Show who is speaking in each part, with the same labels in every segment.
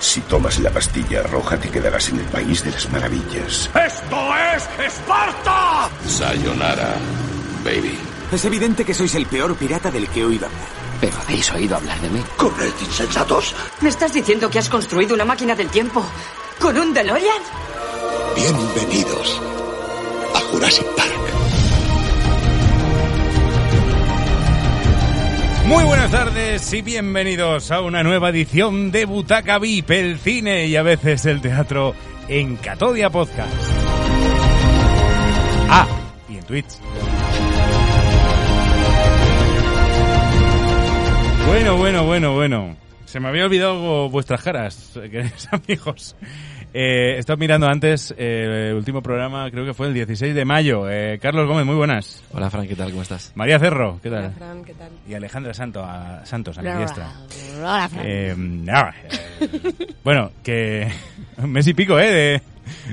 Speaker 1: Si tomas la pastilla roja te quedarás en el país de las maravillas.
Speaker 2: ¡Esto es Esparta!
Speaker 3: Sayonara, baby.
Speaker 4: Es evidente que sois el peor pirata del que he oído hablar.
Speaker 5: ¿Pero habéis oído hablar de mí?
Speaker 6: ¡Corred, insensatos!
Speaker 7: ¿Me estás diciendo que has construido una máquina del tiempo con un DeLorean?
Speaker 6: Bienvenidos a Jurassic Park.
Speaker 8: Muy buenas tardes y bienvenidos a una nueva edición de Butaca VIP, el cine y a veces el teatro en Catodia Podcast. Ah, y en Twitch. Bueno, bueno, bueno, bueno. Se me había olvidado vuestras caras, eh, queridos amigos. Eh, he estado mirando antes eh, el último programa, creo que fue el 16 de mayo. Eh, Carlos Gómez, muy buenas.
Speaker 9: Hola, Fran, ¿qué tal? ¿Cómo estás?
Speaker 8: María Cerro, ¿qué tal?
Speaker 10: Hola, Fran, ¿qué tal?
Speaker 8: Y Alejandra Santo, a- Santos, a mi diestra.
Speaker 10: Hola, Fran.
Speaker 8: Eh, nada, eh, bueno, que un mes y pico, ¿eh? de-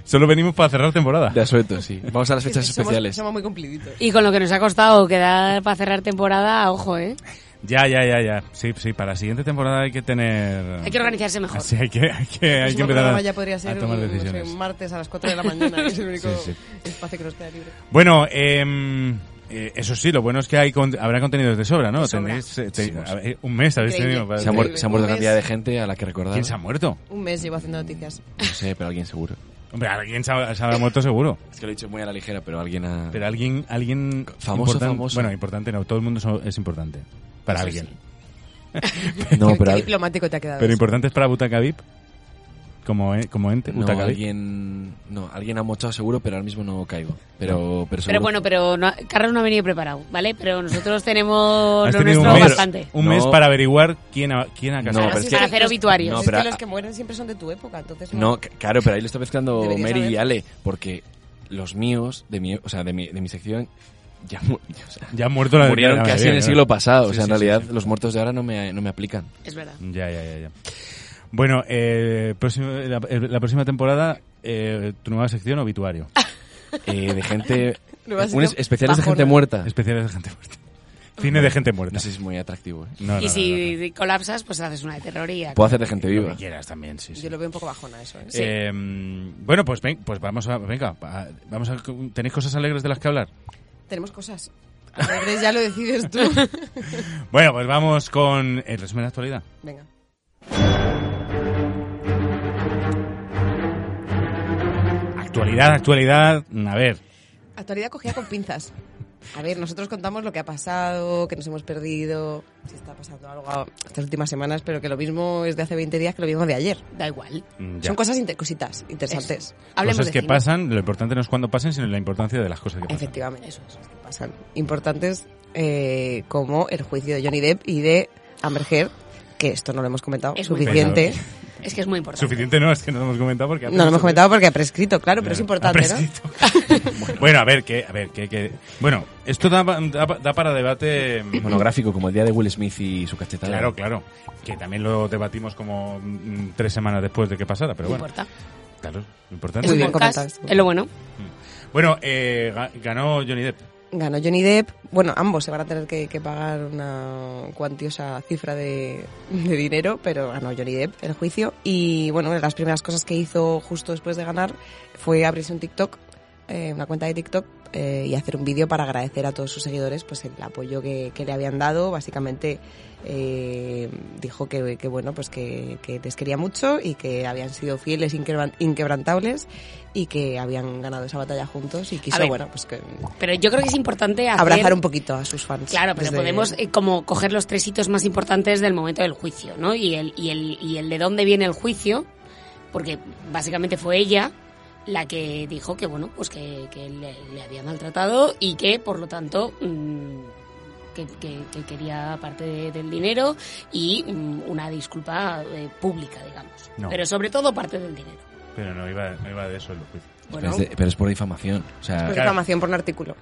Speaker 8: solo venimos para cerrar temporada.
Speaker 9: De asueto, sí. Vamos a las fechas
Speaker 10: Somos-
Speaker 9: especiales.
Speaker 10: Somos muy cumpliditos.
Speaker 11: Y con lo que nos ha costado quedar para cerrar temporada, ojo, ¿eh?
Speaker 8: Ya, ya, ya, ya. Sí, sí, para la siguiente temporada hay que tener...
Speaker 11: Hay que organizarse mejor.
Speaker 8: Sí, hay que, hay que, hay que
Speaker 10: Próximo
Speaker 8: empezar
Speaker 10: programa
Speaker 8: a,
Speaker 10: ya podría ser
Speaker 8: a tomar
Speaker 10: un, no sé,
Speaker 8: decisiones.
Speaker 10: un martes a las 4 de la mañana, que es el único
Speaker 8: Sí,
Speaker 10: espacio que nos queda libre.
Speaker 8: Bueno, em, eh, eso sí, lo bueno es que hay con- habrá contenidos de sobra, ¿no?
Speaker 10: De sobra.
Speaker 8: Tenéis, eh, te-
Speaker 9: Sí, hemos-
Speaker 8: a ver, un mes habéis
Speaker 10: Increíble.
Speaker 8: tenido. para-
Speaker 9: Se ha, muer- se ha muerto
Speaker 10: Un mes.
Speaker 9: cantidad de gente a la que recordar.
Speaker 8: ¿Quién se ha muerto?
Speaker 10: Un mes llevo haciendo noticias.
Speaker 9: No sé, pero alguien seguro.
Speaker 8: Hombre, alguien se, ha- se habrá muerto seguro.
Speaker 9: Es que lo he dicho muy a la ligera, pero alguien ha...
Speaker 8: Pero alguien... alguien
Speaker 9: Famoso,
Speaker 8: importan-
Speaker 9: famoso.
Speaker 8: Bueno, importante no, todo el mundo so- es importante. Para
Speaker 10: Eso
Speaker 8: alguien.
Speaker 9: no,
Speaker 10: ¿Qué,
Speaker 9: pero,
Speaker 10: qué
Speaker 9: al-
Speaker 10: diplomático te ha quedado?
Speaker 8: Pero
Speaker 10: eso?
Speaker 8: importante es para Butaca VIP. Como, en- como ente,
Speaker 9: no,
Speaker 8: Butaca VIP.
Speaker 9: alguien... No, alguien ha mochado seguro, pero ahora mismo no caigo. Pero, pero, seguro.
Speaker 11: Pero bueno, pero no, Carlos no ha venido preparado, ¿vale? Pero nosotros tenemos
Speaker 8: Has
Speaker 11: lo
Speaker 8: tenido
Speaker 11: nuestro
Speaker 8: un mes,
Speaker 11: bastante.
Speaker 8: un
Speaker 9: No.
Speaker 8: mes para averiguar quién ha, quién ha casado.
Speaker 9: No, pero
Speaker 10: sí,
Speaker 9: es
Speaker 11: Para
Speaker 9: que...
Speaker 10: sí.
Speaker 11: hacer obituarios.
Speaker 9: No,
Speaker 10: Es
Speaker 9: pero
Speaker 10: que
Speaker 9: a-
Speaker 10: los que mueren siempre son de tu época, entonces no.
Speaker 9: No, c- claro, pero ahí lo está mezclando
Speaker 10: Deberías
Speaker 9: Mary y
Speaker 10: saber.
Speaker 9: Ale, porque los míos, de mi, o sea, de mi, de mi sección, ya, mu- o sea,
Speaker 8: Ya ha muerto la
Speaker 9: murieron
Speaker 8: la
Speaker 9: casi
Speaker 8: mayoría,
Speaker 9: en el
Speaker 8: claro.
Speaker 9: siglo pasado. o
Speaker 8: Sí,
Speaker 9: sea, en
Speaker 8: sí, sí,
Speaker 9: realidad
Speaker 8: sí.
Speaker 9: los muertos de ahora no me, no me aplican.
Speaker 11: Es verdad.
Speaker 8: Ya, ya, ya, ya. Bueno, eh, próximo- la, la próxima temporada, eh, tu nueva sección, obituario.
Speaker 9: Eh, de gente...
Speaker 10: Lo vas a
Speaker 9: un es-
Speaker 10: decir
Speaker 9: especiales de
Speaker 10: bajona.
Speaker 9: gente muerta.
Speaker 8: Especiales de gente muerta. Cine de gente muerta.
Speaker 9: No sé si es muy atractivo, ¿eh?
Speaker 8: No, no,
Speaker 11: y
Speaker 8: no,
Speaker 11: si
Speaker 8: no,
Speaker 11: colapsas, pues haces una de terror y ya.
Speaker 9: Puedo hacer de gente
Speaker 8: no. Lo
Speaker 9: viva.
Speaker 8: que quieras también, sí, sí.
Speaker 10: Yo lo veo un poco bajona eso. ¿eh?
Speaker 8: Eh, bueno, pues, ven- pues vamos a... Venga, pa- vamos a... ¿Tenéis cosas alegres de las que hablar?
Speaker 10: Tenemos cosas. Alegres ya lo decides tú.
Speaker 8: Bueno, pues vamos con el resumen de actualidad.
Speaker 10: Venga.
Speaker 8: Actualidad, actualidad... A ver,
Speaker 10: Actualidad cogida con pinzas. A ver, nosotros contamos lo que ha pasado, que nos hemos perdido, si está pasando algo estas últimas semanas, pero que lo mismo es de hace 20 días que lo mismo de ayer.
Speaker 11: Da igual.
Speaker 8: mm, ya.
Speaker 10: Son cosas inter- cositas interesantes. Hablemos
Speaker 8: cosas
Speaker 10: de
Speaker 8: que
Speaker 10: cine.
Speaker 8: pasan, lo importante no es cuándo pasen, sino la importancia de las cosas que pasan.
Speaker 10: Efectivamente, eso, cosas que pasan. Importantes eh, como el juicio de Johnny Depp y de Amber Heard, que esto no lo hemos comentado
Speaker 11: Es muy
Speaker 10: suficiente.
Speaker 11: Es que es muy importante.
Speaker 8: Suficiente no, es que no lo hemos comentado porque...
Speaker 10: No lo hemos comentado porque ha prescrito, claro, pero es importante, ¿no?
Speaker 8: ¿no? bueno, a ver, que, a ver, que, que- bueno, esto da, da- da para debate. mm,
Speaker 9: monográfico como el día de Will Smith y su cachetada.
Speaker 8: Claro, claro. Que también lo debatimos como mm, tres semanas después de que pasara, pero
Speaker 11: No
Speaker 8: bueno.
Speaker 11: importa.
Speaker 8: Claro, lo importante.
Speaker 11: Es
Speaker 10: Muy
Speaker 11: un
Speaker 10: bien
Speaker 11: podcast,
Speaker 10: comentado esto.
Speaker 11: es lo bueno.
Speaker 8: Bueno, eh, ga- ganó Johnny Depp.
Speaker 10: Ganó Johnny Depp. Bueno, ambos se van a tener que, que pagar una cuantiosa cifra de, de dinero, pero ganó Johnny Depp el juicio. Y bueno, una de las primeras cosas que hizo justo después de ganar fue abrirse un TikTok, eh, una cuenta de TikTok, eh, y hacer un vídeo para agradecer a todos sus seguidores pues el apoyo que, que le habían dado. Básicamente eh, dijo que, que, bueno, pues que, que les quería mucho y que habían sido fieles, inquebran- inquebrantables y que habían ganado esa batalla juntos y quiso,
Speaker 11: ver.
Speaker 10: bueno, pues que
Speaker 11: Pero yo creo que es importante hacer...
Speaker 10: abrazar un poquito a sus fans.
Speaker 11: Claro, pero
Speaker 10: Desde-
Speaker 11: podemos eh, como coger los tres hitos más importantes del momento del juicio, ¿no? Y el, y el, y el de dónde viene el juicio, porque básicamente fue ella la que dijo que, bueno, pues que, que le, le había maltratado y que, por lo tanto, mm, que, que- que quería parte de- del dinero y mm, una disculpa eh, pública, digamos.
Speaker 8: No.
Speaker 11: Pero sobre todo parte del dinero.
Speaker 8: Pero no iba, no iba de eso el juicio.
Speaker 11: Bueno,
Speaker 9: Es de- pero es por difamación. O sea,
Speaker 10: Pues
Speaker 8: Claro.
Speaker 10: reclamación por un artículo.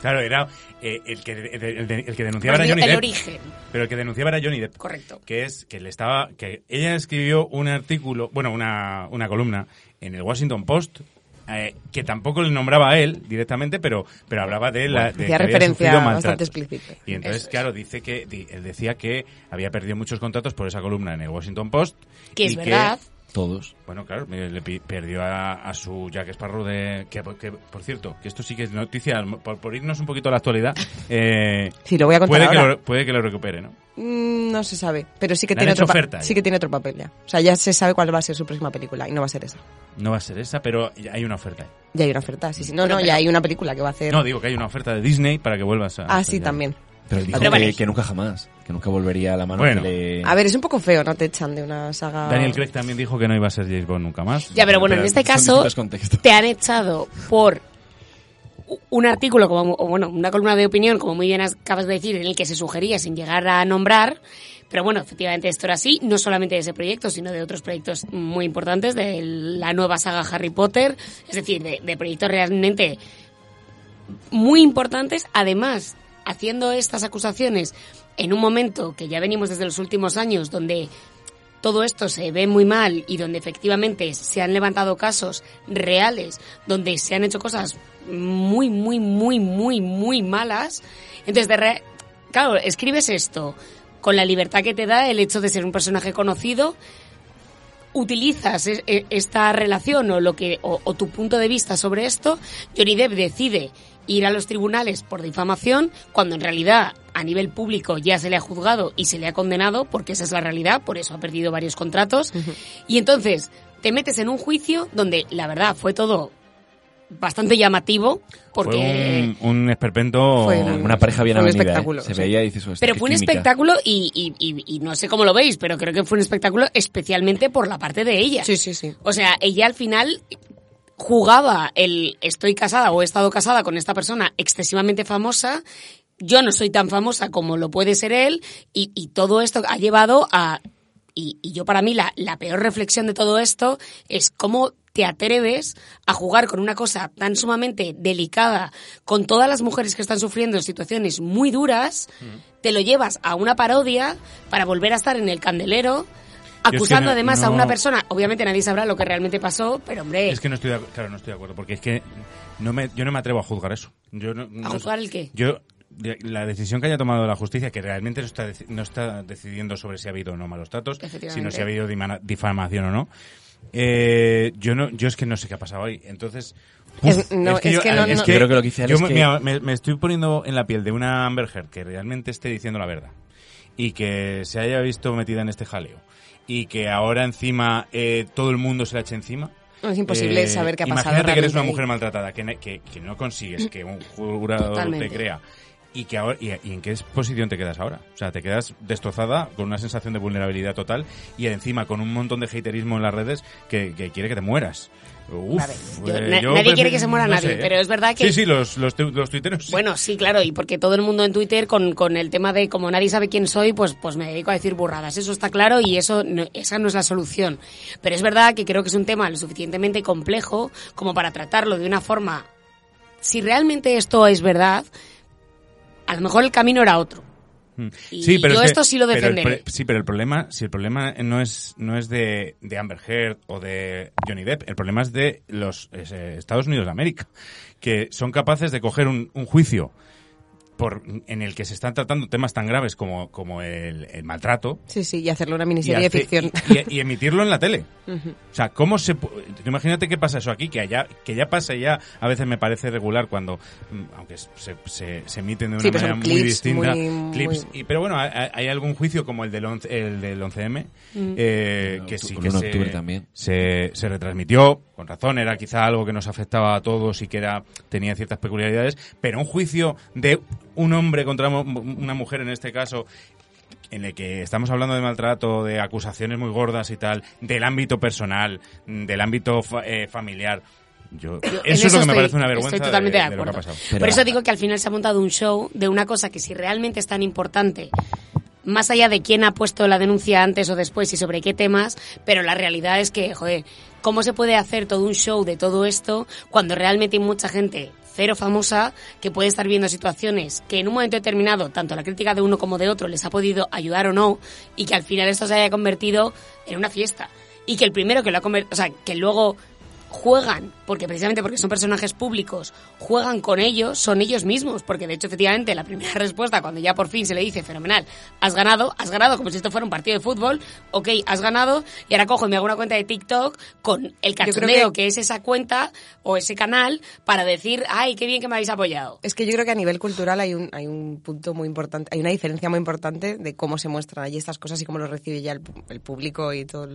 Speaker 8: Claro, era eh, el, que, el, el- el que denunciaba era
Speaker 11: más bien
Speaker 8: Johnny
Speaker 11: el
Speaker 8: Depp.
Speaker 11: origen,
Speaker 8: Pero el que denunciaba era Johnny Depp.
Speaker 11: correcto.
Speaker 8: que es que le estaba que ella escribió un artículo bueno una, una columna en el Washington Post eh, que tampoco le nombraba a él directamente pero pero hablaba de la de que
Speaker 10: Hacía
Speaker 8: había
Speaker 10: referencia
Speaker 8: sufrido
Speaker 10: bastante
Speaker 8: maltrato.
Speaker 10: explícita.
Speaker 8: y entonces
Speaker 11: Eso es.
Speaker 8: claro dice que di- él decía que había perdido muchos contratos por esa columna en el Washington Post
Speaker 11: Que es
Speaker 8: y
Speaker 11: verdad.
Speaker 9: todos.
Speaker 8: Bueno, claro, mire, le pi- perdió a, a su Jack Sparrow de... Que, que, por cierto, que esto sí que es noticia, por, por irnos un poquito a la actualidad. Eh,
Speaker 10: Sí, lo voy a contar
Speaker 8: puede, Que
Speaker 10: ahora.
Speaker 8: lo, puede que lo recupere, ¿no?
Speaker 10: Mm, No se sabe, pero sí que
Speaker 8: Le han
Speaker 10: tiene
Speaker 8: hecho
Speaker 10: otro pa-
Speaker 8: oferta ya.
Speaker 10: sí que tiene otro papel ya. O sea, ya se sabe cuál va a ser su próxima película y no va a ser esa.
Speaker 8: No va a ser esa, pero hay una oferta. ahí.
Speaker 10: Ya hay una oferta, sí, sí. No,
Speaker 11: Pero-
Speaker 10: no,
Speaker 11: pero-
Speaker 10: ya hay una película que va a hacer.
Speaker 8: No, digo que hay una oferta de Disney para que vuelvas a...
Speaker 10: ah, sí, también.
Speaker 9: Pero él dijo
Speaker 11: Pero vale.
Speaker 9: que, que nunca jamás, que nunca volvería a la mano
Speaker 8: Bueno.
Speaker 9: que le-
Speaker 10: A ver, es un poco feo, ¿no? Te echan de una saga.
Speaker 8: Daniel Craig también dijo que no iba a ser James Bond nunca más.
Speaker 11: Ya, pero bueno, en este
Speaker 9: son
Speaker 11: caso
Speaker 9: distintos contextos.
Speaker 11: te han echado por u- un artículo, como, o bueno, una columna de opinión, como muy bien has- acabas de decir, en el que se sugería sin llegar a nombrar. Pero bueno, efectivamente esto era así, no solamente de ese proyecto, sino de otros proyectos muy importantes, de la nueva saga Harry Potter, es decir, de, de proyectos realmente muy importantes. Además, haciendo estas acusaciones en un momento que ya venimos desde los últimos años, donde todo esto se ve muy mal y donde efectivamente se han levantado casos reales, donde se han hecho cosas muy, muy, muy, muy, muy malas. Entonces, de re- claro, escribes esto con la libertad que te da el hecho de ser un personaje conocido, utilizas e- e- esta relación o lo que o, o tu punto de vista sobre esto, Johnny Depp decide ir a los tribunales por difamación cuando en realidad a nivel público ya se le ha juzgado y se le ha condenado porque esa es la realidad, por eso ha perdido varios contratos y entonces te metes en un juicio donde la verdad fue todo bastante llamativo porque
Speaker 8: Fue un, un esperpento...
Speaker 10: Fue un-
Speaker 9: Una pareja bien
Speaker 10: Fue un
Speaker 9: avenida, ¿eh?
Speaker 10: espectáculo,
Speaker 9: Se
Speaker 10: sí.
Speaker 9: veía y dices, "Hostia,
Speaker 11: Pero
Speaker 9: qué
Speaker 11: fue un
Speaker 9: química".
Speaker 11: espectáculo y, y- y- y no sé cómo lo veis, pero creo que fue un espectáculo especialmente por la parte de ella.
Speaker 10: Sí, sí, sí.
Speaker 11: O sea, ella al final jugaba el estoy casada o he estado casada con esta persona excesivamente famosa. Yo no soy tan famosa como lo puede ser él y, y todo esto ha llevado a... Y, y yo para mí la, la peor reflexión de todo esto es cómo te atreves a jugar con una cosa tan sumamente delicada, con todas las mujeres que están sufriendo situaciones muy duras,
Speaker 8: Mm.
Speaker 11: te lo llevas a una parodia para volver a estar en el candelero,
Speaker 8: es que
Speaker 11: acusando
Speaker 8: no-
Speaker 11: además a
Speaker 8: no-
Speaker 11: una persona persona, obviamente nadie sabrá lo que realmente pasó, pero hombre,
Speaker 8: Es que no estoy de, ac- claro, no estoy de acuerdo, porque es que no me, yo no me atrevo a juzgar eso. Yo no- no-
Speaker 11: ¿a juzgar el qué?
Speaker 8: Yo, de- la decisión que haya tomado la justicia, que realmente no está, deci- no está decidiendo sobre si ha habido o no malos tratos,
Speaker 11: Efectivamente.
Speaker 8: sino si ha habido dimana- difamación o no, eh, yo no yo es que no sé qué ha pasado ahí. Entonces...
Speaker 10: Es-
Speaker 8: uf,
Speaker 10: no, es que no- no-
Speaker 9: Yo creo que lo que hice
Speaker 8: eh, yo
Speaker 9: es
Speaker 8: me-
Speaker 9: que-
Speaker 8: mira, me, me estoy poniendo en la piel de una Amber Heard que realmente esté diciendo la verdad y que se haya visto metida en este jaleo y que ahora encima eh, todo el mundo se la eche encima.
Speaker 10: Es imposible saber qué ha pasado
Speaker 8: Eh, Imagínate que
Speaker 10: realmente
Speaker 8: eres una
Speaker 10: ahí.
Speaker 8: mujer maltratada, que, ne- que, que no consigues que un jurado
Speaker 11: Totalmente.
Speaker 8: te crea. Y, que ahora, y, y en qué posición te quedas ahora? O sea, te quedas destrozada, con una sensación de vulnerabilidad total y encima con un montón de haterismo en las redes que, que quiere que te mueras. Uf,
Speaker 11: A ver, yo-
Speaker 8: eh,
Speaker 11: na-
Speaker 8: yo
Speaker 11: nadie
Speaker 8: prefiero-
Speaker 11: quiere que se muera
Speaker 8: no
Speaker 11: nadie,
Speaker 8: sé, ¿eh?
Speaker 11: pero es verdad que-
Speaker 8: Sí, sí, los, los, tu- los tuiteros sí.
Speaker 11: Bueno, sí, claro, y porque todo el mundo en Twitter con, con el tema de como nadie sabe quién soy, pues, pues me dedico a decir burradas. Eso está claro y eso no- esa no es la solución. Pero es verdad que creo que es un tema lo suficientemente complejo como para tratarlo de una forma... Si realmente esto es verdad, a lo mejor el camino era otro. Y yo
Speaker 8: es que-
Speaker 11: esto sí lo
Speaker 8: Mm. pero el
Speaker 11: defenderé.
Speaker 8: pro- sí, pero el problema, si el problema no es no es de, de Amber Heard o de Johnny Depp, el problema es de los es, eh, Estados Unidos de América, que son capaces de coger un, un juicio por en el que se están tratando temas tan graves como como el, el maltrato
Speaker 10: Sí, sí, y hacerle una
Speaker 8: y,
Speaker 10: miniserie de
Speaker 8: hace-
Speaker 10: ficción.
Speaker 8: y- y- y emitirlo en la tele. O sea, ¿cómo se pu- Imagínate que pasa eso aquí, que allá que ya pasa y ya a veces me parece regular cuando, mm, aunque se, se- se emiten de una
Speaker 10: Sí, pero
Speaker 8: manera
Speaker 10: son
Speaker 8: muy
Speaker 10: clips,
Speaker 8: distinta,
Speaker 10: muy-
Speaker 8: clips.
Speaker 10: muy-
Speaker 8: Y, pero bueno, ha- ha- hay algún juicio como el del, 11 el del 11M,
Speaker 10: Mm.
Speaker 8: eh,
Speaker 9: El
Speaker 8: que
Speaker 9: octu-
Speaker 8: sí
Speaker 9: el
Speaker 8: que
Speaker 9: 1 de
Speaker 8: se,
Speaker 9: octubre también.
Speaker 8: Se, se retransmitió, con razón, era quizá algo que nos afectaba a todos y que era tenía ciertas peculiaridades, pero un juicio de un hombre contra mo- una mujer en este caso en el que estamos hablando de maltrato, de acusaciones muy gordas y tal, del ámbito personal, mm, del ámbito fa- eh, familiar. Yo, eso
Speaker 11: En
Speaker 8: es lo que me
Speaker 11: estoy-
Speaker 8: parece una vergüenza
Speaker 11: Estoy totalmente
Speaker 8: de,
Speaker 11: de,
Speaker 8: de lo que
Speaker 11: acuerdo.
Speaker 8: ha pasado.
Speaker 9: Pero-
Speaker 11: Por eso digo que al final se ha montado un show de una cosa que si realmente es tan importante, más allá de quién ha puesto la denuncia antes o después y sobre qué temas, pero la realidad es que, joder, ¿cómo se puede hacer todo un show de todo esto cuando realmente hay mucha gente cero famosa que puede estar viendo situaciones que en un momento determinado, tanto la crítica de uno como de otro les ha podido ayudar o no, y que al final esto se haya convertido en una fiesta? Y que el primero que lo ha convertido, o sea, que luego juegan, porque precisamente porque son personajes públicos, juegan con ellos, son ellos mismos, porque de hecho efectivamente la primera respuesta cuando ya por fin se le dice, fenomenal, has ganado, has ganado como si esto fuera un partido de fútbol, ok, has ganado, y ahora cojo y me hago una cuenta de TikTok con
Speaker 10: creo
Speaker 11: el cachondeo
Speaker 10: que-
Speaker 11: que... es esa cuenta o ese canal para decir, ay, qué bien que me habéis apoyado.
Speaker 10: Es que yo creo que a nivel cultural hay un, hay un punto muy importante, hay una diferencia muy importante de cómo se muestran allí estas cosas y cómo lo recibe ya el, pu- el público y todos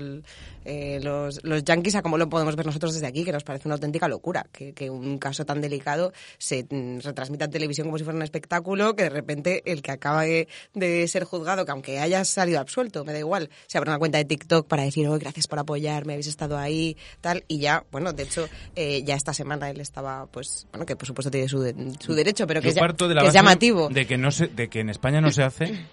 Speaker 10: los, los yankees a cómo lo podemos ver nosotros desde aquí, que nos parece una auténtica locura que, que un caso tan delicado se mm, retransmita en televisión como si fuera un espectáculo, que de repente el que acaba de, de ser juzgado, que aunque haya salido absuelto, me da igual, se abre una cuenta de TikTok para decir, oh, gracias por apoyarme, habéis estado ahí, tal, y ya, bueno, de hecho, eh, ya esta semana él estaba, pues, bueno, que por supuesto tiene su, de- su derecho, pero que,
Speaker 8: Yo
Speaker 10: es, ya-
Speaker 8: parto de la
Speaker 10: que es
Speaker 8: base
Speaker 10: llamativo.
Speaker 8: de que no se, de que en España no se hace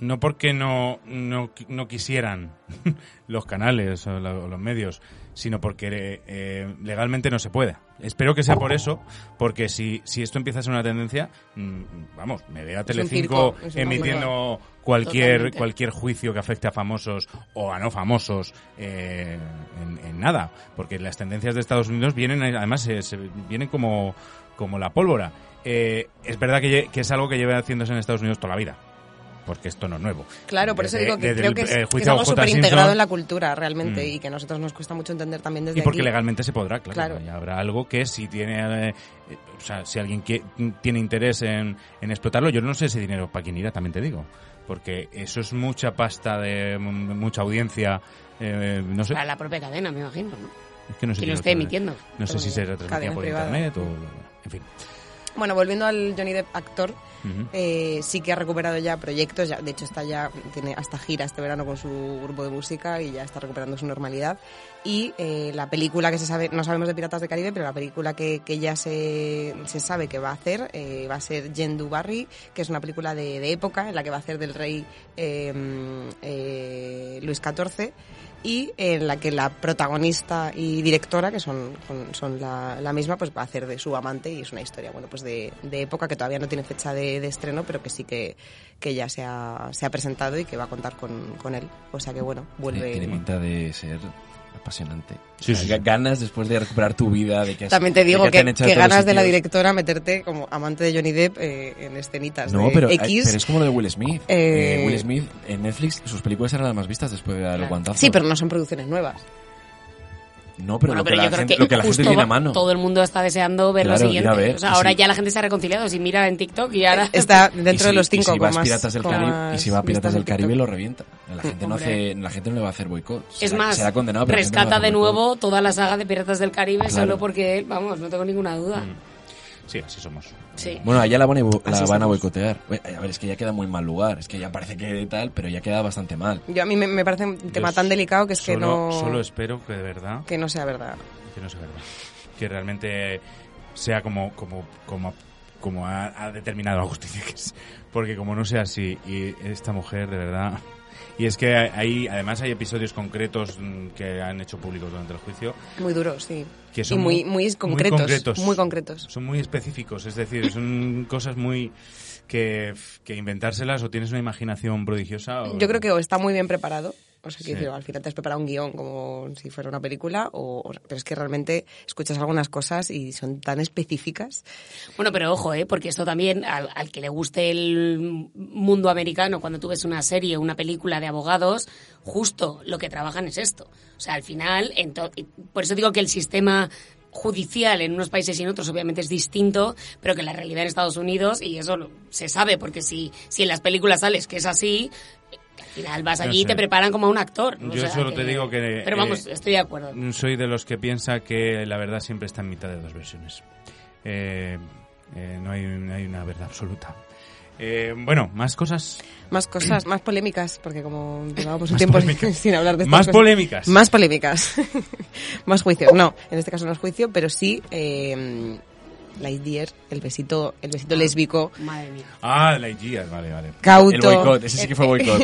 Speaker 8: no porque no no, qui- no quisieran los canales o, la- o los medios sino porque eh, eh, legalmente no se puede espero que sea por eso porque si si esto empieza a ser una tendencia mm, vamos me veo a
Speaker 10: Es un
Speaker 8: Telecinco
Speaker 10: circo, es un
Speaker 8: emitiendo cualquier
Speaker 10: Totalmente.
Speaker 8: cualquier juicio que afecte a famosos o a no famosos eh, en, en nada porque las tendencias de Estados Unidos vienen eh, además se- se- vienen como como la pólvora Eh, es verdad que, lle- que es algo que lleva haciéndose en Estados Unidos toda la vida porque esto no es nuevo
Speaker 10: Claro, por eso
Speaker 8: Desde-
Speaker 10: digo que
Speaker 8: desde
Speaker 10: creo
Speaker 8: el-
Speaker 10: que es,
Speaker 8: el
Speaker 10: que es
Speaker 8: juicio a
Speaker 10: algo
Speaker 8: O.J.
Speaker 10: súper
Speaker 8: Simpson
Speaker 10: integrado en la cultura realmente
Speaker 8: Mm.
Speaker 10: y que a nosotros nos cuesta mucho entender también desde
Speaker 8: y porque
Speaker 10: aquí.
Speaker 8: legalmente se podrá, claro.
Speaker 10: Claro.
Speaker 8: y habrá algo que si tiene, eh, eh, o sea, si alguien que, tiene interés en, en explotarlo, yo no sé ese dinero para quién irá, también te digo. Porque eso es mucha pasta de m- mucha audiencia, eh, no sé,
Speaker 11: Para la propia cadena, me imagino. ¿no?
Speaker 8: es que no sé si
Speaker 11: quien lo esté emitiendo.
Speaker 8: No sé si se
Speaker 10: Cadena
Speaker 8: retransmitía por
Speaker 10: privada.
Speaker 8: internet o, en fin.
Speaker 10: Bueno, volviendo al Johnny Depp actor,
Speaker 8: Ujú.
Speaker 10: eh, sí que ha recuperado ya proyectos, ya, de hecho está ya tiene hasta gira este verano con su grupo de música y ya está recuperando su normalidad. Y eh, la película que se sabe, no sabemos de Piratas del Caribe, pero la película que, que ya se, se sabe que va a hacer eh, va a ser Jendu Barry, que es una película de, de época en la que va a hacer del rey eh, eh, Luis XIV y en la que la protagonista y directora, que son, son- son la, la misma, pues va a hacer de su amante y es una historia, bueno, pues de, de época que todavía no tiene fecha de, de estreno, pero que sí que, que ya se ha, se ha presentado y que va a contar con, con él. O sea que bueno, vuelve...
Speaker 9: Tiene pinta de ser apasionante.
Speaker 8: Sí,
Speaker 9: O sea,
Speaker 8: sí,
Speaker 9: ga-
Speaker 8: sí.
Speaker 9: Ganas después de recuperar tu vida, de que has-
Speaker 10: También te digo
Speaker 9: de
Speaker 10: que,
Speaker 9: te han echado
Speaker 10: que
Speaker 9: de todos
Speaker 10: ganas de la
Speaker 9: sitios.
Speaker 10: directora meterte como amante de Johnny Depp eh, en escenitas
Speaker 9: No,
Speaker 10: de
Speaker 9: pero, eh,
Speaker 10: X.
Speaker 9: pero es como lo de Will Smith.
Speaker 10: Eh,
Speaker 9: Eh, Will Smith en Netflix, sus películas eran las más vistas después de dar el guantazo.
Speaker 10: Sí, pero no son producciones nuevas.
Speaker 9: No, pero
Speaker 11: Bueno,
Speaker 9: lo que
Speaker 11: pero
Speaker 9: la
Speaker 11: yo creo
Speaker 9: gente-
Speaker 11: que
Speaker 9: lo que la gente
Speaker 11: justo
Speaker 9: tiene a mano.
Speaker 11: todo el mundo está deseando ver
Speaker 9: Claro,
Speaker 11: lo
Speaker 9: ir
Speaker 11: siguiente.
Speaker 9: a ver,
Speaker 11: O sea,
Speaker 9: y
Speaker 11: ahora
Speaker 9: si-
Speaker 11: ya la gente se ha reconciliado. Si mira en TikTok y ahora...
Speaker 9: Eh,
Speaker 10: Está
Speaker 9: Y
Speaker 10: dentro de
Speaker 9: si-
Speaker 10: los
Speaker 9: y
Speaker 10: cinco
Speaker 9: si
Speaker 10: como
Speaker 9: vas
Speaker 10: más,
Speaker 9: Piratas del
Speaker 10: como
Speaker 9: Caribe, y
Speaker 10: más
Speaker 9: si va a Piratas
Speaker 10: vistas en
Speaker 9: del Caribe
Speaker 10: TikTok.
Speaker 9: lo revienta. La gente no hace, la gente no le va a hacer boicot.
Speaker 11: Es
Speaker 9: Será-
Speaker 11: más,
Speaker 9: será condenado, pero la gente no le va a
Speaker 11: rescata de
Speaker 9: hacer boicot.
Speaker 11: nuevo toda la saga de Piratas del Caribe
Speaker 9: Claro. Mm.
Speaker 11: solo porque él, vamos, no tengo ninguna duda.
Speaker 8: Sí, así somos.
Speaker 11: Sí.
Speaker 9: Bueno, allá la van a, bo- la
Speaker 10: Así
Speaker 9: van a
Speaker 10: estamos.
Speaker 9: boicotear. Oye, A ver, es que ya queda muy mal lugar. Es que ya parece que tal, pero ya queda bastante mal.
Speaker 10: Yo a mí me, me parece un tema
Speaker 8: Yo
Speaker 10: tan delicado que es que
Speaker 8: solo-
Speaker 10: no
Speaker 8: Solo espero que de verdad
Speaker 10: que no sea verdad.
Speaker 8: que no sea verdad. Que realmente sea como, como, como, como ha, ha determinado la justicia que es. Porque como no sea así, y esta mujer de verdad... Y es que hay, además hay episodios concretos mm, que han hecho públicos durante el juicio
Speaker 10: Muy duro, sí.
Speaker 8: que
Speaker 10: y
Speaker 8: son
Speaker 10: muy, muy concretos, muy concretos.
Speaker 8: Son muy específicos, es decir, son cosas muy que, que inventárselas o tienes una imaginación prodigiosa. o-
Speaker 10: Yo creo que o está muy bien preparado. O sea, que
Speaker 8: Sí.
Speaker 10: al final te has preparado un guión como si fuera una película, o, o- pero es que realmente escuchas algunas cosas y son tan específicas.
Speaker 11: Bueno, pero ojo, ¿eh? porque esto también, al, al que le guste el mundo americano, cuando tú ves una serie, una película de abogados, justo lo que trabajan es esto. O sea, al final, en to- y por eso digo que el sistema judicial en unos países y en otros obviamente es distinto, pero que la realidad en Estados Unidos, y eso lo- se sabe, porque si, si en las películas sales que es así, al final vas
Speaker 8: No
Speaker 11: allí y
Speaker 8: sé.
Speaker 11: te preparan como a un actor. O
Speaker 8: Yo
Speaker 11: sea,
Speaker 8: solo te digo que,
Speaker 11: Pero vamos,
Speaker 8: eh,
Speaker 11: estoy de acuerdo.
Speaker 8: Soy de los que piensa que la verdad siempre está en mitad de dos versiones. Eh, eh, no, hay, no hay una verdad absoluta. Eh, bueno, más cosas.
Speaker 10: Más cosas, más polémicas, porque como llevábamos un
Speaker 8: Más
Speaker 10: tiempo
Speaker 8: polémicas.
Speaker 10: sin hablar de estas
Speaker 8: Más
Speaker 10: cosas.
Speaker 8: polémicas.
Speaker 10: Más polémicas. más juicios. No, en este caso no es juicio, pero sí eh, Lightyear, el besito, el besito lésbico.
Speaker 11: Madre mía.
Speaker 8: Ah, la IGIA, vale, vale.
Speaker 10: Cauto.
Speaker 9: El boicot, ese sí que fue boicot.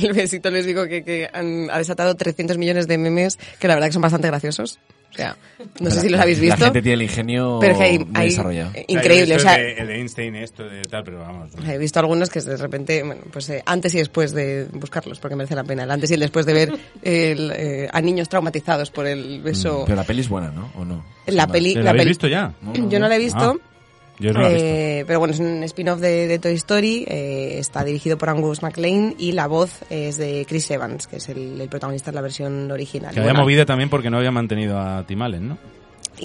Speaker 10: el besito les digo que, que han, ha desatado 300 millones de memes que la verdad que son bastante graciosos. O sea, no sé si los habéis visto.
Speaker 9: La gente tiene el ingenio
Speaker 10: pero es que hay,
Speaker 9: muy
Speaker 10: hay-
Speaker 9: desarrollado.
Speaker 10: eh, increíble. O
Speaker 8: yo he visto
Speaker 10: sea,
Speaker 8: el de- el de Einstein, esto de tal, pero vamos.
Speaker 10: he visto algunos que de repente, bueno, pues eh, antes y después de buscarlos, porque merece la pena. El antes y el después de ver el, eh, a niños traumatizados por el beso.
Speaker 9: Mm, Pero la peli es buena, ¿no? ¿O no?
Speaker 10: La
Speaker 9: Sí,
Speaker 10: peli,
Speaker 8: ¿La
Speaker 10: la
Speaker 8: habéis
Speaker 10: peli-
Speaker 8: visto ya? Ah,
Speaker 9: No,
Speaker 10: Yo no la he visto.
Speaker 8: Yo no lo he visto.
Speaker 10: eh, pero bueno, es un spin-off de, de Toy Story, eh, está dirigido por Angus MacLean y la voz es de Chris Evans, que es el, el protagonista de la versión original.
Speaker 8: Que había
Speaker 10: Bueno,
Speaker 8: movido también porque no había mantenido a Tim Allen, ¿no?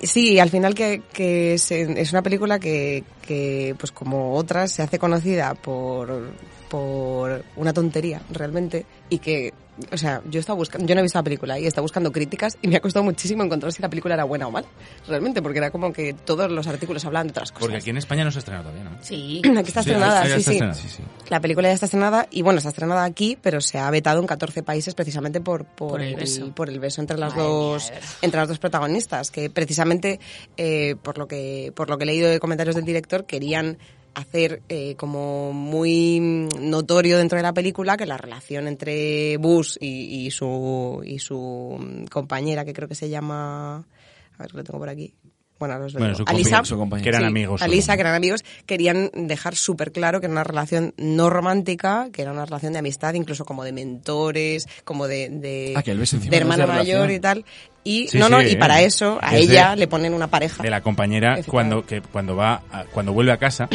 Speaker 10: Sí, al final que, que es, es una película que, que, pues como otras, se hace conocida por, por una tontería, realmente, y que, o sea, yo estaba buscando, yo no he visto la película y estaba buscando críticas y me ha costado muchísimo encontrar si la película era buena o mala, realmente, porque era como que todos los artículos hablaban de otras cosas.
Speaker 8: Porque aquí en España no se ha estrenado todavía, ¿no?
Speaker 11: Sí.
Speaker 10: Aquí está
Speaker 8: Sí,
Speaker 10: estrenada,
Speaker 8: ah, ya
Speaker 10: sí,
Speaker 8: está
Speaker 10: sí.
Speaker 8: estrenada.
Speaker 10: La película ya está estrenada y bueno, está estrenada aquí, pero se ha vetado en 14 países precisamente por, por,
Speaker 11: Por el beso.
Speaker 10: por el beso entre las
Speaker 11: Madre
Speaker 10: dos
Speaker 11: mía, de verdad.
Speaker 10: entre las dos protagonistas, que precisamente eh, por lo que por lo que he leído de comentarios del director querían hacer eh, como muy mm, notorio dentro de la película que la relación entre Bush y, y su y su mm, compañera que creo que se llama a ver que lo tengo por aquí bueno, ahora os lo
Speaker 8: Bueno,
Speaker 10: digo.
Speaker 8: su
Speaker 10: Alisa,
Speaker 8: compañero- su compañero. Que eran
Speaker 10: Sí,
Speaker 8: amigos solo,
Speaker 10: Alisa,
Speaker 8: ¿no?
Speaker 10: que eran amigos, querían dejar súper claro que era una relación no romántica, que era una relación de amistad, incluso como de mentores, como de, de,
Speaker 9: Ah, que el beso encima
Speaker 10: de
Speaker 9: de
Speaker 10: hermana
Speaker 9: esa
Speaker 10: mayor
Speaker 9: relación.
Speaker 10: y tal. Y
Speaker 8: Sí,
Speaker 10: no, no,
Speaker 8: sí,
Speaker 10: y
Speaker 8: eh.
Speaker 10: para eso a
Speaker 8: Es de-
Speaker 10: ella le ponen una pareja.
Speaker 8: De la compañera
Speaker 10: Efectivamente.
Speaker 8: cuando que cuando va a- cuando vuelve a casa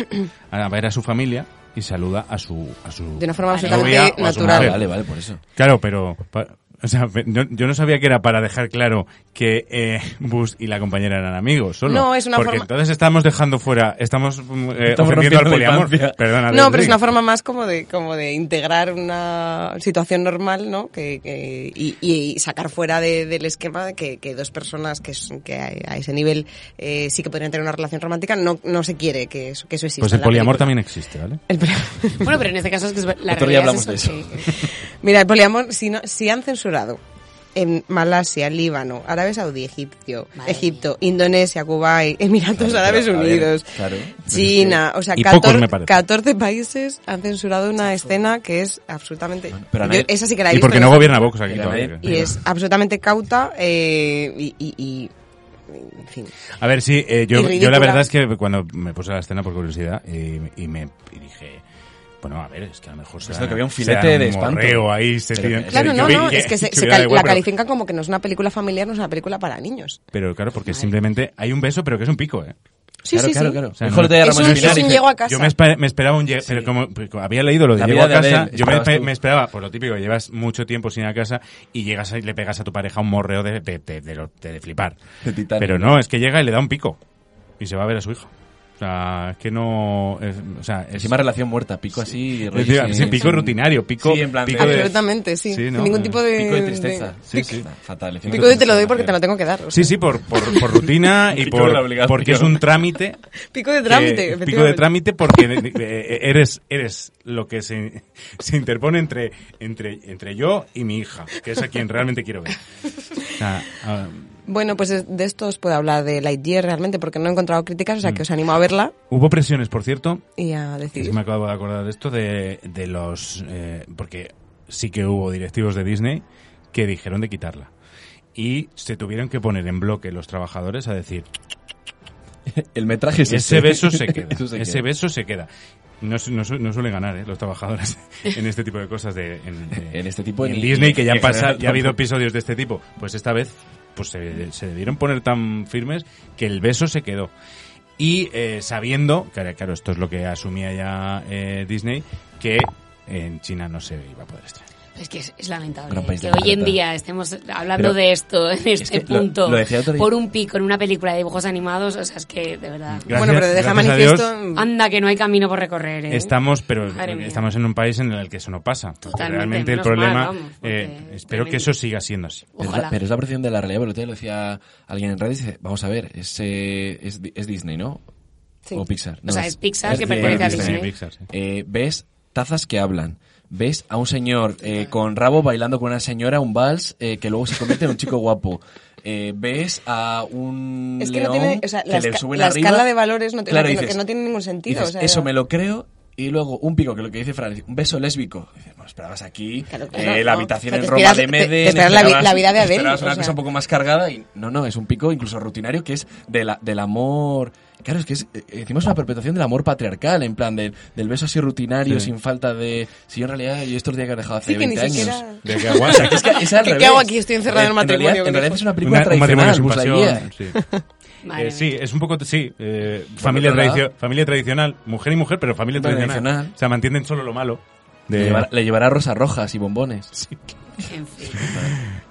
Speaker 8: a ver a su familia y saluda a su a su
Speaker 10: De una forma
Speaker 8: novia
Speaker 10: absolutamente
Speaker 8: o a su
Speaker 10: natural.
Speaker 9: Ah,
Speaker 8: mujer.
Speaker 9: vale, vale, por eso.
Speaker 8: Claro, pero pa- o sea, pe- no- yo no sabía que era para dejar claro que eh, Bush y la compañera eran amigos, solo.
Speaker 10: No, es una
Speaker 8: Porque
Speaker 10: forma-
Speaker 8: entonces estamos dejando fuera, estamos, mm, eh, ofendiendo
Speaker 9: Estamos
Speaker 8: al
Speaker 9: rompiendo la
Speaker 8: poliamor.
Speaker 9: infancia.
Speaker 8: Perdona,
Speaker 10: No,
Speaker 8: Luis
Speaker 10: pero es
Speaker 8: Luis.
Speaker 10: una forma más como de, como de integrar una situación normal, ¿no? Que, que- y, y sacar fuera de- del esquema que, que dos personas que, son- que a, a ese nivel eh, sí que podrían tener una relación romántica, no, no se quiere que eso, que eso exista.
Speaker 8: Pues
Speaker 10: en
Speaker 8: el
Speaker 10: la
Speaker 8: poliamor
Speaker 10: película.
Speaker 8: también existe, ¿vale?
Speaker 10: El poli-
Speaker 11: Bueno, pero en este caso es que es ver- la
Speaker 9: Otro
Speaker 11: realidad
Speaker 9: día
Speaker 11: es
Speaker 9: hablamos
Speaker 11: eso,
Speaker 9: de eso.
Speaker 11: que-
Speaker 10: Mira, el poliamor, si, no, si han censurado en Malasia, Líbano, Arabia Saudí, Egipto,
Speaker 11: Madre
Speaker 10: Egipto Indonesia, Cuba, Emiratos
Speaker 9: Claro,
Speaker 10: Árabes
Speaker 9: pero, a ver,
Speaker 10: Unidos,
Speaker 9: claro.
Speaker 10: China, o sea,
Speaker 8: Y pocos,
Speaker 10: 14,
Speaker 8: me parece.
Speaker 10: 14 países han censurado una escena que es absolutamente...
Speaker 9: pero a
Speaker 10: yo
Speaker 9: nadie-
Speaker 10: esa sí que la he
Speaker 8: Y
Speaker 10: visto,
Speaker 8: porque no gobierna Vox aquí
Speaker 9: Mira,
Speaker 8: todavía.
Speaker 9: mira.
Speaker 10: Y es absolutamente cauta eh, y, y- y- En fin.
Speaker 8: A ver, sí, eh,
Speaker 10: Y
Speaker 8: yo, yo
Speaker 10: ridícula.
Speaker 8: la verdad es que cuando me puse la escena por curiosidad y, y me y dije, bueno, a ver, es que a lo mejor se
Speaker 9: Es
Speaker 8: dan-
Speaker 9: lo que había un
Speaker 8: se
Speaker 9: filete
Speaker 8: dan
Speaker 9: de espanto.
Speaker 8: morreo ahí, se
Speaker 9: Pero-
Speaker 8: tiran-
Speaker 9: Sí,
Speaker 10: Claro,
Speaker 8: yo
Speaker 10: no,
Speaker 8: vi
Speaker 10: no, es que se, se
Speaker 8: me da
Speaker 10: cal-
Speaker 8: igual,
Speaker 10: la
Speaker 8: pero-
Speaker 10: califican como que no es una película familiar, no es una película para niños.
Speaker 8: Pero claro, porque simplemente hay un beso, pero que es un pico, ¿eh?
Speaker 10: Sí,
Speaker 9: claro,
Speaker 10: sí,
Speaker 9: claro,
Speaker 10: sí.
Speaker 9: claro.
Speaker 8: O sea,
Speaker 9: Mejor
Speaker 8: no-
Speaker 9: te haya
Speaker 10: Es
Speaker 9: Ramón
Speaker 10: un-
Speaker 9: Espinar
Speaker 10: es
Speaker 9: y
Speaker 10: un
Speaker 9: dice-
Speaker 10: llego a casa.
Speaker 8: Yo me, espe- me esperaba un llego, pero como, pues, como había leído lo de
Speaker 9: La
Speaker 8: llego
Speaker 9: vida
Speaker 8: a
Speaker 9: de
Speaker 8: casa,
Speaker 9: Adele,
Speaker 8: yo me,
Speaker 9: esperabas tú.
Speaker 8: me esperaba, por lo típico, llevas mucho tiempo sin ir a casa y llegas y le pegas a tu pareja un morreo de, de, de- de lo- de flipar.
Speaker 9: De Titanic.
Speaker 8: pero no, es que llega y le da un pico y se va a ver a su hijo. O sea, es que no... es- o sea, es,
Speaker 9: Encima relación muerta, pico así. rollo
Speaker 8: es-
Speaker 9: sin-
Speaker 8: es un pico
Speaker 9: sin-
Speaker 8: rutinario, pico,
Speaker 9: Sí, en plan de-
Speaker 8: pico de,
Speaker 10: Absolutamente, sí.
Speaker 8: Sí, ¿no?
Speaker 10: Sin ningún tipo de...
Speaker 9: Pico de
Speaker 10: de-
Speaker 9: tristeza. Sí, sí. Fatal. el
Speaker 10: Pico de te lo doy porque te lo tengo que dar. o
Speaker 8: Sí,
Speaker 10: sea.
Speaker 8: sí, por, por, por rutina y
Speaker 9: Pico
Speaker 8: por,
Speaker 9: de la obligación.
Speaker 8: porque es un trámite.
Speaker 10: Pico de
Speaker 8: que-
Speaker 10: trámite.
Speaker 8: pico Eh, de
Speaker 10: efectivamente.
Speaker 8: trámite porque eh, eres, eres lo que se, se interpone entre, entre, entre yo y mi hija, que es a quien realmente quiero ver. O sea, ah,
Speaker 10: Bueno, pues es- de esto os puedo hablar de Lightyear realmente porque no he encontrado críticas, o
Speaker 8: Mm.
Speaker 10: sea que os animo a verla
Speaker 8: hubo presiones, por cierto,
Speaker 10: y a
Speaker 8: que sí
Speaker 10: decidir.
Speaker 8: me acabo de acordar de esto, de, de los. eh, porque sí que hubo directivos de Disney que dijeron de quitarla. Y se tuvieron que poner en bloque los trabajadores a decir,
Speaker 9: El metraje es
Speaker 8: Ese
Speaker 9: este.
Speaker 8: beso se queda.
Speaker 9: Eso se
Speaker 8: ese
Speaker 9: queda.
Speaker 8: beso se queda. No, su- no, su- no suelen ganar ¿eh? los trabajadores en este tipo de cosas de en, de-
Speaker 9: En este tipo
Speaker 8: en
Speaker 9: ni-
Speaker 8: Disney
Speaker 9: ni-
Speaker 8: que ya han
Speaker 9: en general
Speaker 8: pasado ya ha habido
Speaker 9: tampoco.
Speaker 8: episodios de este tipo pues esta vez pues se, se debieron poner tan firmes que el beso se quedó y eh, sabiendo claro, claro esto es lo que asumía ya eh, Disney que en China no se iba a poder estrenar
Speaker 11: Es que es, es lamentable ¿eh?
Speaker 9: Gran país
Speaker 11: que
Speaker 9: de
Speaker 11: hoy en
Speaker 9: mierda.
Speaker 11: día estemos hablando
Speaker 9: Pero
Speaker 11: de esto en este
Speaker 9: que lo-
Speaker 11: punto
Speaker 9: lo decía otro día.
Speaker 11: por un pico en una película de dibujos animados, o sea, es que de verdad.
Speaker 8: Gracias-
Speaker 10: bueno, pero deja
Speaker 8: gracias a
Speaker 10: manifiesto mm,
Speaker 8: Dios,
Speaker 11: Anda que no hay camino por recorrer. ¿eh?
Speaker 8: Estamos, pero
Speaker 11: Madre mía.
Speaker 8: estamos en un país en el que eso no pasa. Porque
Speaker 11: Totalmente,
Speaker 8: Realmente el
Speaker 11: menos mal,
Speaker 8: problema.
Speaker 11: vamos, porque
Speaker 8: eh, espero que
Speaker 11: tremendo.
Speaker 8: eso siga siendo así.
Speaker 9: Pero es la-
Speaker 11: Ojalá.
Speaker 9: pero es la percepción de la realidad, pero el otro día lo decía alguien en redes, dice, vamos a ver, es, eh, es, Di- es Disney, ¿no?
Speaker 10: Sí.
Speaker 9: O Pixar.
Speaker 11: sea, es Pixar que
Speaker 9: de-
Speaker 11: pertenece a
Speaker 9: Disney.
Speaker 11: Disney.
Speaker 8: Eh, Pixar, sí.
Speaker 9: Eh, ves tazas que hablan. Ves a un señor eh, con rabo bailando con una señora un vals eh, que luego se convierte en un chico guapo. Eh, ves a un
Speaker 10: Es que no
Speaker 9: león
Speaker 10: tiene- o sea, la
Speaker 9: que le
Speaker 10: esca-
Speaker 9: suben
Speaker 10: la
Speaker 9: arriba.
Speaker 10: escala de valores no te-
Speaker 9: Claro,
Speaker 10: no tiene-
Speaker 9: dices-
Speaker 10: que no tiene ningún sentido,
Speaker 9: dices,
Speaker 10: o sea-
Speaker 9: eso me lo creo Y luego un pico, que lo que dice Fran, un beso lésbico. Y dices, bueno, esperabas aquí
Speaker 10: claro,
Speaker 9: eh, la
Speaker 10: no.
Speaker 9: habitación
Speaker 10: O sea,
Speaker 9: en
Speaker 10: te
Speaker 9: Roma
Speaker 10: esperas-
Speaker 9: de
Speaker 10: te- te
Speaker 9: Meden.
Speaker 10: esperas la vi- la vida de
Speaker 9: te
Speaker 10: Adele,
Speaker 9: Esperabas
Speaker 10: o
Speaker 9: una
Speaker 10: sea.
Speaker 9: cosa un poco más cargada y no, no, es un pico incluso rutinario que es de la, del amor... Claro, es que es, eh, encima es una perpetuación del amor patriarcal, en plan del, del beso así rutinario,
Speaker 8: Sí.
Speaker 9: sin falta de... Si yo en realidad yo estos días que he dejado hace
Speaker 10: Sí, que ni
Speaker 9: 20 años...
Speaker 10: siquiera-
Speaker 8: De que aguanta.
Speaker 9: O sea, que es que es
Speaker 10: ¿Qué-
Speaker 9: al
Speaker 10: qué
Speaker 9: revés.
Speaker 10: hago aquí? Estoy encerrado en el matrimonio
Speaker 9: realidad-
Speaker 10: que
Speaker 9: En
Speaker 10: me
Speaker 9: realidad
Speaker 10: dejó.
Speaker 9: es una película
Speaker 8: Una- un matrimonio
Speaker 9: tradicional, pues
Speaker 8: sin
Speaker 9: Buzz Lightyear.
Speaker 8: pasión. sí.
Speaker 11: Madre
Speaker 8: Eh, sí,
Speaker 11: mía.
Speaker 8: es un poco, sí, eh, familia,
Speaker 9: otro lado-
Speaker 8: tradicio- familia tradicional, mujer y mujer, pero familia
Speaker 9: Pues Familia
Speaker 8: tradicional.
Speaker 9: tradicional.
Speaker 8: O sea, mantienen solo lo malo.
Speaker 9: Le,
Speaker 8: De,
Speaker 9: llevará, le llevará rosas rojas y bombones.
Speaker 11: En fin.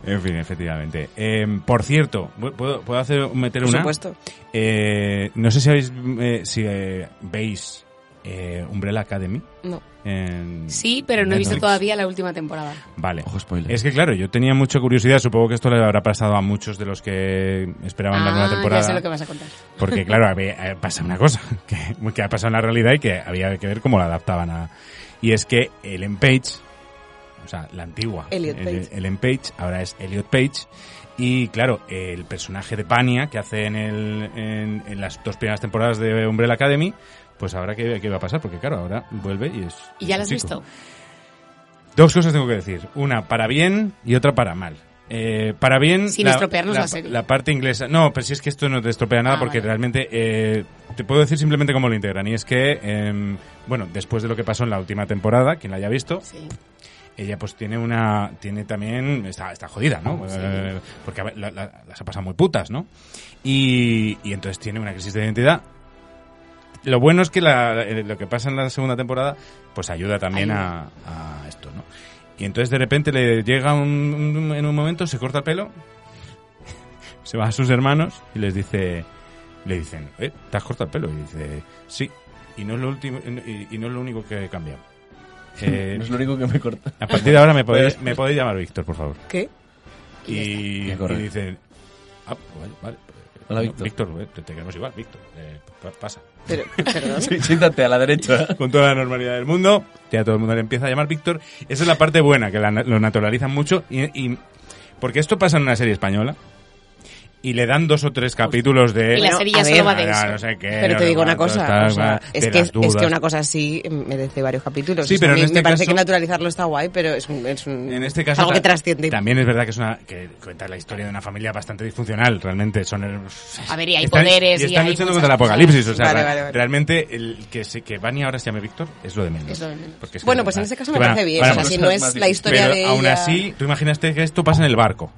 Speaker 8: En fin, efectivamente. Eh, por cierto, ¿puedo, puedo hacer, meter
Speaker 10: Por
Speaker 8: una?
Speaker 10: supuesto.
Speaker 8: Eh, no sé si, habéis, eh, si eh, veis eh, Umbrella Academy.
Speaker 10: No.
Speaker 8: en
Speaker 11: Sí, pero no he visto
Speaker 8: Netflix.
Speaker 11: todavía la última temporada.
Speaker 8: Vale.
Speaker 9: Ojo, spoiler.
Speaker 8: Es que claro, yo tenía mucha curiosidad, supongo que esto le habrá pasado a muchos de los que esperaban la nueva
Speaker 11: Ah,
Speaker 8: temporada.
Speaker 11: ya sé lo que vas a contar.
Speaker 8: Porque claro, había- eh, pasa una cosa que, que ha pasado en la realidad y que había que ver cómo la adaptaban a... Y es que Ellen Page, o sea, la antigua
Speaker 10: Elliot
Speaker 8: El-
Speaker 10: Page.
Speaker 8: Ellen Page, ahora es Elliot Page, y claro, el personaje de Pania que hace en, el, en, en las dos primeras temporadas de Umbrella Academy, pues ahora que qué va a pasar, porque claro, ahora vuelve y es...
Speaker 11: ¿Y
Speaker 8: es
Speaker 11: ya
Speaker 8: un
Speaker 11: la has
Speaker 8: chico.
Speaker 11: visto?
Speaker 8: Dos cosas tengo que decir. Una para bien y otra para mal. Eh, para bien...
Speaker 11: Sin estropearnos la serie.
Speaker 8: parte inglesa... No, pero si es que esto no te estropea nada
Speaker 11: Ah,
Speaker 8: porque
Speaker 11: vale.
Speaker 8: realmente... eh, te puedo decir simplemente cómo lo integran. Y es que, em, bueno, después de lo que pasó en la última temporada, quien la haya visto,
Speaker 11: Sí.
Speaker 8: ella pues tiene una tiene también está, está jodida no Eh, porque a ver, la- la- las ha pasado muy putas no y, y entonces tiene una crisis de identidad lo bueno es que la- eh, lo que pasa en la segunda temporada pues ayuda también a, a esto no y entonces de repente le llega un- un- en un momento se corta el pelo se va a sus hermanos y les dice le dicen eh, te has cortado el pelo y dice sí y no es lo último y, y no es lo único que he cambiado Eh,
Speaker 9: No es lo único que me corta.
Speaker 8: a partir de ahora me podéis, me podéis llamar Víctor, por favor.
Speaker 10: ¿Qué?
Speaker 8: Y,
Speaker 9: Ya corre.
Speaker 8: y dicen... Ah, pues vale, vale.
Speaker 9: Hola,
Speaker 8: No,
Speaker 9: Víctor.
Speaker 8: eh, te, te queremos igual, Víctor. Eh, pa- pasa.
Speaker 10: Pero, perdón.
Speaker 9: Sí, siéntate a la derecha.
Speaker 8: Con toda la normalidad del mundo, ya todo el mundo le empieza a llamar Víctor. Esa es la parte buena, que la na- lo naturalizan mucho. Y, y- porque esto pasa en una serie española. Y le dan dos o tres capítulos de...
Speaker 11: Y la
Speaker 10: Bueno,
Speaker 11: serie ya
Speaker 10: a
Speaker 11: solo
Speaker 10: ver,
Speaker 11: va de
Speaker 8: ah,
Speaker 11: eso.
Speaker 8: no sé qué,
Speaker 10: Pero
Speaker 8: no
Speaker 10: te
Speaker 8: sé
Speaker 10: digo una
Speaker 8: cuánto,
Speaker 10: cosa,
Speaker 8: tal,
Speaker 10: o sea,
Speaker 8: va,
Speaker 10: es,
Speaker 8: de
Speaker 10: que,
Speaker 8: las
Speaker 10: es
Speaker 8: dudas.
Speaker 10: que una cosa así merece varios capítulos.
Speaker 8: Sí,
Speaker 10: O sea,
Speaker 8: pero
Speaker 10: a
Speaker 8: en
Speaker 10: mí
Speaker 8: este
Speaker 10: me parece
Speaker 8: caso-
Speaker 10: que naturalizarlo está guay, pero es un, es un-
Speaker 8: En este caso
Speaker 10: algo que
Speaker 8: ta-
Speaker 10: trasciende.
Speaker 8: También es verdad que es una que cuenta la historia de una familia bastante disfuncional, realmente son
Speaker 11: A ver, y hay poderes
Speaker 8: y
Speaker 11: y
Speaker 8: están
Speaker 11: hay
Speaker 8: luchando
Speaker 11: muchas
Speaker 8: contra el
Speaker 11: cosas.
Speaker 8: apocalipsis, o sea,
Speaker 10: Vale,
Speaker 8: re-
Speaker 10: vale, vale.
Speaker 8: realmente el que se que Vani ahora se llame Víctor es lo de menos.
Speaker 11: Es lo de menos.
Speaker 8: Porque es que-
Speaker 10: Bueno, pues en este caso me
Speaker 8: que pues van a-
Speaker 10: parece bien.
Speaker 8: van a
Speaker 10: o sea,
Speaker 8: por-
Speaker 10: si no
Speaker 9: más
Speaker 10: es la
Speaker 9: difícil.
Speaker 10: historia
Speaker 8: pero
Speaker 10: de
Speaker 8: aún
Speaker 10: ella-
Speaker 8: así, tú imaginaste que esto pasa en el barco,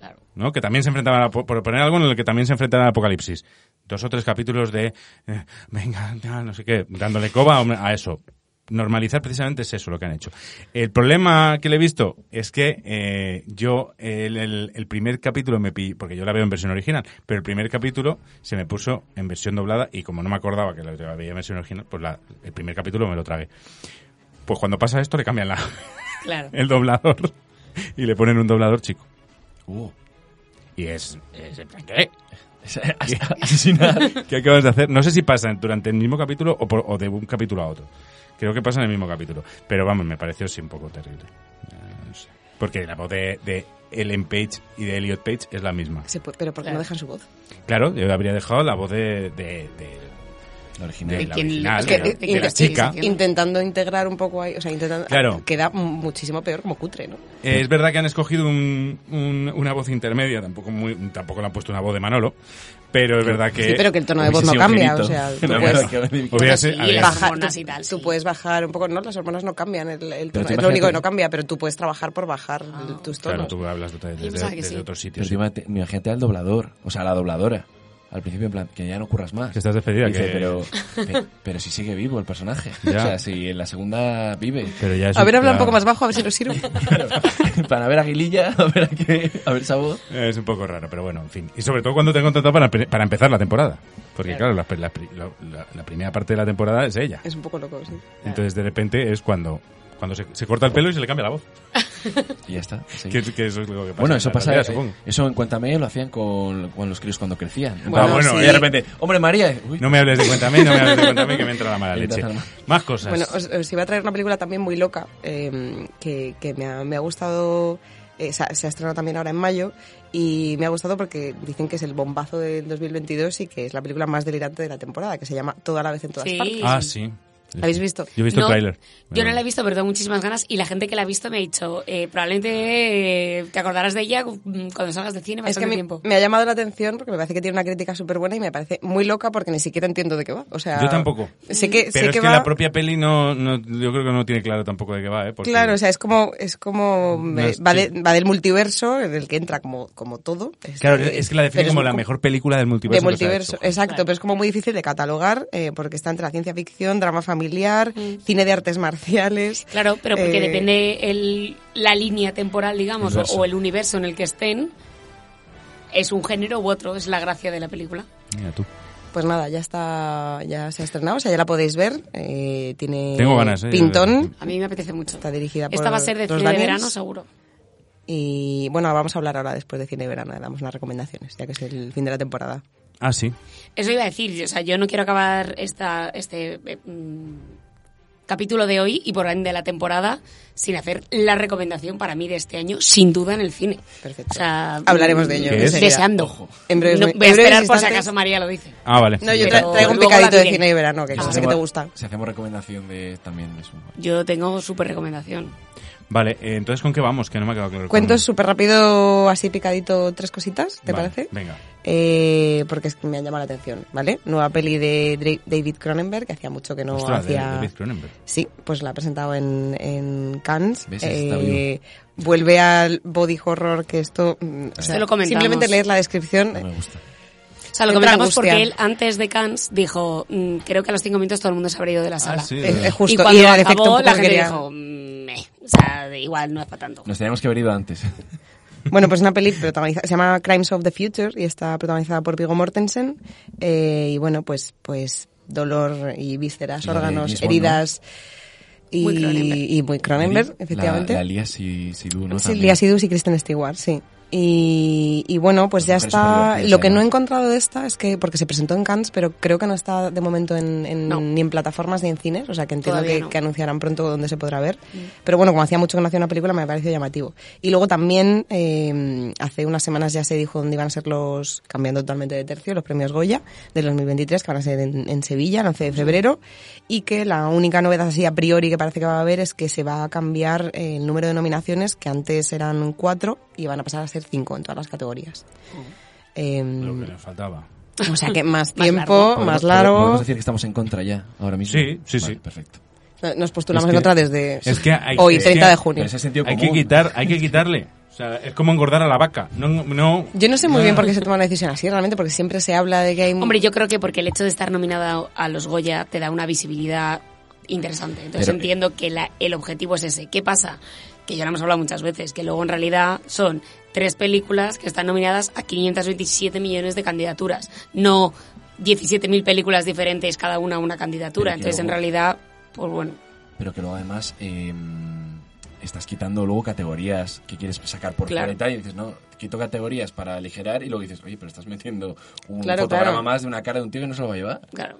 Speaker 11: Claro.
Speaker 8: ¿no? Que también se enfrentaban a- por poner algo en el que también se enfrentaban al apocalipsis. Dos o tres capítulos de eh, venga, ya, no sé qué, dándole coba a un- a eso. Normalizar precisamente es eso lo que han hecho. El problema que le he visto es que eh, yo el, el- el primer capítulo me pillé, porque yo la veo en versión original, pero el primer capítulo se me puso en versión doblada y como no me acordaba que la veía en versión original, pues la- el primer capítulo me lo tragué. Pues cuando pasa esto le cambian la,
Speaker 11: Claro.
Speaker 8: el doblador y le ponen un doblador chico. Uh. Y es,
Speaker 9: Asesinar.
Speaker 8: ¿Qué acabas de hacer? No sé si pasa durante el mismo capítulo o, por- o de un capítulo a otro. Creo que pasa en el mismo capítulo. Pero vamos, me pareció sí un poco terrible. Eh, no sé. Porque la voz de, de Ellen Page y de Elliot Page es la misma.
Speaker 10: Se puede- pero porque no dejan su voz.
Speaker 8: Claro, yo habría dejado la voz de, de- de-
Speaker 9: La
Speaker 8: de
Speaker 9: original.
Speaker 8: la
Speaker 11: quien-
Speaker 8: original,
Speaker 11: es
Speaker 8: de,
Speaker 11: que-
Speaker 8: la- de la
Speaker 11: es que-
Speaker 8: chica.
Speaker 11: es que-
Speaker 10: Intentando integrar un poco ahí, o sea, intentando
Speaker 8: Claro.
Speaker 10: queda muchísimo peor como cutre, ¿no?
Speaker 8: Eh, es verdad que han escogido un- un- una voz intermedia, tampoco, muy, tampoco le han puesto una voz de Manolo, pero es verdad que...
Speaker 10: Sí, pero que el tono de voz no
Speaker 9: Hubiese
Speaker 10: cambia,
Speaker 9: sido
Speaker 10: o sea,
Speaker 9: Angelito.
Speaker 10: tú
Speaker 9: No,
Speaker 10: puedes,
Speaker 9: claro, que-
Speaker 8: hubiera
Speaker 11: Sí,
Speaker 8: sido-
Speaker 11: y
Speaker 8: había-
Speaker 11: las
Speaker 10: bajar-
Speaker 11: hormonas
Speaker 10: tú-
Speaker 11: y tal.
Speaker 10: tú
Speaker 11: sí.
Speaker 10: puedes bajar un poco, no, las hormonas no cambian, el, el tono-
Speaker 9: Pero tú
Speaker 10: es lo único
Speaker 9: imagínate-
Speaker 10: que no cambia, pero tú puedes trabajar por bajar
Speaker 11: Ah.
Speaker 10: tus
Speaker 8: Claro,
Speaker 10: tonos.
Speaker 8: tú hablas de- desde,
Speaker 11: pensaba que
Speaker 8: desde
Speaker 11: sí.
Speaker 8: otros
Speaker 9: Pero
Speaker 8: sitios.
Speaker 9: tú imagínate, imagínate al doblador, o sea, a la dobladora. Al principio, en plan, que ya no curras más.
Speaker 8: Que estás despedida,
Speaker 9: Dice,
Speaker 8: que-
Speaker 9: pero, pe- pero si sigue vivo el personaje.
Speaker 8: Ya.
Speaker 9: O sea, si en la segunda vive.
Speaker 8: Pero ya es
Speaker 10: A ver, habla un
Speaker 8: plan-
Speaker 10: poco más bajo, a ver si nos sirve.
Speaker 9: Para ver a Aguililla, a ver a qué, a ver esa voz.
Speaker 8: Es un poco raro, pero bueno, en fin. Y sobre todo cuando te han contratado para, empe- para empezar la temporada. Porque claro, la, la- la- la- la primera parte de la temporada es ella.
Speaker 10: Es un poco loco, sí.
Speaker 8: Entonces de repente es cuando, cuando se, se corta el pelo y se le cambia la voz.
Speaker 9: Y ya está. sí.
Speaker 8: Que, que eso es lo que pasa.
Speaker 9: Bueno, eso
Speaker 8: en la
Speaker 9: pasa.
Speaker 8: realidad,
Speaker 9: eh,
Speaker 8: supongo.
Speaker 9: eso en Cuéntame lo hacían con, con los críos cuando crecían.
Speaker 10: Bueno,
Speaker 9: Ah,
Speaker 8: sí.
Speaker 9: y de repente, hombre María. uy,
Speaker 8: No me hables de cuéntame, no me hables de cuéntame que me entra la mala leche. Más cosas.
Speaker 10: Bueno, os, os iba a traer una película también muy loca eh, que, que me, ha, me ha gustado. eh, se ha se ha estrenado también ahora en mayo y me ha gustado porque dicen que es el bombazo del 2022 y que es la película más delirante de la temporada, que se llama Toda la vez en todas
Speaker 11: Sí.
Speaker 10: partes.
Speaker 8: ah, sí.
Speaker 11: ¿La habéis visto?
Speaker 8: Yo he visto
Speaker 11: No,
Speaker 8: el tráiler.
Speaker 11: Yo no la he visto, pero tengo muchísimas ganas. Y la gente que la ha visto me ha dicho, eh, probablemente eh, te acordarás de ella mm, cuando salgas de cine
Speaker 10: Es
Speaker 11: bastante
Speaker 10: que me,
Speaker 11: tiempo.
Speaker 10: me ha llamado la atención porque me parece que tiene una crítica súper buena y me parece muy loca porque ni siquiera entiendo de qué va. O sea,
Speaker 8: Yo tampoco.
Speaker 10: Sé que, sé
Speaker 8: Pero es que
Speaker 10: va-
Speaker 8: la propia peli no, no- yo creo que no tiene claro tampoco de qué va, ¿eh? Porque-
Speaker 10: Claro, o sea, es como, es como eh,
Speaker 8: es-
Speaker 10: va, de- va del multiverso en el que entra como, como todo.
Speaker 8: Claro,
Speaker 10: Este,
Speaker 8: es que la define
Speaker 10: pero es
Speaker 8: como
Speaker 10: muy
Speaker 8: la
Speaker 10: com-
Speaker 8: mejor película del multiverso.
Speaker 10: de
Speaker 8: que se ha
Speaker 10: multiverso,
Speaker 8: hecho.
Speaker 10: exacto, pero es como muy difícil de catalogar eh, porque está entre la ciencia ficción, drama familiar, cine de artes marciales.
Speaker 11: Mm. Claro, pero porque
Speaker 10: eh,
Speaker 11: depende el, la línea temporal, digamos, o,
Speaker 10: Universo.
Speaker 11: o el universo en el que estén, es un género u otro, es la gracia de la película.
Speaker 8: Mira tú.
Speaker 10: Pues nada, ya está, ya se ha estrenado, o sea, ya la podéis ver. eh, tiene
Speaker 8: Tengo ganas, eh,
Speaker 10: Pintón.
Speaker 11: A mí me apetece mucho.
Speaker 10: Está dirigida por
Speaker 11: Esta va a ser de
Speaker 10: los
Speaker 11: cine de
Speaker 10: Daniels.
Speaker 11: verano, seguro.
Speaker 10: Y bueno, vamos a hablar ahora después de cine de verano, le damos unas recomendaciones, ya que es el fin de la temporada.
Speaker 8: Ah, sí.
Speaker 11: Eso iba a decir, o sea, yo no quiero acabar esta, este eh, mm, capítulo de hoy y por ende de la temporada sin hacer la recomendación para mí de este año, sin duda en el cine.
Speaker 10: Perfecto.
Speaker 11: O sea, mm,
Speaker 10: Hablaremos de ello, ¿Qué es? enseguida.
Speaker 11: Deseando.
Speaker 10: En breves-
Speaker 11: No,
Speaker 10: en
Speaker 11: voy a
Speaker 10: breves
Speaker 11: esperar por si
Speaker 10: instantes.
Speaker 11: acaso María lo dice.
Speaker 8: Ah, vale.
Speaker 10: No, yo tra-
Speaker 11: Pero
Speaker 10: traigo un
Speaker 11: luego
Speaker 10: picadito
Speaker 11: la
Speaker 10: de
Speaker 11: diré.
Speaker 10: cine de verano, que yo
Speaker 11: Ah,
Speaker 10: sé que te gusta.
Speaker 9: Si hacemos recomendación de también es un...
Speaker 11: Yo tengo súper recomendación.
Speaker 8: Vale, eh, entonces ¿con qué vamos? Que no me ha quedado claro.
Speaker 10: Cuento súper rápido, así picadito, tres cositas, ¿te
Speaker 8: Vale,
Speaker 10: parece?
Speaker 8: venga.
Speaker 10: Eh, porque es que me han llamado la atención, ¿vale? Nueva peli de Dra- David Cronenberg, que hacía mucho que no
Speaker 8: Ostras, de-
Speaker 10: hacía...
Speaker 8: David Cronenberg.
Speaker 10: Sí, pues la ha presentado en, en Cannes.
Speaker 8: ¿Ves? Está
Speaker 10: Eh, vuelve al body horror, que esto... mm, o
Speaker 11: Se lo comentamos.
Speaker 10: Simplemente leer la descripción...
Speaker 8: Ah,
Speaker 11: O sea, lo
Speaker 10: Entra
Speaker 11: comentamos
Speaker 10: angustia.
Speaker 11: porque él antes de Cannes dijo, mm, creo que a los cinco minutos todo el mundo se habría ido de la sala.
Speaker 9: Ah, sí,
Speaker 10: es verdad. eh, justo,
Speaker 11: y
Speaker 10: y
Speaker 11: cuando
Speaker 10: era el efecto un
Speaker 11: acabó,
Speaker 10: poco
Speaker 11: la
Speaker 10: que
Speaker 11: gente
Speaker 10: quería.
Speaker 11: dijo, "Mm, meh", o sea, de- igual no es para tanto.
Speaker 9: Nos teníamos que haber ido antes.
Speaker 10: Bueno, pues una peli protagonizada, se llama Crimes of the Future y está protagonizada por Viggo Mortensen. Eh, y bueno, pues, pues dolor y vísceras,
Speaker 9: La de
Speaker 10: órganos,
Speaker 9: James Bond,
Speaker 10: heridas y
Speaker 11: Muy Cronenberg.
Speaker 10: y muy Cronenberg,
Speaker 9: La-
Speaker 10: efectivamente.
Speaker 9: La, Lía si, Sidhu, ¿no?
Speaker 10: Sí,
Speaker 9: También.
Speaker 10: Lia Sidhus y Kristen Stewart, sí. Y, y bueno, pues
Speaker 9: Las
Speaker 10: ya
Speaker 9: mujeres
Speaker 10: está.
Speaker 9: superdivertidas,
Speaker 10: Lo que no he
Speaker 9: además.
Speaker 10: encontrado de esta es que, porque se presentó en Cannes, pero creo que no está de momento en, en-
Speaker 11: No.
Speaker 10: ni en plataformas ni en cines, o sea que entiendo
Speaker 11: Todavía
Speaker 10: que,
Speaker 11: no. Mm.
Speaker 10: que anunciarán pronto dónde se podrá ver. Pero bueno, como hacía mucho que no hacía una película, me pareció llamativo. Y luego también, eh, hace unas semanas ya se dijo dónde iban a ser los, cambiando totalmente de tercio, los premios Goya del 2023, que van a ser en, en Sevilla, el 11 de febrero, y que la única novedad así a priori que parece que va a haber es que se va a cambiar eh, el número de nominaciones, que antes eran cuatro y van a pasar a ser cinco en todas las categorías. Em,
Speaker 8: Lo que nos faltaba.
Speaker 10: o sea que más
Speaker 11: Más
Speaker 10: tiempo,
Speaker 11: largo.
Speaker 10: más
Speaker 9: Podemos-
Speaker 10: largo.
Speaker 9: Podemos decir que estamos en contra ya, ahora mismo.
Speaker 8: Sí, sí,
Speaker 9: Vale,
Speaker 8: sí.
Speaker 9: Perfecto.
Speaker 10: Nos postulamos en
Speaker 8: Es que-
Speaker 10: otra desde
Speaker 8: es que hay- pues
Speaker 10: hoy,
Speaker 8: es
Speaker 10: 30
Speaker 8: que-
Speaker 10: de junio.
Speaker 9: Pero ese es sentido
Speaker 8: Hay
Speaker 9: común.
Speaker 8: que quitar, hay que quitarle. O sea, es como engordar a la vaca. No, no.
Speaker 10: Yo no sé muy bien por qué se toma la decisión así, realmente, porque siempre se habla de que hay...
Speaker 11: Hombre, yo creo que porque el hecho de estar nominada a los Goya te da una visibilidad interesante. Entonces
Speaker 9: Pero-
Speaker 11: entiendo que la- el objetivo es ese. ¿Qué pasa? Que ya lo hemos hablado muchas veces, que luego en realidad son tres películas que están nominadas a 527 millones de candidaturas, no 17.000 películas diferentes cada una a una candidatura.
Speaker 9: Pero que
Speaker 11: Entonces en
Speaker 9: luego-
Speaker 11: realidad, pues bueno.
Speaker 9: Pero que luego además eh, estás quitando luego categorías que quieres sacar por
Speaker 11: Claro.
Speaker 9: 40 y dices, no, quito categorías para aligerar y luego dices, oye, pero estás metiendo un
Speaker 10: Claro,
Speaker 9: fotograma
Speaker 10: claro.
Speaker 9: más de una cara de un tío que no se lo va a llevar.
Speaker 11: Claro.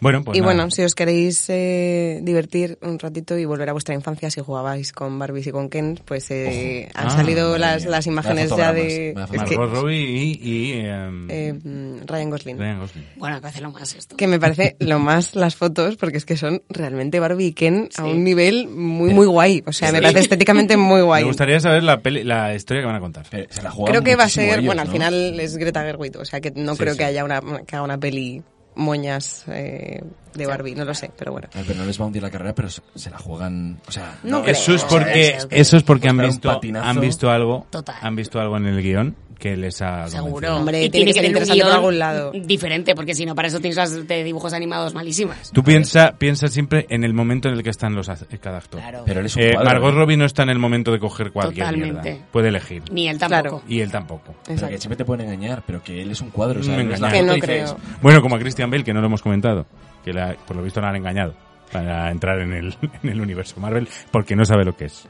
Speaker 8: Bueno, pues
Speaker 10: y
Speaker 8: nada.
Speaker 10: bueno, si os queréis eh, divertir un ratito y volver a vuestra infancia, si jugabais con Barbies y con Ken, pues eh, han
Speaker 8: Ah,
Speaker 10: salido
Speaker 9: madre
Speaker 10: las,
Speaker 9: mía.
Speaker 10: las imágenes
Speaker 9: Vaya
Speaker 10: ya
Speaker 9: fotogramas,
Speaker 10: de
Speaker 9: vaya
Speaker 10: es que,
Speaker 8: Margot Robbie y, y, em,
Speaker 10: eh, mm, Ryan Gosling.
Speaker 8: Ryan Gosling.
Speaker 11: Bueno, hay que hacerlo más esto.
Speaker 10: Que me parece lo más las fotos, porque es que son realmente Barbie y Ken a
Speaker 11: Sí.
Speaker 10: un nivel muy, muy guay. O sea, me parece estéticamente muy
Speaker 8: Eh, Me
Speaker 10: guay.
Speaker 8: gustaría saber la, peli- la historia que van a contar.
Speaker 9: Pero se la jugaban
Speaker 10: Creo que va a
Speaker 9: muchísimo
Speaker 10: ser,
Speaker 9: ellos,
Speaker 10: bueno, al
Speaker 9: ¿no?
Speaker 10: final es Greta Gerwig, o sea que no
Speaker 8: Sí,
Speaker 10: creo
Speaker 8: sí.
Speaker 10: que haya una que haga una peli moñas eh, de Barbie, no lo sé, pero bueno.
Speaker 9: A ver, pero no les va a hundir la carrera, pero se, se la juegan. O sea,
Speaker 10: No creo.
Speaker 8: Eso es
Speaker 9: o sea,
Speaker 8: porque,
Speaker 11: es que-
Speaker 8: eso es porque han
Speaker 9: Dar un
Speaker 8: visto,
Speaker 9: patinazo.
Speaker 8: han visto algo,
Speaker 11: Total.
Speaker 8: han visto algo en el guión que les ha
Speaker 11: Seguro.
Speaker 8: convencido.
Speaker 10: Hombre,
Speaker 11: y
Speaker 10: tiene que ser
Speaker 11: tener un
Speaker 10: interesante por
Speaker 11: guión
Speaker 10: algún lado.
Speaker 11: Diferente, porque si no, para eso tienes las de dibujos animados malísimas.
Speaker 8: Tú piensa, piensa siempre en el momento en el que están los ac- cada actor.
Speaker 11: Claro.
Speaker 9: Pero eres un
Speaker 8: Eh,
Speaker 9: cuadro,
Speaker 8: Margot
Speaker 9: ¿no?
Speaker 8: Robbie no está en el momento de coger cualquier
Speaker 11: Totalmente.
Speaker 8: mierda. Puede elegir.
Speaker 11: Ni él tampoco.
Speaker 10: Claro.
Speaker 8: Y él tampoco.
Speaker 9: Pero que
Speaker 10: Exacto.
Speaker 9: siempre te pueden engañar, pero que él es un cuadro. O sea,
Speaker 8: Me
Speaker 9: ves la
Speaker 8: engañaron.
Speaker 10: Que no
Speaker 9: foto y dices,
Speaker 10: creo.
Speaker 8: Bueno, como a Christian Bale, que no lo hemos comentado, que la- por lo visto la han engañado para entrar en el, en el universo Marvel, porque no sabe lo que es.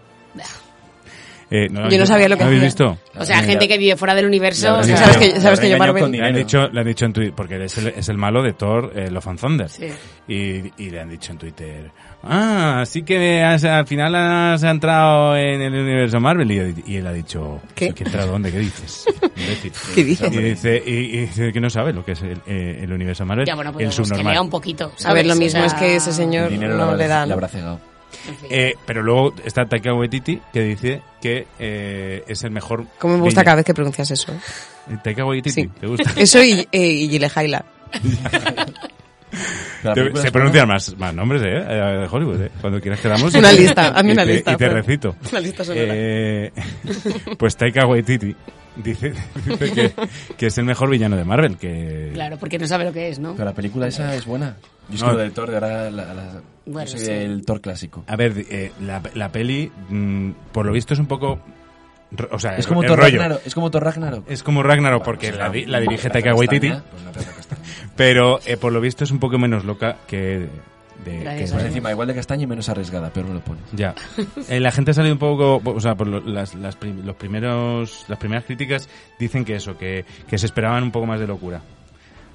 Speaker 8: Eh, no,
Speaker 10: Yo no sabía lo que
Speaker 8: habéis
Speaker 10: hacía.
Speaker 8: visto?
Speaker 11: O sea, gente que vive fuera del universo.
Speaker 8: La
Speaker 11: o
Speaker 8: verdad
Speaker 11: sea,
Speaker 8: es
Speaker 10: que- sabes que yo Marvel-
Speaker 8: Le han dicho, le han dicho en Twitter, porque es el, es el malo de Thor, eh, Love and Thunder.
Speaker 11: Sí.
Speaker 8: Y, y le han dicho en Twitter, ah, así que has- al final has entrado en el universo Marvel. Y, y él ha dicho,
Speaker 10: ¿Qué?
Speaker 8: ¿qué entrado dónde? ¿Qué dices? Imbécil.
Speaker 10: ¿Qué dices?
Speaker 8: Y dice, y, y dice que no sabe lo que es el, eh, el universo Marvel.
Speaker 11: Ya, bueno,
Speaker 8: el
Speaker 11: pues que
Speaker 8: subnormal.
Speaker 11: lea un poquito. ¿sabes?
Speaker 10: A ver, lo
Speaker 11: O
Speaker 10: mismo
Speaker 11: sea,
Speaker 10: es que ese señor
Speaker 9: El dinero
Speaker 10: no
Speaker 9: le
Speaker 10: le dan.
Speaker 9: habrá cegado.
Speaker 11: en fin.
Speaker 8: Eh, pero luego está Taika Waititi que dice que eh, es el mejor.
Speaker 10: Como me gusta
Speaker 8: villano.
Speaker 10: cada vez que pronuncias eso. eh.
Speaker 8: Taika Waititi,
Speaker 10: Sí.
Speaker 8: ¿te gusta?
Speaker 10: Eso y, eh, y Gile Haila.
Speaker 9: Pero la
Speaker 8: Te-
Speaker 9: película
Speaker 8: se
Speaker 9: es
Speaker 8: pronuncian más, más nombres eh, eh, de Hollywood. eh. Cuando quieras quedamos.
Speaker 10: Una lista, a mí
Speaker 8: y
Speaker 10: una
Speaker 8: te-
Speaker 10: lista,
Speaker 8: Y te
Speaker 10: pues.
Speaker 8: recito.
Speaker 10: Una lista sonora.
Speaker 8: Eh, pues Taika Waititi dice, dice que, que es el mejor villano de Marvel. Que,
Speaker 11: Claro, porque no sabe lo que es, ¿no?
Speaker 9: Pero la película esa es buena. Yo
Speaker 8: No.
Speaker 9: soy del Thor de ahora. La, la-
Speaker 11: Bueno,
Speaker 9: yo soy
Speaker 11: sí.
Speaker 9: del Thor clásico.
Speaker 8: A ver, eh, la, la peli, mm, por lo visto, es un poco. ro- O sea,
Speaker 9: Es como
Speaker 8: Ah, el
Speaker 9: Thor
Speaker 8: rollo.
Speaker 9: Ragnarok. Es como Thor Ragnarok.
Speaker 8: Es como Ragnarok, porque
Speaker 9: Bueno,
Speaker 8: la, di-
Speaker 9: será
Speaker 8: la
Speaker 9: una
Speaker 8: dirige
Speaker 9: plata
Speaker 8: Taika Waititi.
Speaker 9: castaña, pues una plata castaña.
Speaker 8: Pero eh, por lo visto es un poco menos loca que. De,
Speaker 11: Gracias,
Speaker 8: que-
Speaker 11: gracias.
Speaker 9: Pues encima, igual de castaña y menos arriesgada, pero me lo pones.
Speaker 8: Ya. Eh, la gente ha salido un poco, o sea, por lo- las, las prim- los primeros, las primeras críticas dicen que eso, que, que se esperaban un poco más de locura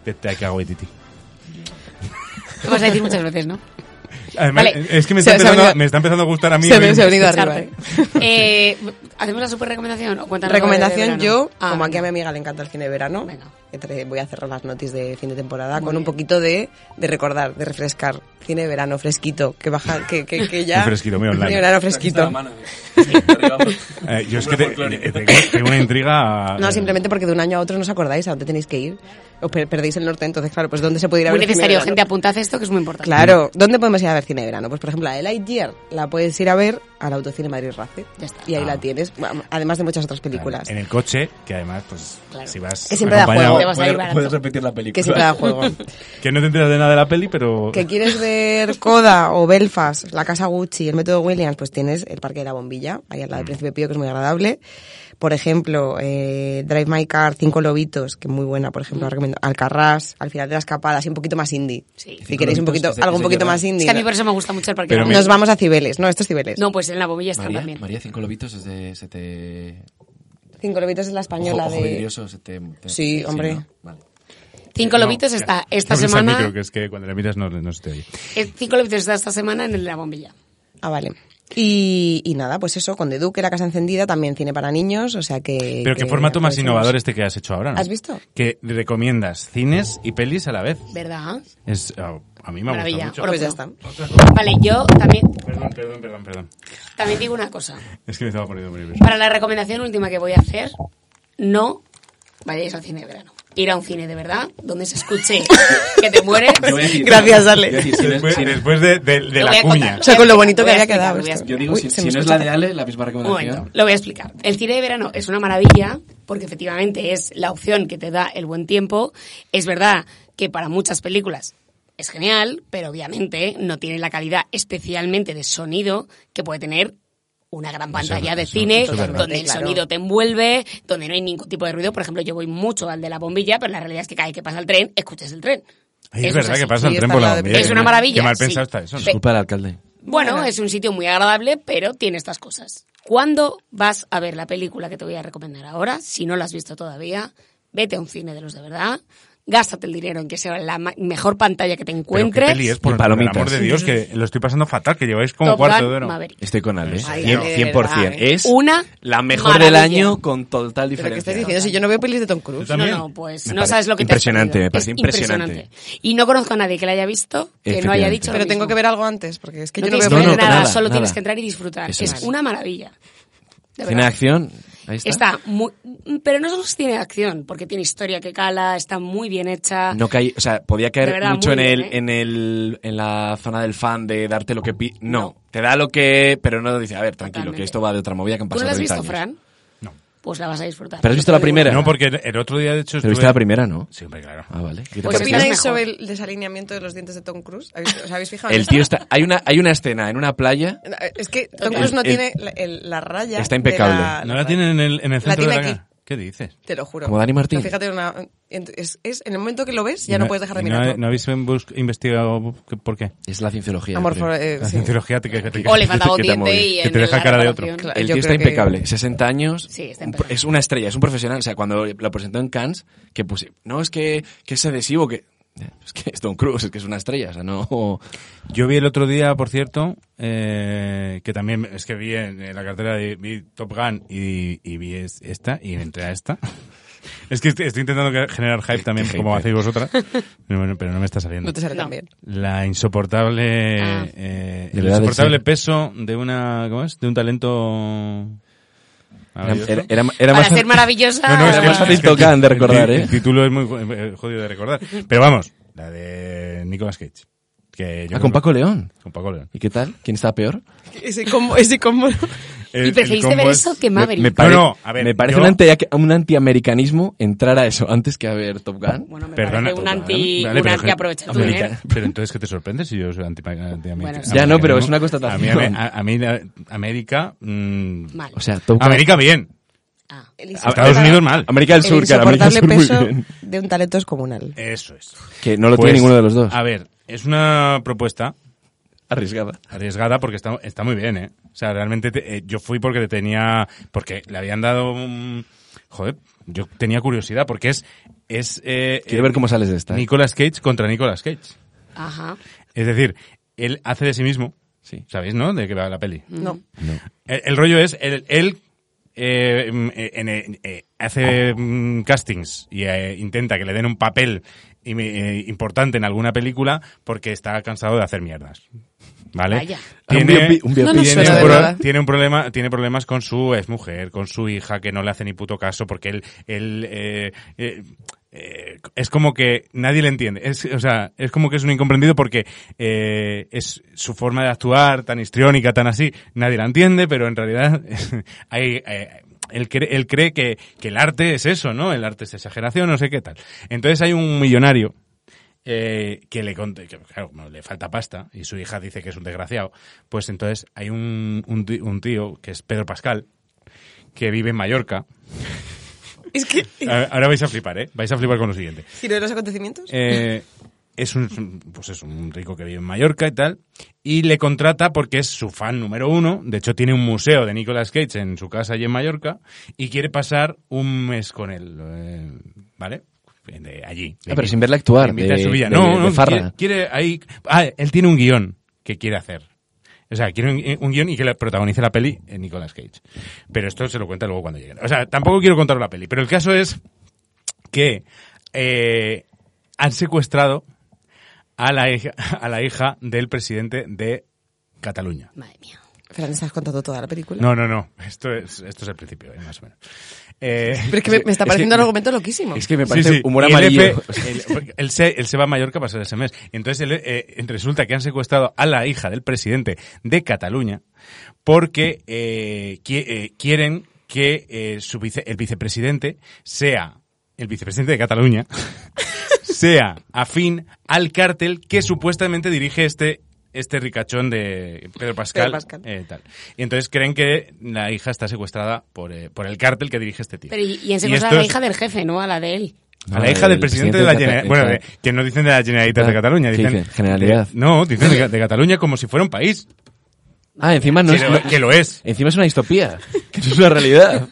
Speaker 8: de Taika Waititi.
Speaker 11: Lo vas a decir muchas veces, ¿no?
Speaker 8: Además, eh,
Speaker 11: Vale.
Speaker 8: es que me
Speaker 10: Se-
Speaker 8: está,
Speaker 10: se ha
Speaker 8: empezando,
Speaker 10: venido-
Speaker 8: me está empezando a gustar a mí.
Speaker 10: se ha
Speaker 8: a mí
Speaker 10: venido- se ha
Speaker 8: me-
Speaker 10: venido arriba.
Speaker 11: Sarpe. Eh, ¿Hacemos la super recomendación o cuéntanos algo de- de
Speaker 10: Recomendación
Speaker 11: verano?
Speaker 10: yo,
Speaker 11: Ah,
Speaker 10: como aquí a mi
Speaker 11: venga.
Speaker 10: amiga le encanta el cine de verano,
Speaker 11: Venga.
Speaker 10: entre- voy a cerrar las noticias de fin de temporada
Speaker 11: Muy
Speaker 10: con un
Speaker 11: bien.
Speaker 10: poquito de, de recordar, de refrescar. Cine de verano fresquito, que baja, que, que, que ya...
Speaker 8: Un fresquito, muy online.
Speaker 10: Cine de verano fresquito.
Speaker 8: Eh, yo es que te- eh, tengo, tengo una intriga.
Speaker 10: No, simplemente porque de un año a otro no os acordáis a dónde tenéis que ir. Os per- perdéis el norte, entonces, claro, pues ¿dónde se puede ir a
Speaker 11: Muy
Speaker 10: ver el cine de
Speaker 11: necesario,
Speaker 10: verano?
Speaker 11: gente, apuntad esto que es muy importante.
Speaker 10: Claro, ¿dónde podemos ir a ver cine de verano? Pues por ejemplo, la de Lightyear la puedes ir a ver al Autocine Madrid Race.
Speaker 11: Ya está.
Speaker 10: Y ahí
Speaker 8: Ah.
Speaker 10: la tienes, además de muchas otras películas.
Speaker 8: En el coche, que además, pues,
Speaker 11: Claro.
Speaker 8: si vas.
Speaker 10: Que siempre da
Speaker 8: acompañado-
Speaker 10: juego. Te
Speaker 11: vas a ir barato.
Speaker 9: Puedes repetir la película.
Speaker 10: Que siempre da juego.
Speaker 8: Que no te enteras de nada de la peli, pero.
Speaker 10: que quieres ver Coda o Belfast, la Casa Gucci, el método Williams, pues tienes el Parque de la Bombilla, ahí al lado del Príncipe Pío, que es muy agradable. Por ejemplo, eh, Drive My Car, Cinco Lobitos, que es muy buena, por ejemplo, la recomiendo. Alcarrás, al final de la escapada, así un poquito más indie.
Speaker 11: Sí.
Speaker 10: Si queréis un poquito,
Speaker 9: Lobitos es de-
Speaker 10: algo
Speaker 9: es
Speaker 10: un
Speaker 9: de
Speaker 10: poquito
Speaker 9: Guerrero.
Speaker 10: más
Speaker 11: Es
Speaker 10: indie.
Speaker 11: que a mí
Speaker 10: ¿no?
Speaker 11: por eso me gusta mucho el parque.
Speaker 8: Pero
Speaker 11: de
Speaker 8: me-
Speaker 11: la
Speaker 10: Nos vamos a Cibeles, no, esto es Cibeles.
Speaker 11: No, pues en la bobilla está
Speaker 9: María,
Speaker 11: también.
Speaker 9: María Cinco Lobitos es de. Se te...
Speaker 10: Cinco Lobitos es la española
Speaker 9: ojo, ojo
Speaker 10: de...
Speaker 9: vidrioso, se te, te-
Speaker 10: Sí, hombre.
Speaker 9: ¿no? Vale.
Speaker 11: Cinco
Speaker 8: Eh, No,
Speaker 11: lobitos
Speaker 8: ya.
Speaker 11: está esta
Speaker 8: No hables al
Speaker 11: semana.
Speaker 8: micro, que es que cuando la miras no, no se te oye.
Speaker 11: eh, Cinco lobitos está esta semana en el la bombilla.
Speaker 10: Ah, vale. Y, y nada, pues eso, con The Duke, La Casa Encendida, también cine para niños, o sea que...
Speaker 8: Pero qué formato
Speaker 11: pues
Speaker 8: más
Speaker 10: aprovechemos.
Speaker 8: innovador este que has hecho ahora, ¿no?
Speaker 10: ¿Has visto?
Speaker 8: Que recomiendas cines y pelis a la vez.
Speaker 11: ¿Verdad?
Speaker 8: Es, a a mí me ha gustado
Speaker 11: Maravilla.
Speaker 8: mucho.
Speaker 11: Oro
Speaker 10: Pues ya
Speaker 11: puro.
Speaker 10: está.
Speaker 11: Vale, yo también,
Speaker 8: Perdón, perdón, perdón, perdón.
Speaker 11: también digo una cosa.
Speaker 8: Es que me estaba poniendo muy nervioso.
Speaker 11: Para la recomendación última que voy a hacer, no vayáis al cine de verano. Ir a un cine de verdad, donde se escuche que te mueres.
Speaker 9: Yo voy a decir-
Speaker 10: Gracias, Ale.
Speaker 9: Yo voy a decir, si no es-
Speaker 8: Después,
Speaker 9: si no-
Speaker 8: después de, de- de
Speaker 11: Lo voy
Speaker 8: la
Speaker 11: a contar.
Speaker 8: cuña.
Speaker 10: O sea, con lo bonito que
Speaker 11: Voy a
Speaker 10: había
Speaker 11: explicar,
Speaker 10: quedado
Speaker 11: voy a
Speaker 10: esto.
Speaker 9: Yo digo,
Speaker 10: Uy,
Speaker 9: si,
Speaker 10: se
Speaker 9: si
Speaker 10: me
Speaker 9: no es
Speaker 10: escucha
Speaker 9: la de Ale, la misma
Speaker 11: Un
Speaker 9: recomendación.
Speaker 11: momento, lo voy a explicar. El cine de verano es una maravilla porque efectivamente es la opción que te da el buen tiempo. Es verdad que para muchas películas es genial, pero obviamente no tiene la calidad especialmente de sonido que puede tener una gran pantalla de
Speaker 8: eso-
Speaker 11: cine
Speaker 8: eso es verdad.
Speaker 11: donde el
Speaker 10: Claro.
Speaker 11: sonido te envuelve, donde no hay ningún tipo de ruido. Por ejemplo, yo voy mucho al de la bombilla, pero la realidad es que cada vez que pasa el tren, escuchas el tren.
Speaker 8: Ay, es
Speaker 11: Eso
Speaker 8: verdad
Speaker 11: así.
Speaker 8: que pasa el
Speaker 10: Sí,
Speaker 8: tren
Speaker 10: está al
Speaker 8: por la
Speaker 10: lado de-
Speaker 8: bombilla.
Speaker 11: Es
Speaker 8: Qué
Speaker 11: una
Speaker 8: mal-
Speaker 11: maravilla,
Speaker 8: Qué mal
Speaker 11: sí.
Speaker 8: pensado está eso. ¿no?
Speaker 11: Pe-
Speaker 9: Disculpa al alcalde.
Speaker 11: Bueno, es un sitio muy agradable, pero tiene estas cosas. ¿Cuándo vas a ver la película que te voy a recomendar ahora? Si no la has visto todavía, vete a un cine de los de verdad, gástate el dinero en que sea la ma- mejor pantalla que te
Speaker 8: Pero qué
Speaker 11: encuentres.
Speaker 8: peli es, por
Speaker 9: Y
Speaker 8: el
Speaker 9: palomitas.
Speaker 8: amor de Dios, que lo estoy pasando fatal, que lleváis como
Speaker 11: Top
Speaker 8: cuarto
Speaker 11: Gun
Speaker 8: de hora.
Speaker 11: Maverick.
Speaker 9: Estoy con Ale.
Speaker 10: Ay,
Speaker 9: Cien-
Speaker 10: Ale, de
Speaker 9: 100%.
Speaker 10: verdad, ¿eh?
Speaker 9: Es
Speaker 11: Una
Speaker 9: la mejor del
Speaker 11: maravilla.
Speaker 9: año con total
Speaker 10: ¿Pero qué
Speaker 9: diferencia.
Speaker 10: estás diciendo? Si yo no veo pelis de Tom Cruise.
Speaker 8: Yo también.
Speaker 11: No, no, pues
Speaker 9: Me
Speaker 11: no
Speaker 9: parece
Speaker 11: sabes lo que te has
Speaker 9: impresionante,
Speaker 11: perdido.
Speaker 9: me parece
Speaker 11: Es
Speaker 9: impresionante.
Speaker 11: Y no conozco a nadie que la haya visto que no haya
Speaker 9: Efectivamente.
Speaker 11: dicho lo
Speaker 10: Pero tengo
Speaker 11: mismo.
Speaker 10: que ver algo antes, porque es que
Speaker 11: No
Speaker 10: yo no
Speaker 11: tienes
Speaker 10: veo
Speaker 11: que ver
Speaker 9: No,
Speaker 10: pelis.
Speaker 9: no,
Speaker 11: nada,
Speaker 9: nada,
Speaker 11: solo
Speaker 9: nada.
Speaker 11: tienes que entrar y disfrutar.
Speaker 9: Eso
Speaker 11: es
Speaker 9: es.
Speaker 11: una maravilla. De
Speaker 9: Cine de
Speaker 11: verdad.
Speaker 9: acción. Ahí está.
Speaker 11: Está muy, pero no solo tiene acción, porque tiene historia que cala, está muy bien hecha.
Speaker 9: No caí, o sea, podía caer
Speaker 11: De verdad,
Speaker 9: mucho
Speaker 11: muy
Speaker 9: en
Speaker 11: bien,
Speaker 9: el,
Speaker 11: ¿eh?
Speaker 9: en el, en la zona del fan de darte lo que pi no,
Speaker 11: No.
Speaker 9: te da lo que, pero no dice, a ver, tranquilo,
Speaker 11: Totalmente.
Speaker 9: que esto va de otra movida que han
Speaker 11: ¿Tú no
Speaker 9: pasado.
Speaker 11: la has
Speaker 9: 30
Speaker 11: visto,
Speaker 9: años.
Speaker 11: Fran?
Speaker 8: No.
Speaker 11: Pues la vas a disfrutar.
Speaker 9: ¿Pero has
Speaker 11: Yo
Speaker 9: visto
Speaker 11: te
Speaker 9: la
Speaker 11: lo digo
Speaker 9: primera?
Speaker 11: de
Speaker 8: No,
Speaker 11: verdad.
Speaker 8: porque el, el otro día, de hecho,
Speaker 9: Pero
Speaker 8: estuve...
Speaker 9: viste la primera, ¿no?
Speaker 8: Sí, hombre, claro.
Speaker 9: Ah, vale. ¿Qué te
Speaker 11: Pues
Speaker 10: ¿Qué
Speaker 11: Pues
Speaker 9: parece?
Speaker 11: esta es
Speaker 10: opináis
Speaker 11: mejor.
Speaker 10: sobre el desalineamiento de los dientes de Tom Cruise? ¿Habéis, ¿Os habéis fijado? en
Speaker 9: El
Speaker 10: esto?
Speaker 9: tío está, hay una, hay una escena en una playa.
Speaker 10: Es que Tom Cruise no
Speaker 9: El-
Speaker 10: tiene la, el- la raya.
Speaker 9: Está
Speaker 10: de
Speaker 9: impecable.
Speaker 8: ¿No la tienen en el, en
Speaker 10: La
Speaker 8: el centro de
Speaker 10: tiene
Speaker 8: la
Speaker 10: aquí.
Speaker 8: cara? ¿Qué dices?
Speaker 10: Te lo juro.
Speaker 9: Como Dani Martín.
Speaker 10: O sea, fíjate, una- es, es- en el momento que lo ves, ya
Speaker 8: Y
Speaker 10: no, puedes dejar de
Speaker 8: y no-
Speaker 10: mirarlo.
Speaker 8: ¿No habéis en bus- investigado qué- por qué?
Speaker 9: Es la cienciología.
Speaker 10: Amor,
Speaker 9: creo.
Speaker 10: por- eh,
Speaker 8: La
Speaker 10: sí.
Speaker 8: cienciología te, que, que te-
Speaker 11: O le faltaba un
Speaker 8: que te-
Speaker 11: diente y
Speaker 8: que
Speaker 11: en
Speaker 8: te deja
Speaker 11: la
Speaker 8: cara de otro.
Speaker 11: reparación.
Speaker 10: Claro,
Speaker 9: El
Speaker 10: yo
Speaker 9: tío está
Speaker 10: creo que-
Speaker 9: impecable, 60 años.
Speaker 11: Sí, está
Speaker 9: un-
Speaker 11: impecable.
Speaker 9: es una estrella, es un profesional. O sea, cuando lo presentó en Cannes, que puse, no, es que, que es adhesivo, que. Es que es Tom Cruise, es que es una estrella. O sea, no.
Speaker 8: Yo vi el otro día, por cierto, eh, que también es que vi en, en la cartera, de, vi Top Gun y, y vi es- esta y entré a esta. Es que estoy, estoy intentando que- generar hype también,
Speaker 9: Qué
Speaker 8: como
Speaker 9: hype.
Speaker 8: hacéis vosotras, pero, bueno, pero no me está saliendo.
Speaker 10: No te sale
Speaker 11: No.
Speaker 10: tan bien.
Speaker 8: La insoportable,
Speaker 11: Ah.
Speaker 8: eh,
Speaker 9: De
Speaker 8: el
Speaker 9: verdad,
Speaker 8: insoportable
Speaker 9: sí.
Speaker 8: peso de una, ¿cómo es? De un talento.
Speaker 9: Era,
Speaker 8: maravilloso.
Speaker 9: era- era- era
Speaker 11: Para
Speaker 9: más.
Speaker 11: ser maravillosa.
Speaker 8: No, no, es
Speaker 9: Era
Speaker 8: que- es
Speaker 9: más
Speaker 8: que
Speaker 9: fácil tocar de
Speaker 8: el-
Speaker 9: recordar,
Speaker 8: el-
Speaker 9: ¿eh?
Speaker 8: El título es muy jo- eh, jodido de recordar. Pero vamos, la de Nicolas Cage. Que yo
Speaker 9: Ah, con
Speaker 8: creo-
Speaker 9: Paco León.
Speaker 8: Con Paco León.
Speaker 9: ¿Y qué tal? ¿Quién está peor?
Speaker 10: Ese combo, ese combo.
Speaker 8: El-
Speaker 11: y
Speaker 8: el
Speaker 11: preferiste
Speaker 8: combo
Speaker 11: ver
Speaker 8: es-
Speaker 11: eso que Maverick.
Speaker 9: Me, me
Speaker 8: No,
Speaker 9: pare-
Speaker 8: no, a ver,
Speaker 9: me parece
Speaker 8: yo-
Speaker 9: un anti- un antiamericanismo entrar a eso antes que a ver Top Gun.
Speaker 11: bueno, me
Speaker 8: Perdona,
Speaker 11: parece
Speaker 8: Top
Speaker 11: un
Speaker 8: Gun.
Speaker 11: anti,
Speaker 8: Vale,
Speaker 11: un
Speaker 8: pero-
Speaker 11: anti ¿eh? aprovechar tu
Speaker 9: Americano.
Speaker 11: dinero.
Speaker 8: Pero entonces, ¿qué te sorprende si yo soy anti, anti
Speaker 11: Bueno, sí.
Speaker 9: Ya no, pero es una constatación.
Speaker 8: A mí, a- a mí la- América. mm,
Speaker 11: Mal.
Speaker 9: O sea, Top Gun.
Speaker 8: América bien.
Speaker 11: Ah.
Speaker 10: El
Speaker 8: Estados
Speaker 10: insoportable-
Speaker 8: Unidos mal.
Speaker 9: América del
Speaker 10: el
Speaker 9: Sur, cara, América del
Speaker 10: insoportable
Speaker 9: Sur muy
Speaker 10: peso
Speaker 9: bien.
Speaker 10: de un talento es comunal.
Speaker 8: Eso es.
Speaker 9: Que no lo
Speaker 8: Pues,
Speaker 9: tiene ninguno de los dos.
Speaker 8: A ver, es una propuesta
Speaker 9: Arriesgada.
Speaker 8: arriesgada porque está, está muy bien, ¿eh? O sea, realmente te- eh, yo fui porque le tenía, porque le habían dado un, joder, yo tenía curiosidad porque es, es, eh,
Speaker 9: Quiero ver cómo sales de esta. ¿eh?
Speaker 8: Nicolas Cage contra Nicolas Cage.
Speaker 11: Ajá.
Speaker 8: Es decir, él hace de sí mismo,
Speaker 9: Sí.
Speaker 8: ¿sabéis, no? De que va la peli.
Speaker 10: No.
Speaker 8: El, el rollo es, él, él, eh, mm, eh, en, eh, eh, hace mm, castings y eh, intenta que le den un papel y me- eh, importante en alguna película porque está cansado de hacer mierdas. ¿Vale?
Speaker 11: Vaya.
Speaker 9: Un biopi- un biopi-
Speaker 10: No nos
Speaker 8: tiene
Speaker 10: suena
Speaker 8: un
Speaker 10: de
Speaker 8: pro-
Speaker 10: nada.
Speaker 8: tiene un problema, tiene problemas con su exmujer, con su hija, que no le hace ni puto caso porque él, él eh, eh, eh, es como que nadie le entiende. Es, o sea, es como que es un incomprendido porque eh, es su forma de actuar tan histriónica, tan así, nadie la entiende, pero en realidad hay, eh, él cree, él cree que, que el arte es eso, ¿no? El arte es exageración, no sé qué tal. Entonces hay un millonario eh, que le conte, que, claro, como le falta pasta y su hija dice que es un desgraciado, pues entonces hay un, un, ti- un tío que es Pedro Pascal, que vive en Mallorca.
Speaker 10: Es que,
Speaker 8: A- Ahora vais a flipar, ¿eh? Vais a flipar con lo siguiente.
Speaker 10: giro de los acontecimientos.
Speaker 8: Eh, es un, pues es un rico que vive en Mallorca y tal, y le contrata porque es su fan número uno. De hecho, tiene un museo de Nicolas Cage en su casa allí en Mallorca y quiere pasar un mes con él, eh, ¿vale? De allí.
Speaker 9: Ah, pero sin verle actuar,
Speaker 8: Le invita
Speaker 9: de-
Speaker 8: a su villa.
Speaker 9: de-
Speaker 8: no,
Speaker 9: de
Speaker 8: no,
Speaker 9: farra.
Speaker 8: Quiere, quiere ahí. Ah, él tiene un guión que quiere hacer. O sea, quiere un, un guión y que la protagonice la peli eh, Nicolas Cage. Pero esto se lo cuenta luego cuando llegue. O sea, tampoco quiero contar la peli. Pero el caso es que eh, han secuestrado a la hija, a la hija del presidente de Cataluña.
Speaker 11: Madre mía.
Speaker 10: Fran, ¿estás contando toda la película?
Speaker 8: No, no, no. Esto es, esto es el principio, eh, más o menos. Eh,
Speaker 10: Pero es que me, me está
Speaker 9: Es que-
Speaker 10: pareciendo un argumento loquísimo.
Speaker 9: Es que me
Speaker 8: sí,
Speaker 9: parece
Speaker 8: sí.
Speaker 9: humor
Speaker 8: Y el
Speaker 9: amarillo.
Speaker 8: F- el- él, se, él se va a Mallorca a pasar ese mes. Entonces él, eh, resulta que han secuestrado a la hija del presidente de Cataluña porque eh, qui- eh, quieren que eh, su vice- el vicepresidente sea el vicepresidente de Cataluña sea afín al cártel que supuestamente dirige este este ricachón de Pedro Pascal,
Speaker 10: Pedro Pascal.
Speaker 8: eh, tal. Y entonces creen que la hija está secuestrada por, eh, por el cártel que dirige este tío.
Speaker 11: Pero y, y en
Speaker 8: esto
Speaker 11: secuestrar a la
Speaker 8: es-
Speaker 11: hija del jefe, ¿no? A la de él.
Speaker 8: a la hija del presidente de la Generalitat. Bueno, de- que no dicen de la Generalitat de
Speaker 9: Claro.
Speaker 8: Cataluña,
Speaker 9: ¿Qué
Speaker 8: dicen.
Speaker 9: dicen? Generalidad.
Speaker 8: de- no, dicen de, de Cataluña como si fuera un país.
Speaker 9: Ah, encima no
Speaker 8: que,
Speaker 9: es,
Speaker 8: lo,
Speaker 9: no-
Speaker 8: que lo es.
Speaker 9: encima es una distopía. Que no es una realidad.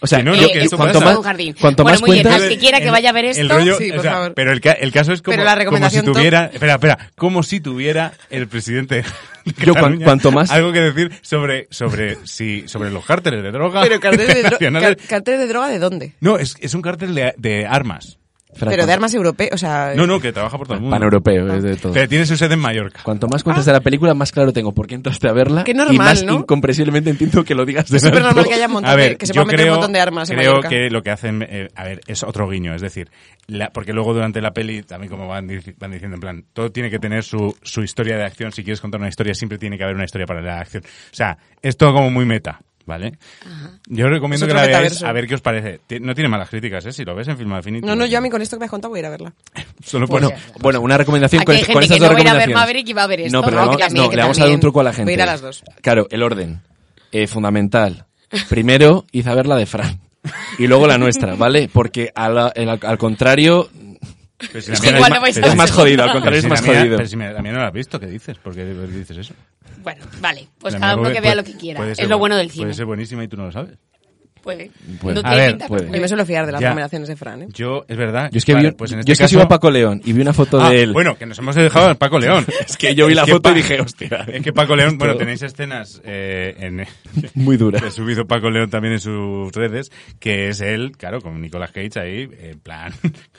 Speaker 9: O sea,
Speaker 8: Que no, no,
Speaker 9: yo-
Speaker 8: que
Speaker 11: es
Speaker 8: esto
Speaker 9: cuanto
Speaker 8: pasa.
Speaker 9: más,
Speaker 11: un jardín.
Speaker 9: cuanto
Speaker 11: Bueno,
Speaker 9: más
Speaker 11: muy bien,
Speaker 9: cuentas,
Speaker 11: al que quiera que vaya a ver
Speaker 8: El
Speaker 11: esto.
Speaker 8: rollo,
Speaker 10: Sí,
Speaker 8: o
Speaker 10: por
Speaker 8: sea,
Speaker 10: favor.
Speaker 8: Pero el, ca- el caso es como,
Speaker 10: Pero la
Speaker 8: como si
Speaker 10: recomendación top.
Speaker 8: tuviera, espera, espera, como si tuviera el presidente. de
Speaker 9: Yo, cuan-
Speaker 8: Cataluña
Speaker 9: cuanto más-
Speaker 8: algo que decir sobre sobre si sobre los cárteles de droga
Speaker 10: Pero cartel de, dro-
Speaker 8: internacionales.
Speaker 10: car- cartel de droga, ¿de dónde?
Speaker 8: no, es, es un cártel de, de armas.
Speaker 9: Espera,
Speaker 10: Pero de
Speaker 9: cuan-
Speaker 10: armas europeas, o sea...
Speaker 8: No, no, que trabaja por todo el mundo.
Speaker 9: paneuropeo,
Speaker 8: eh,
Speaker 9: es de todo.
Speaker 8: Pero tiene su sede en Mallorca.
Speaker 9: Cuanto más cuentas de la película, más claro tengo por qué entraste a verla.
Speaker 10: Qué normal,
Speaker 9: y más
Speaker 10: ¿no?
Speaker 9: incomprensiblemente entiendo que lo digas de
Speaker 10: Es súper
Speaker 9: nuevo.
Speaker 10: normal que haya un montón
Speaker 8: A ver,
Speaker 10: de, que se
Speaker 8: yo
Speaker 10: pueda meter
Speaker 8: creo-
Speaker 10: un montón de armas en
Speaker 8: creo
Speaker 10: Mallorca.
Speaker 8: que lo que hacen, eh, a ver, es otro guiño, es decir, la- porque luego durante la peli, también como van, dic- van diciendo, en plan, todo tiene que tener su, su historia de acción, si quieres contar una historia, siempre tiene que haber una historia para la acción. O sea, es todo como muy meta, ¿vale? Yo os recomiendo
Speaker 10: Es
Speaker 8: que
Speaker 10: otro
Speaker 8: la veáis,
Speaker 10: metaverso.
Speaker 8: a ver qué os parece. Ti- No tiene malas críticas, ¿eh? Si lo ves en Film Affinity.
Speaker 10: No, no, yo a mí con esto que me has contado voy a ir a verla.
Speaker 8: Solo
Speaker 11: Pues
Speaker 8: por-
Speaker 9: Bueno, bueno, una recomendación
Speaker 11: Aquí
Speaker 9: con,
Speaker 11: hay
Speaker 9: es-
Speaker 11: gente
Speaker 9: con esas
Speaker 11: que
Speaker 9: dos
Speaker 11: no va a ir a ver
Speaker 9: recomendaciones.
Speaker 11: Maverick y va a ver esto,
Speaker 9: No, pero
Speaker 11: ¿no?
Speaker 9: le vamos,
Speaker 11: Que también,
Speaker 9: no,
Speaker 11: que
Speaker 9: le vamos a dar un
Speaker 10: también.
Speaker 9: truco a la
Speaker 10: Voy a
Speaker 9: gente.
Speaker 10: ir a las dos.
Speaker 9: Claro, el orden. Eh, fundamental. Primero, hice a ver la de Fran. y luego la nuestra, ¿vale? Porque a la- el- al contrario...
Speaker 8: Pero si
Speaker 9: es
Speaker 8: la mía
Speaker 9: que es
Speaker 8: no
Speaker 9: más-
Speaker 8: vais a
Speaker 9: es más
Speaker 8: hacer
Speaker 9: jodido, al
Speaker 8: nada.
Speaker 9: contrario es
Speaker 8: Pero
Speaker 9: más
Speaker 8: si la mía-
Speaker 9: jodido.
Speaker 8: Pero si me- la mía no la has visto, ¿qué dices? ¿Por qué por qué dices eso?
Speaker 11: Bueno, vale, pues
Speaker 8: La
Speaker 11: cada
Speaker 8: mía
Speaker 11: uno
Speaker 8: puede-
Speaker 11: que vea
Speaker 8: puede-
Speaker 11: lo que quiera.
Speaker 8: puede
Speaker 11: Es
Speaker 8: ser
Speaker 11: lo
Speaker 8: bu-
Speaker 11: bueno del cine.
Speaker 8: Puede ser buenísima y tú no lo sabes.
Speaker 11: Puede.
Speaker 9: Puede.
Speaker 11: No
Speaker 8: A
Speaker 11: tiene
Speaker 8: ver,
Speaker 11: pinta,
Speaker 9: puede.
Speaker 11: pero
Speaker 10: Yo me suelo fiar de las
Speaker 8: Ya.
Speaker 10: nominaciones de Fran, ¿eh?
Speaker 8: Yo, es verdad.
Speaker 9: Yo es que,
Speaker 8: Vale,
Speaker 9: vi,
Speaker 8: pues en
Speaker 9: yo
Speaker 8: este
Speaker 9: es que
Speaker 8: caso-
Speaker 9: iba a Paco León y vi una foto
Speaker 8: Ah,
Speaker 9: de él.
Speaker 8: Bueno, que nos hemos dejado en Paco León.
Speaker 9: es que yo vi la
Speaker 8: Es que
Speaker 9: foto y
Speaker 8: pa-
Speaker 9: dije, hostia.
Speaker 8: Es que Paco León, bueno,
Speaker 9: Todo.
Speaker 8: tenéis escenas eh, en...
Speaker 9: Muy dura.
Speaker 8: que Ha subido Paco León también en sus redes, que es él, claro, con Nicolas Cage ahí, en plan...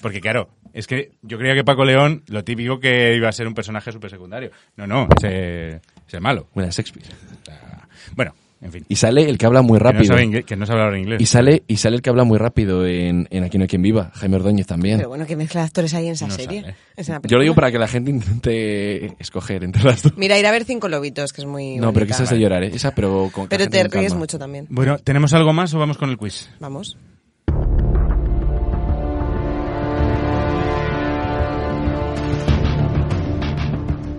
Speaker 8: Porque claro, es que yo creía que Paco León, lo típico que iba a ser un personaje súper secundario. No, no, es, eh, es el malo.
Speaker 9: Buena Shakespeare.
Speaker 8: O sea, Bueno, en fin.
Speaker 9: Y sale el que habla muy
Speaker 8: Que no,
Speaker 9: rápido.
Speaker 8: sabe ingle- que no sabe hablar inglés.
Speaker 9: Y sale, y sale el que habla muy rápido en, en Aquí no hay quien viva, Jaime Ordóñez también.
Speaker 10: Pero bueno, que mezcla de actores ahí en esa
Speaker 8: No
Speaker 10: serie.
Speaker 8: sale.
Speaker 10: Es una
Speaker 9: Yo lo
Speaker 10: película.
Speaker 9: digo para que la gente intente escoger entre las dos.
Speaker 10: Mira, ir a ver Cinco Lobitos, que es muy.
Speaker 9: No, pero
Speaker 10: bonita.
Speaker 9: quizás de llorar, ¿eh? Esa, pero con
Speaker 10: Pero
Speaker 9: con
Speaker 10: te
Speaker 9: calma.
Speaker 10: ríes mucho también.
Speaker 8: Bueno, ¿tenemos algo más o vamos con el quiz?
Speaker 10: Vamos.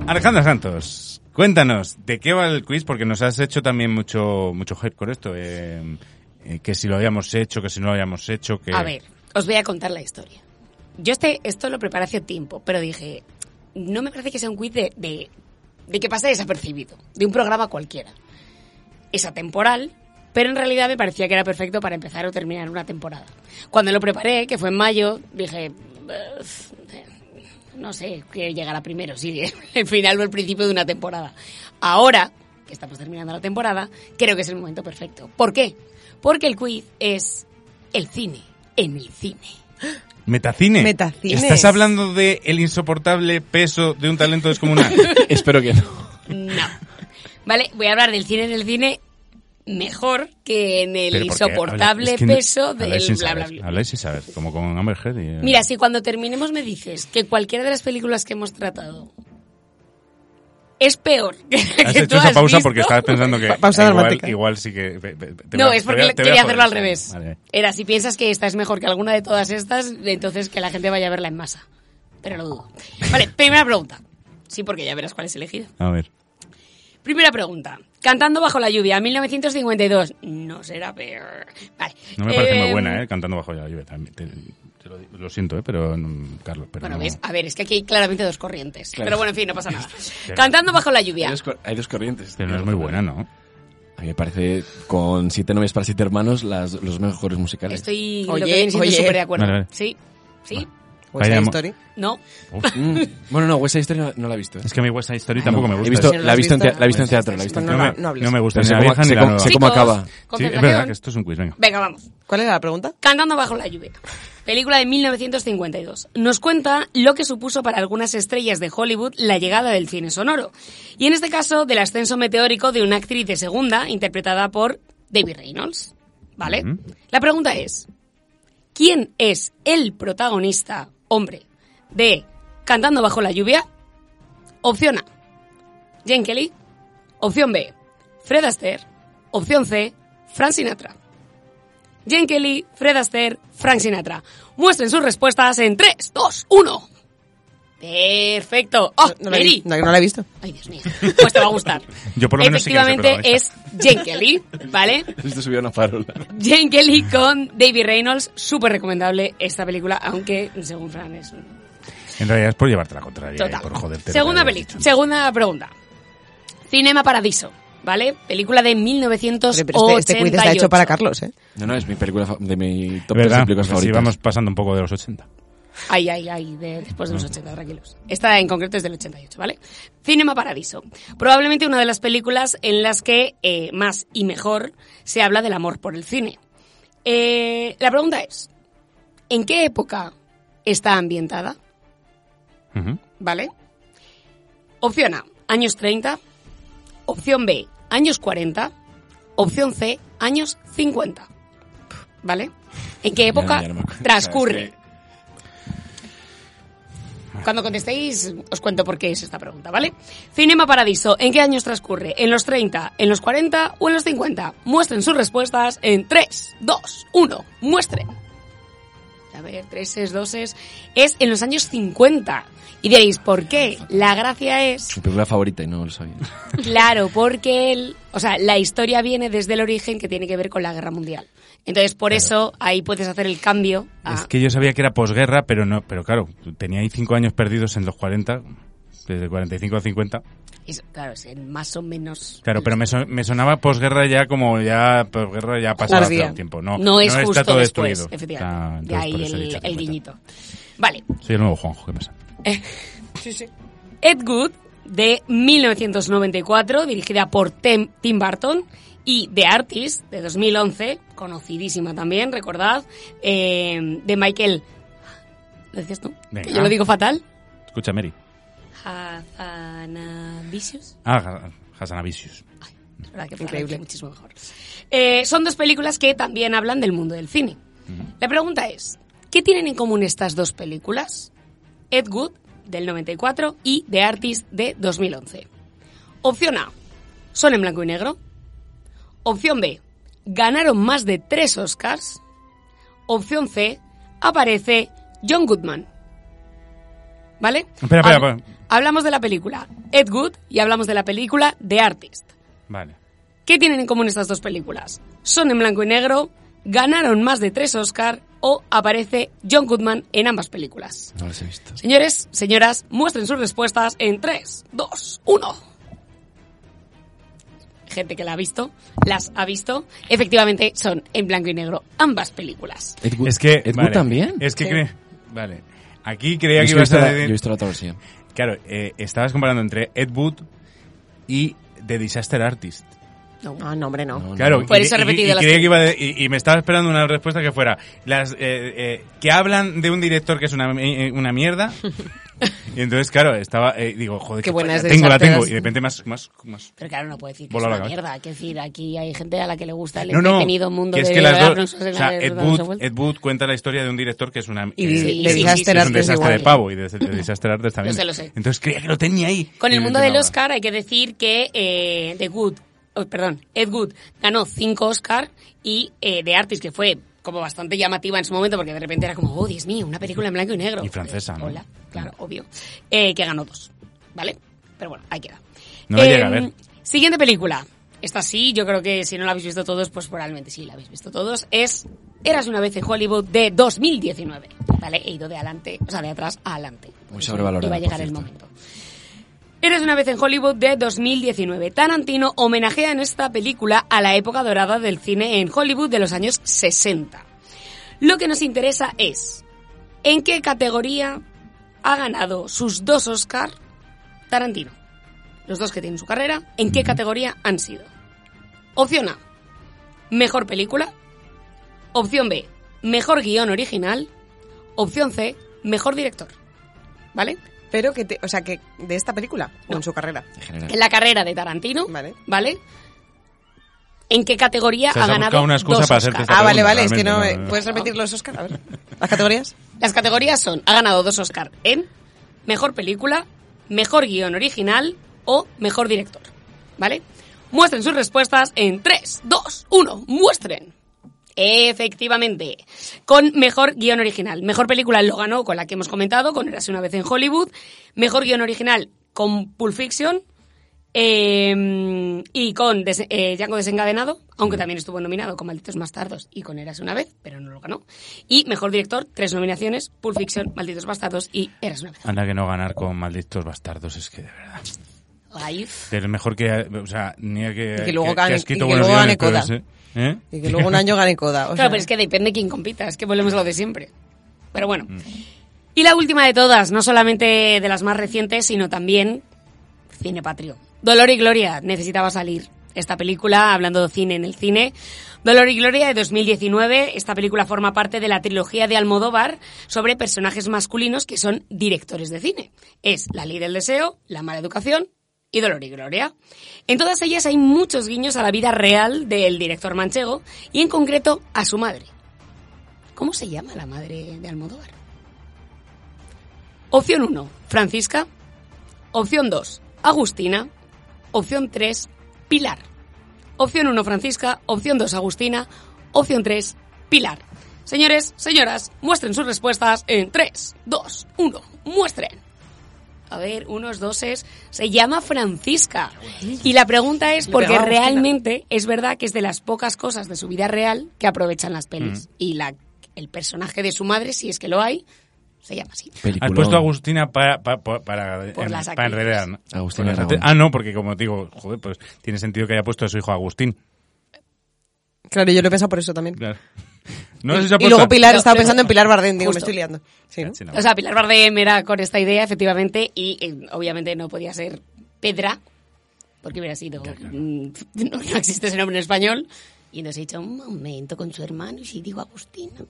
Speaker 8: Alejandra Santos, cuéntanos, ¿de qué va el quiz? Porque nos has hecho también mucho mucho hate con esto. eh, eh, que si lo habíamos hecho, que si no lo habíamos hecho, que...
Speaker 11: A ver, os voy a contar la historia. Yo este, esto lo preparé hace tiempo, pero dije, no me parece que sea un quiz de, de, de que pase desapercibido, de un programa cualquiera. Es atemporal, pero en realidad me parecía que era perfecto para empezar o terminar una temporada. Cuando lo preparé, que fue en mayo, dije, "Uf, no sé, que llegará primero, sí, el final o el principio de una temporada. Ahora, que estamos terminando la temporada, creo que es el momento perfecto. ¿Por qué? Porque el quiz es el cine, en el cine.
Speaker 8: Metacine.
Speaker 10: Metacine.
Speaker 8: ¿Estás hablando de el insoportable peso de un talento descomunal?
Speaker 9: Espero que no.
Speaker 11: No. Vale, voy a hablar del cine en el cine mejor que en el
Speaker 8: Pero porque habla-
Speaker 11: insoportable
Speaker 8: es que no-
Speaker 11: peso
Speaker 8: habláis
Speaker 11: del
Speaker 8: sin
Speaker 11: bla bla
Speaker 8: saber,
Speaker 11: bla.
Speaker 8: Habláis sin saber, como con Amber Heard. y- eh,
Speaker 11: Mira, si cuando terminemos me dices que cualquiera de las películas que hemos tratado es peor que la
Speaker 8: Has
Speaker 11: que tú
Speaker 8: hecho esa
Speaker 11: has
Speaker 8: pausa
Speaker 11: visto.
Speaker 8: porque estabas pensando que
Speaker 10: Pa- pausa
Speaker 8: igual,
Speaker 10: dramática.
Speaker 8: igual sí que... te- te- te
Speaker 11: no,
Speaker 8: voy a-
Speaker 11: es
Speaker 8: te
Speaker 11: porque
Speaker 8: voy a- te voy a
Speaker 11: quería
Speaker 8: joder,
Speaker 11: hacerlo al
Speaker 8: sí,
Speaker 11: revés.
Speaker 8: vale.
Speaker 11: Era, si piensas que esta es mejor que alguna de todas estas, entonces que la gente vaya a verla en masa. Pero lo dudo. Vale, primera pregunta. Sí, porque ya verás cuál es elegido.
Speaker 8: A ver.
Speaker 11: Primera pregunta. Cantando bajo la lluvia, 1952. No será peor. Vale.
Speaker 8: No me parece muy
Speaker 11: Em,
Speaker 8: buena, ¿eh? Cantando bajo la lluvia. también te- te lo, di- lo siento, ¿eh? Pero, mm, Carlos, pero
Speaker 11: Bueno,
Speaker 8: no.
Speaker 11: ¿ves? A ver, es que aquí hay claramente dos corrientes.
Speaker 9: Claro.
Speaker 11: Pero bueno, en fin, no pasa nada. Cantando bajo la
Speaker 9: Hay
Speaker 11: lluvia.
Speaker 9: dos, cor- hay dos corrientes.
Speaker 8: Pero no es muy buena, ¿no?
Speaker 9: A mí me parece, con Siete novias para siete hermanos, las, los mejores musicales.
Speaker 11: Estoy lo
Speaker 10: Oye,
Speaker 11: que viene siendo
Speaker 10: oye.
Speaker 11: súper de acuerdo.
Speaker 8: Vale, vale.
Speaker 11: Sí, sí,
Speaker 10: West
Speaker 8: Vaya
Speaker 10: Side
Speaker 8: mo-
Speaker 10: Story.
Speaker 11: no.
Speaker 9: Mm. Bueno, no, West Side Story no, no la he visto. ¿eh?
Speaker 8: Es que a mí West Side Story tampoco me
Speaker 9: He
Speaker 8: gusta.
Speaker 9: visto,
Speaker 10: Si no
Speaker 9: la he visto, en,
Speaker 10: visto,
Speaker 9: te- la he visto en
Speaker 10: no la
Speaker 9: teatro. La he
Speaker 10: has
Speaker 9: visto en
Speaker 10: visto.
Speaker 9: teatro.
Speaker 10: No,
Speaker 8: me,
Speaker 10: no hables.
Speaker 8: no me gusta
Speaker 9: Pero
Speaker 8: ni
Speaker 9: sé
Speaker 8: la
Speaker 9: cómo-
Speaker 8: vieja
Speaker 9: sé
Speaker 8: ni la
Speaker 9: cómo-
Speaker 8: nueva.
Speaker 9: sé cómo acaba.
Speaker 8: Sí, es verdad que esto es un quiz, venga.
Speaker 11: Venga, vamos.
Speaker 10: ¿Cuál era la pregunta?
Speaker 11: Cantando bajo la lluvia. Película de 1952. Nos cuenta lo que supuso para algunas estrellas de Hollywood la llegada del cine sonoro. Y en este caso, del ascenso meteórico de una actriz de segunda interpretada por David Reynolds. ¿Vale?
Speaker 8: Ujú.
Speaker 11: La pregunta es, ¿quién es el protagonista, hombre, de Cantando bajo la lluvia? Opción A, Jane Kelly. Opción B, Fred Astaire. Opción C, Frank Sinatra. Jane Kelly, Fred Astaire, Frank Sinatra. Muestren sus respuestas en 3, 2, 1. Perfecto. ¡Oh,
Speaker 10: No, no la he
Speaker 11: Mary!
Speaker 10: vi- no, no la he visto.
Speaker 11: Ay, Dios mío. Pues te va a gustar.
Speaker 8: Yo por lo menos sí que soy
Speaker 11: Efectivamente es Jane Kelly, ¿vale?
Speaker 9: Esto subió una farola.
Speaker 11: Jane Kelly con David Reynolds. Súper recomendable esta película, aunque según Fran es un
Speaker 8: En realidad es por llevarte la contraria y
Speaker 11: Total.
Speaker 8: por joderte.
Speaker 11: Segunda,
Speaker 8: lo que habías
Speaker 11: peli- segunda pregunta. Cinema Paradiso, ¿vale? Película de
Speaker 10: Oye,
Speaker 11: 1988.
Speaker 10: pero este, este quiz está hecho para Carlos, ¿eh?
Speaker 9: No, no, es mi película fa- de mi
Speaker 8: dicho.
Speaker 9: top 3
Speaker 8: ¿Verdad?
Speaker 9: películas
Speaker 8: Así
Speaker 9: favoritas.
Speaker 8: vamos pasando un poco de los 80.
Speaker 11: Ay, ay, ay, de- después de los 80, tranquilos. Esta en concreto es del 88, ¿vale? Cinema Paradiso. Probablemente una de las películas en las que eh, más y mejor se habla del amor por el cine. Eh, la pregunta es, ¿en qué época está ambientada?
Speaker 8: Ujú.
Speaker 11: ¿Vale? Opción A, años 30. Opción B, años 40. Opción C, años 50. ¿Vale? ¿En qué
Speaker 9: no,
Speaker 11: época
Speaker 9: ya no me acuerdo.
Speaker 11: transcurre? Cuando contestéis, os cuento por qué es esta pregunta, ¿vale? Cinema Paradiso, ¿en qué años transcurre? ¿En los 30, en los 40 o en los 50? Muestren sus respuestas en 3, 2, 1. Muestren. Ya a ver, treses, doses, es en los años 50. Y diréis, ¿por qué? La gracia es
Speaker 9: Mi película favorita y no lo sabía.
Speaker 11: Claro, porque el, o sea, la historia viene desde el origen que tiene que ver con la guerra mundial. Entonces, por eso ahí puedes hacer el cambio a
Speaker 8: Es que yo sabía que era posguerra, pero no, pero claro, tenía ahí cinco años perdidos en los 40, desde 45 a 50.
Speaker 11: es- claro, es en más o menos
Speaker 8: Claro, pero me, so- me sonaba posguerra ya como ya posguerra ya ha pasado hace
Speaker 11: Tardía.
Speaker 8: un tiempo. No,
Speaker 11: no es
Speaker 8: está
Speaker 11: justo
Speaker 8: todo
Speaker 11: después,
Speaker 8: destruido. Ah,
Speaker 11: efectivamente. De
Speaker 8: entonces por
Speaker 11: ahí
Speaker 8: eso he dicho
Speaker 11: el, el
Speaker 8: 50.
Speaker 11: guiñito. Vale,
Speaker 8: Soy el nuevo Juanjo, ¿qué pasa?
Speaker 11: Ed Good, de 1994, dirigida por Tem- Tim Burton, y The Artist, de 2011, conocidísima también, recordad, eh, de Michael... ¿Lo decías tú?
Speaker 8: Venga.
Speaker 11: Que yo lo digo fatal.
Speaker 8: Escucha, Mary.
Speaker 11: Hazanavicius.
Speaker 8: Ah, Hasanavicius.
Speaker 11: La verdad que fue Increíble. Muchísimo mejor. Eh, son dos películas que también hablan del mundo del cine. La pregunta es, ¿qué tienen en común estas dos películas? Ed Wood, del 94, y The Artist, de 2011. Opción A, son en blanco y negro. Opción B, ganaron más de tres Oscars. Opción C, aparece John Goodman. ¿Vale?
Speaker 8: Espera, espera,
Speaker 11: Hab-
Speaker 8: espera.
Speaker 11: Hablamos de la película Ed Wood y hablamos de la película The Artist.
Speaker 8: Vale.
Speaker 11: ¿Qué tienen en común estas dos películas? Son en blanco y negro, ganaron más de tres Oscar o aparece John Goodman en ambas películas.
Speaker 9: No las he visto.
Speaker 11: Señores, señoras, muestren sus respuestas en 3, 2, 1. Gente que la ha visto, las ha visto. Efectivamente, son en blanco y negro ambas películas.
Speaker 9: Ed Wood-
Speaker 8: Es que.
Speaker 9: Ed Wood
Speaker 8: vale,
Speaker 9: también.
Speaker 8: Es que
Speaker 11: Sí.
Speaker 8: cre- Vale. Aquí
Speaker 9: Yo
Speaker 8: creía que
Speaker 9: he
Speaker 8: ibas
Speaker 9: visto
Speaker 8: a
Speaker 9: la- yo he
Speaker 8: decir.
Speaker 9: visto la otra versión.
Speaker 8: Claro, eh, estabas comparando entre Ed Wood y The Disaster Artist.
Speaker 10: Ah, No, no, hombre, no.
Speaker 9: No, no.
Speaker 8: Claro,
Speaker 11: Por
Speaker 8: y-
Speaker 11: eso he
Speaker 8: y-
Speaker 11: repetido
Speaker 8: y
Speaker 11: las
Speaker 8: creía que iba de- y, y me estaba esperando una respuesta que fuera las eh, eh, que hablan de un director que es una, eh, una mierda. y entonces, claro, estaba eh, digo, joder,
Speaker 10: Qué
Speaker 8: que
Speaker 10: buena
Speaker 8: la
Speaker 10: es de
Speaker 8: tengo, la
Speaker 10: Sarteras.
Speaker 8: tengo y de repente más más más
Speaker 11: Pero claro, no puedo decir que
Speaker 8: Voló la
Speaker 11: es una
Speaker 8: cabeza.
Speaker 11: mierda. Hay que decir, aquí hay gente a la que le gusta el
Speaker 8: ¿eh? no, no,
Speaker 11: entretenido mundo
Speaker 8: que es
Speaker 11: de
Speaker 8: que las
Speaker 11: darnos
Speaker 8: dos, o sea,
Speaker 11: darnos
Speaker 8: Ed
Speaker 11: la
Speaker 8: Wood,
Speaker 11: vuelta.
Speaker 8: Ed Wood cuenta la historia de un director que es una
Speaker 10: Y
Speaker 8: eh,
Speaker 10: de-
Speaker 11: Sí,
Speaker 10: de
Speaker 11: sí,
Speaker 10: Disaster
Speaker 8: es un
Speaker 10: Artist
Speaker 8: desastre de
Speaker 10: igual.
Speaker 8: pavo y de, de Disaster Artist también.
Speaker 11: Lo sé, lo sé.
Speaker 8: Entonces creía que lo tenía ahí.
Speaker 11: Con el
Speaker 8: Y
Speaker 11: mundo
Speaker 8: no, ¿eh?
Speaker 11: del
Speaker 8: no.
Speaker 11: Oscar hay que decir que eh, The Good, oh, perdón, Ed Good ganó cinco Oscar y eh, The Artist, que fue como bastante llamativa en su momento, porque de repente era como, oh, Dios mío, una película en blanco y negro.
Speaker 8: Y francesa,
Speaker 11: Eh,
Speaker 8: ¿no?
Speaker 11: Hola, claro, obvio. Eh, que ganó dos, ¿vale? Pero bueno, ahí queda. Em,
Speaker 8: No la llegué a ver.
Speaker 11: Siguiente película. Esta sí, yo creo que si no la habéis visto todos, pues probablemente sí la habéis visto todos. Es Eras una vez en Hollywood de 2019. Vale, he ido de adelante, o sea, de atrás a adelante.
Speaker 9: Muy sobrevalorada,
Speaker 11: Iba a llegar
Speaker 9: por
Speaker 11: el
Speaker 9: cierto.
Speaker 11: momento. Eres una vez en Hollywood de 2019. Tarantino homenajea en esta película a la época dorada del cine en Hollywood de los años 60. Lo que nos interesa es en qué categoría ha ganado sus dos Oscar Tarantino. Los dos que tienen su carrera, en qué categoría han sido. Opción A, mejor película. Opción B, mejor guión original. Opción C, mejor director. ¿Vale?
Speaker 10: Pero que, te- o sea, que de esta película o en su carrera.
Speaker 9: En general.
Speaker 11: en la carrera de Tarantino, ¿vale?
Speaker 10: Vale.
Speaker 11: ¿En qué categoría
Speaker 8: O sea,
Speaker 11: ha
Speaker 8: se ha
Speaker 11: ganado
Speaker 8: buscado una excusa
Speaker 11: dos
Speaker 8: para hacerte
Speaker 11: Óscar?
Speaker 10: Ah, vale,
Speaker 8: pregunta,
Speaker 10: vale, es que no.
Speaker 8: realmente,
Speaker 10: eh,
Speaker 8: no, no.
Speaker 10: ¿Puedes repetir los Oscar? A ver, las categorías.
Speaker 11: Las categorías son, ha ganado dos Oscar en Mejor Película, Mejor Guión Original o Mejor Director, ¿vale? Muestren sus respuestas en 3, 2, 1, muestren. Efectivamente, con mejor guión original. Mejor película lo ganó con la que hemos comentado, con Érase una vez en Hollywood. Mejor guión original con Pulp Fiction, eh, y con des- eh, Django Desencadenado, aunque también estuvo nominado con Malditos Bastardos y con Eras una vez, pero no lo ganó. Y Mejor Director, tres nominaciones, Pulp Fiction, Malditos Bastardos y Eras una vez.
Speaker 8: Anda que no ganar con malditos bastardos, es que de verdad.
Speaker 11: Ay,
Speaker 8: De lo mejor que. O sea, ni a que.
Speaker 10: Y que luego gane-
Speaker 8: has escrito
Speaker 10: y que
Speaker 8: buenos
Speaker 10: luego gane Coda.
Speaker 8: guiones, pero ese- ¿eh?
Speaker 10: Y que luego un año gane Coda. o sea.
Speaker 11: Claro, pero es que depende quién compita, es que volvemos a lo de siempre. Pero bueno. Y la última de todas, no solamente de las más recientes, sino también cine patrio. Dolor y Gloria, necesitaba salir. Esta película, hablando de cine en el cine, Dolor y Gloria de 2019, esta película forma parte de la trilogía de Almodóvar sobre personajes masculinos que son directores de cine. Es La Ley del Deseo, La Mala Educación y Dolor y Gloria. En todas ellas hay muchos guiños a la vida real del director manchego y en concreto a su madre. ¿Cómo se llama la madre de Almodóvar? Opción 1, Francisca. Opción 2, Agustina. Opción 3, Pilar. Opción 1, Francisca. Opción 2, Agustina. Opción 3, Pilar. Señores, señoras, muestren sus respuestas en 3, 2, 1. Muestren. A ver, unos doses. Se llama Francisca. Y la pregunta es
Speaker 7: Le
Speaker 11: porque
Speaker 7: pegaba a Agustina.
Speaker 11: realmente es verdad que es de las pocas cosas de su vida real que aprovechan las pelis.
Speaker 8: Mm.
Speaker 11: Y la, el personaje de su madre, si es que lo hay, se llama así.
Speaker 8: Has puesto a Agustina pa- pa- pa- para,
Speaker 11: Por
Speaker 8: en-
Speaker 11: las
Speaker 8: para
Speaker 11: actrices.
Speaker 8: enredar. ¿no? Por
Speaker 9: Agustina
Speaker 8: las
Speaker 9: Aragón.
Speaker 8: actrices. Ah, no, porque como digo, joder, pues tiene sentido que haya puesto a su hijo Agustín.
Speaker 10: Claro, yo lo he pensado por eso también.
Speaker 8: No sé si se ha
Speaker 10: y
Speaker 8: puesto- ¿Eh?
Speaker 10: luego Pilar,
Speaker 11: No,
Speaker 10: estaba
Speaker 11: pero-
Speaker 10: pensando en Pilar Bardem, digo, me
Speaker 11: Justo.
Speaker 10: estoy liando. Sí, ¿no?
Speaker 8: Sí, no.
Speaker 11: O sea, Pilar Bardem era con esta idea, efectivamente, y eh, obviamente no podía ser Pedra, porque hubiera sido... mm, No, no existe ese nombre en español. Y entonces he dicho, un momento con su hermano, y si digo Agustín... ¿no?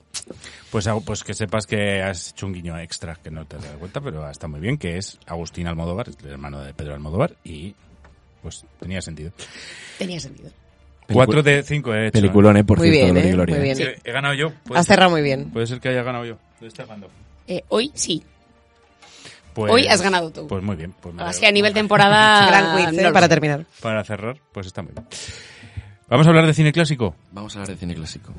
Speaker 8: Pues, ah, pues que sepas que has hecho un guiño extra que no te has dado cuenta, pero está muy bien, que es Agustín Almodóvar, el hermano de Pedro Almodóvar, y pues tenía sentido.
Speaker 11: Tenía sentido.
Speaker 8: Cuatro de cinco he hecho.
Speaker 9: Peliculón, ¿eh? Por
Speaker 10: Muy
Speaker 9: cierto,
Speaker 10: bien,
Speaker 9: Gloria
Speaker 10: ¿eh?
Speaker 9: Gloria.
Speaker 10: Muy bien.
Speaker 8: Sí, He ganado yo. Puede
Speaker 10: Has
Speaker 8: ser,
Speaker 10: cerrado muy bien.
Speaker 8: puede ser que haya ganado yo. ¿Dónde estás ganando?
Speaker 11: Eh, hoy sí.
Speaker 8: Pues-
Speaker 11: Hoy has ganado tú.
Speaker 8: Pues muy bien. Pues me
Speaker 11: Así
Speaker 8: alegro.
Speaker 11: a nivel temporada...
Speaker 10: Gran quiz, ¿eh?
Speaker 11: Ah, no lo
Speaker 10: para
Speaker 11: sé.
Speaker 10: terminar.
Speaker 8: Para cerrar, pues está muy bien. Vamos a hablar de cine clásico.
Speaker 9: Vamos a hablar de cine clásico.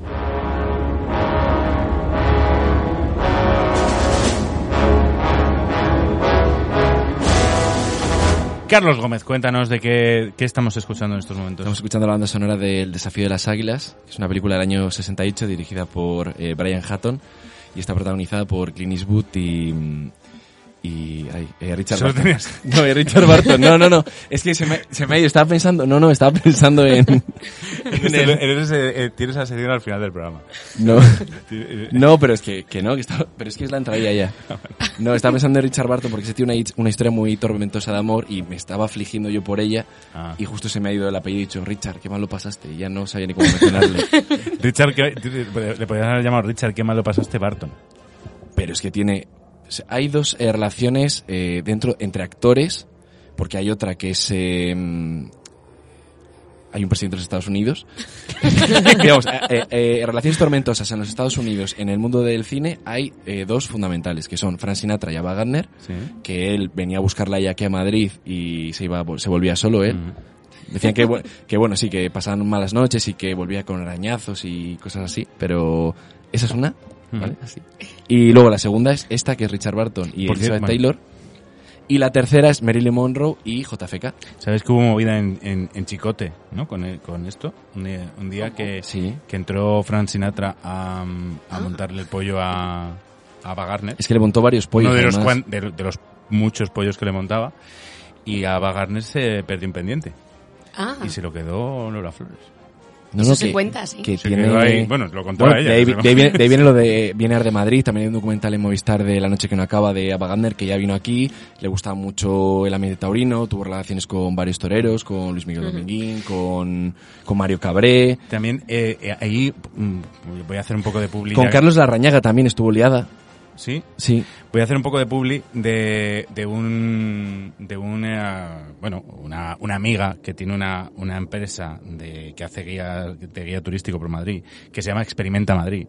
Speaker 8: Carlos Gómez, cuéntanos de qué, qué estamos escuchando en estos
Speaker 9: Estamos
Speaker 8: momentos.
Speaker 9: escuchando la banda sonora de El desafío de las águilas, que es una película del año 68 dirigida por eh, Brian Hatton y está protagonizada por Clint Eastwood y... mm, y ay, eh, Richard
Speaker 8: Solo
Speaker 9: Burton.
Speaker 8: tenías-
Speaker 9: No, y Richard Burton. No, no, no. Es que se me, se me ha ido. Estaba pensando... No, no, estaba pensando en... en el-
Speaker 8: Eres, eh, eh, tienes la sección al final del programa. eh,
Speaker 9: no, no, pero es que, que no. Que estaba- pero es que es la entradilla ya. No, estaba pensando en Richard Burton porque se tiene una, hi- una historia muy tormentosa de amor y me estaba afligiendo yo por ella.
Speaker 8: Ah.
Speaker 9: Y justo se me ha ido el apellido y he dicho, Richard, qué mal lo pasaste. Y ya no sabía ni cómo mencionarle.
Speaker 8: Richard, ¿qué- le podrías haber llamado Richard, qué mal lo pasaste, Barton.
Speaker 9: pero es que tiene o sea, hay dos eh, relaciones eh, dentro entre actores porque hay otra que es eh, mm, hay un presidente de los Estados Unidos digamos eh, eh, eh, relaciones tormentosas en los Estados Unidos en el mundo del cine hay eh, dos fundamentales que son Frank Sinatra y Ava Gardner
Speaker 8: Sí.
Speaker 9: que él venía a buscarla ya aquí a Madrid y se iba se volvía solo
Speaker 8: ¿Eh?
Speaker 9: él
Speaker 8: Mm.
Speaker 9: Decían que, bu- que bueno, sí, que pasaban malas noches y que volvía con arañazos y cosas así, pero esa es una, ¿vale? Así. Y luego la segunda es esta, que es Richard Barton y
Speaker 8: Ah, Por cierto,
Speaker 9: Elizabeth
Speaker 8: bueno.
Speaker 9: Taylor. Y la tercera es Marilyn Monroe y JFK.
Speaker 8: Sabes que hubo movida en, en- en Chicote, ¿no? Con, el- con esto. Un día, un día que,
Speaker 9: Sí.
Speaker 8: que entró Frank Sinatra a, mm,
Speaker 11: Ah.
Speaker 8: a montarle el pollo a, a Bagarner.
Speaker 9: Es que le montó varios pollos.
Speaker 8: Uno de los,
Speaker 9: además.
Speaker 8: cuan- de, de los muchos pollos que le montaba. Y a Bagarner se perdió un pendiente.
Speaker 11: Ah,
Speaker 8: Y se lo quedó Lola Flores.
Speaker 9: No,
Speaker 11: Eso
Speaker 9: no,
Speaker 11: se cuenta, sí.
Speaker 9: que
Speaker 8: Se
Speaker 9: tiene-
Speaker 8: quedó ahí. Bueno, lo contaba ella,
Speaker 9: De ahí,
Speaker 8: pero-
Speaker 9: de ahí viene, de ahí viene lo de Bienar de Madrid, también hay un documental en Movistar de La noche que no acaba de Ava Gardner, que ya vino aquí, le gustaba mucho el ambiente taurino, tuvo relaciones con varios toreros, con Luis Miguel Dominguín, con, con Mario Cabré,
Speaker 8: También eh, eh, ahí mm, voy a hacer un poco de publi.
Speaker 9: con
Speaker 8: ya-
Speaker 9: Carlos Larrañaga también estuvo liada.
Speaker 8: Sí,
Speaker 9: Sí,
Speaker 8: Voy a hacer un poco de publi de, de un de una bueno una, una amiga que tiene una, una empresa de que hace guía de guía turístico por Madrid que se llama Experimenta Madrid.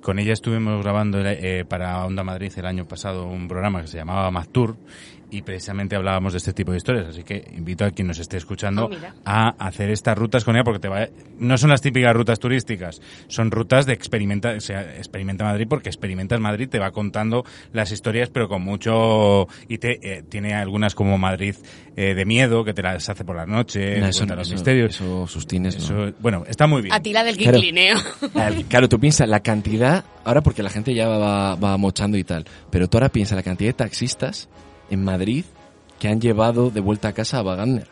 Speaker 8: Con ella estuvimos grabando eh, para Onda Madrid el año pasado un programa que se llamaba Maztur y precisamente hablábamos de este tipo de historias, así que invito a quien nos esté escuchando
Speaker 11: Oh, mira.
Speaker 8: a hacer estas rutas con ella porque te va no son las típicas rutas turísticas, son rutas de experimenta, o sea, experimenta Madrid porque experimentas Madrid te va contando las historias pero con mucho y te eh, tiene algunas como Madrid eh, de miedo que te las hace por la noche,
Speaker 9: Nah,
Speaker 8: te
Speaker 9: eso,
Speaker 8: cuenta los
Speaker 9: eso-
Speaker 8: Eh, misterios.
Speaker 9: eso sustienes, ¿no?
Speaker 8: Eso- bueno, está muy bien.
Speaker 11: a ti la del
Speaker 9: Claro.
Speaker 11: quinquineo.
Speaker 9: La- Claro, tú piensas la cantidad, ahora porque la gente ya va, va mochando y tal, pero tú ahora piensas la cantidad de taxistas en Madrid que han llevado de vuelta a casa a Wagner.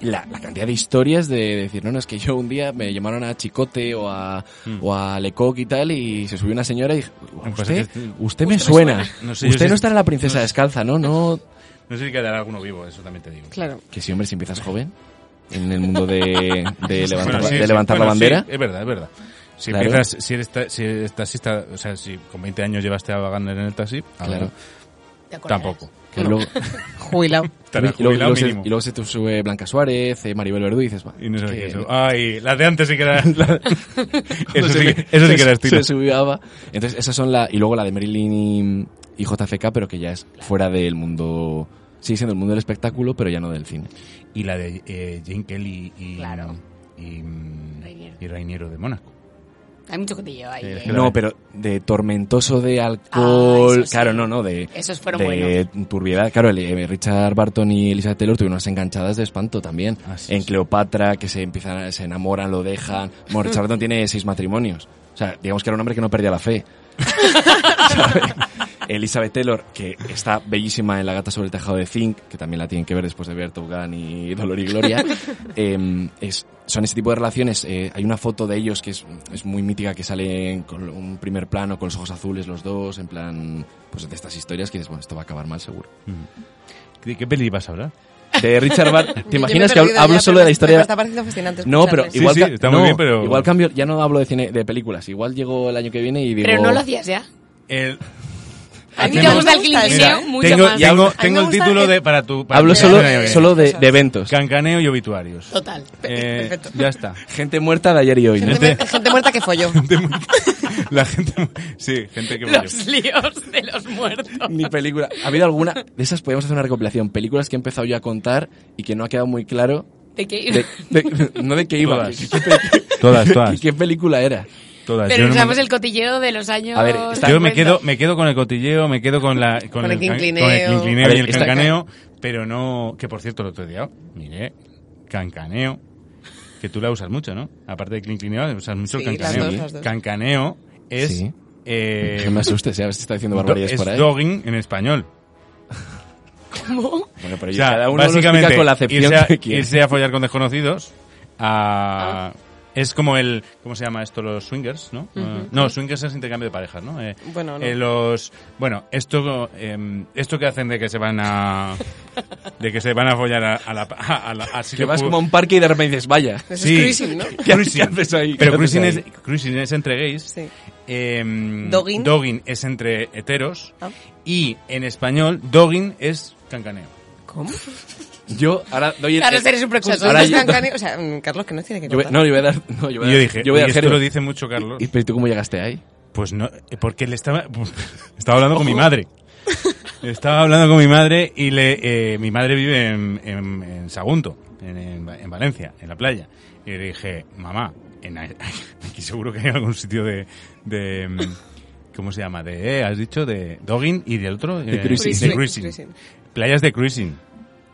Speaker 9: La, la cantidad de historias de decir, no, no, es que yo un día me llamaron a Chicote o a,
Speaker 8: Hmm.
Speaker 9: o a Lecoq y tal, y se subió una señora y dije,
Speaker 8: Pues
Speaker 9: usted,
Speaker 8: es que-
Speaker 9: usted me suena,
Speaker 8: No sé, yo
Speaker 9: usted
Speaker 8: sé-
Speaker 9: no está en la princesa
Speaker 8: no sé.
Speaker 9: descalza, ¿no? No,
Speaker 8: No sé si quedará alguno vivo, eso también te digo.
Speaker 10: Claro.
Speaker 9: que si hombre, si empiezas joven en el mundo de, de levantar,
Speaker 8: Bueno,
Speaker 9: la-
Speaker 8: sí,
Speaker 9: de
Speaker 8: sí,
Speaker 9: levantar
Speaker 8: bueno,
Speaker 9: la bandera.
Speaker 8: sí, es verdad, es verdad. Si
Speaker 9: Claro.
Speaker 8: empiezas, si eres, ta- si eres taxista, o sea, si con 20 años llevaste a Wagner en el taxi,
Speaker 9: Claro.
Speaker 8: claro.
Speaker 11: Te acordarás.
Speaker 8: tampoco.
Speaker 9: que luego-
Speaker 10: Jubilado.
Speaker 8: Estarás
Speaker 9: y, luego, y
Speaker 8: jubilado
Speaker 9: luego se,
Speaker 8: mínimo.
Speaker 9: y luego se te sube Blanca Suárez, eh, Maribel Verdú y dices, va.
Speaker 8: Y no sabes
Speaker 9: que-
Speaker 8: qué es eso. Ay, la de antes sí que era. la- eso,
Speaker 9: Cuando
Speaker 8: sí,
Speaker 9: se-
Speaker 8: que- eso sí que era
Speaker 9: se-
Speaker 8: estilo.
Speaker 9: Se subió Ava. Entonces, esas son la. Y luego la de Marilyn y, y JFK, pero que ya es fuera del mundo. Sigue siendo el mundo del espectáculo, pero ya no del cine.
Speaker 8: Y la de eh, Jane Kelly y.
Speaker 11: Claro.
Speaker 8: Y, mm,
Speaker 11: Rainiero.
Speaker 8: y Rainiero de Mónaco.
Speaker 11: Hay mucho cotilleo ahí.
Speaker 8: Sí, es
Speaker 11: ¿eh?
Speaker 8: que
Speaker 9: No, pero de tormentoso de alcohol.
Speaker 11: Ah, eso sí.
Speaker 9: Claro, no, no, de.
Speaker 11: Esos fueron
Speaker 9: de turbiedad. Claro, el, eh, Richard Barton y Elizabeth Taylor tuvieron unas enganchadas de espanto también.
Speaker 8: Ah, sí,
Speaker 9: en
Speaker 8: sí.
Speaker 9: Cleopatra, que se empiezan, a- se enamoran, lo dejan. Bueno, Richard Barton tiene seis matrimonios. O sea, digamos que era un hombre que no perdía la fe. ¿Sabes? Elizabeth Taylor, que está bellísima en La gata sobre el tejado de Zinc, que también la tienen que ver después de ver Top Gun y Dolor y Gloria, eh, es- son ese tipo de relaciones. eh, hay una foto de ellos que es, es muy mítica, que salen con un primer plano, con los ojos azules los dos, en plan, pues de estas historias que dices, bueno, esto va a acabar mal seguro.
Speaker 8: ¿De qué peli vas a hablar?
Speaker 9: De Richard Bar ¿te
Speaker 10: Yo
Speaker 9: imaginas
Speaker 10: me he
Speaker 9: que hablo,
Speaker 10: perdido
Speaker 9: hablo
Speaker 10: ya,
Speaker 9: solo
Speaker 10: pero
Speaker 9: de la
Speaker 10: me- Me
Speaker 9: historia?
Speaker 10: está pareciendo fascinante.
Speaker 9: No, pero
Speaker 10: escucharles.
Speaker 8: Sí,
Speaker 9: igual,
Speaker 8: sí,
Speaker 9: ca-
Speaker 8: está muy
Speaker 9: no,
Speaker 8: bien, pero-
Speaker 9: igual cambio, ya no hablo de cine, de películas, igual llego el año que viene y digo...
Speaker 11: Pero no lo hacías ya.
Speaker 8: El,
Speaker 11: A mí
Speaker 8: Hacemos-
Speaker 11: te gusta el
Speaker 10: Mira,
Speaker 11: quilineo mucho
Speaker 8: tengo,
Speaker 11: más.
Speaker 8: tengo,
Speaker 10: A mí me
Speaker 8: tengo el
Speaker 10: gusta
Speaker 8: título
Speaker 10: el-
Speaker 8: de para tu para
Speaker 9: Hablo
Speaker 8: tu-
Speaker 9: solo,
Speaker 8: para tu-
Speaker 9: solo de, de eventos.
Speaker 8: Cancaneo y obituarios.
Speaker 11: Total.
Speaker 8: Eh,
Speaker 10: perfecto.
Speaker 8: ya está.
Speaker 9: Gente muerta de ayer y hoy. ¿no?
Speaker 10: Gente, mu- gente muerta que folló.
Speaker 8: La gente sí, gente que
Speaker 11: Los líos de los muertos.
Speaker 9: Ni película. ¿Ha habido alguna? De esas podemos hacer una recopilación. Películas que he empezado yo a contar y que no ha quedado muy claro.
Speaker 11: ¿De qué
Speaker 9: de- de- no de qué iba.
Speaker 8: Todas.
Speaker 9: que- que- que-
Speaker 8: Todas, todas,
Speaker 9: ¿Qué película era?
Speaker 8: todas. Yo
Speaker 11: Pero
Speaker 8: no me-
Speaker 11: usamos el cotilleo de los años.
Speaker 9: A ver, está-
Speaker 8: Yo me
Speaker 11: 50.
Speaker 8: quedo, me quedo con el cotilleo, me quedo con la con,
Speaker 10: Con el
Speaker 8: can-
Speaker 10: quinclineo.
Speaker 8: con el quinclineo
Speaker 9: A ver,
Speaker 8: y el
Speaker 9: está-
Speaker 8: cancaneo, pero no que por cierto el otro día miré cancaneo que tú la usas mucho, ¿no? Aparte de quinclineo, usas mucho
Speaker 10: Sí,
Speaker 8: el
Speaker 10: las
Speaker 8: cancaneo.
Speaker 10: dos, las dos.
Speaker 8: Cancaneo es
Speaker 9: Sí.
Speaker 8: eh,
Speaker 9: que me asustes, ya ves que está diciendo
Speaker 8: do-
Speaker 9: barbaridades
Speaker 8: es
Speaker 9: por ahí.
Speaker 8: dogging en español.
Speaker 9: Bueno,
Speaker 8: O
Speaker 9: pero yo-
Speaker 8: sea,
Speaker 9: cada uno lo explica
Speaker 8: básicamente
Speaker 9: con la acepción
Speaker 8: irse, a,
Speaker 9: que quiere.
Speaker 8: irse a follar con desconocidos
Speaker 10: Ah.
Speaker 8: a- es como el ¿cómo se llama esto? los swingers, ¿no? Eh, no, swingers es intercambio de parejas, ¿no? Eh,
Speaker 10: Bueno, no.
Speaker 8: eh, los bueno, esto em, esto que hacen de que se van a de que se van a follar a, a la a, a la- a
Speaker 9: Que
Speaker 8: sitio
Speaker 9: vas
Speaker 8: pu-
Speaker 9: como a un parque y de repente dices, vaya.
Speaker 10: Eso
Speaker 8: Sí.
Speaker 10: Pues es cruising, ¿no?
Speaker 9: ¿Qué,
Speaker 8: Cruising.
Speaker 9: qué haces ahí? ¿Qué
Speaker 8: Pero
Speaker 9: haces
Speaker 8: cruising
Speaker 9: ahí?
Speaker 8: es, cruising es entre gays.
Speaker 9: Eh,
Speaker 10: Sí.
Speaker 8: em,
Speaker 10: Dogging.
Speaker 8: es entre heteros.
Speaker 10: Ah.
Speaker 8: Y en español, dogging es cancaneo.
Speaker 10: ¿Cómo?
Speaker 9: Yo ahora doy el.
Speaker 11: Claro,
Speaker 9: el-
Speaker 11: eres un
Speaker 10: O sea,
Speaker 11: precursor.
Speaker 10: soy
Speaker 9: eh, Ahora
Speaker 10: más
Speaker 9: yo-
Speaker 10: cancani- O sea, mm, Carlos, que no tiene que
Speaker 9: yo voy-
Speaker 10: contar.
Speaker 9: no, yo voy a dar. No, yo voy a
Speaker 8: Y yo dije,
Speaker 9: yo voy
Speaker 8: "Oye,
Speaker 9: a dar
Speaker 8: esto
Speaker 9: género".
Speaker 8: lo dice mucho Carlos.
Speaker 9: Y, pero tú cómo llegaste ahí?
Speaker 8: Pues no, eh, porque le estaba, estaba hablando con mi madre. Estaba hablando con mi madre y le, eh, mi madre vive en, en- en Sagunto, en, en Va- en Valencia, en la playa. Y le dije, mamá, en, a- aquí seguro que hay algún sitio de, de, mm, ¿cómo se llama? De, eh, has dicho, de dogging y del otro, eh,
Speaker 9: cruising.
Speaker 10: Cruising.
Speaker 8: de cruising.
Speaker 10: Cruising.
Speaker 8: Playas de cruising.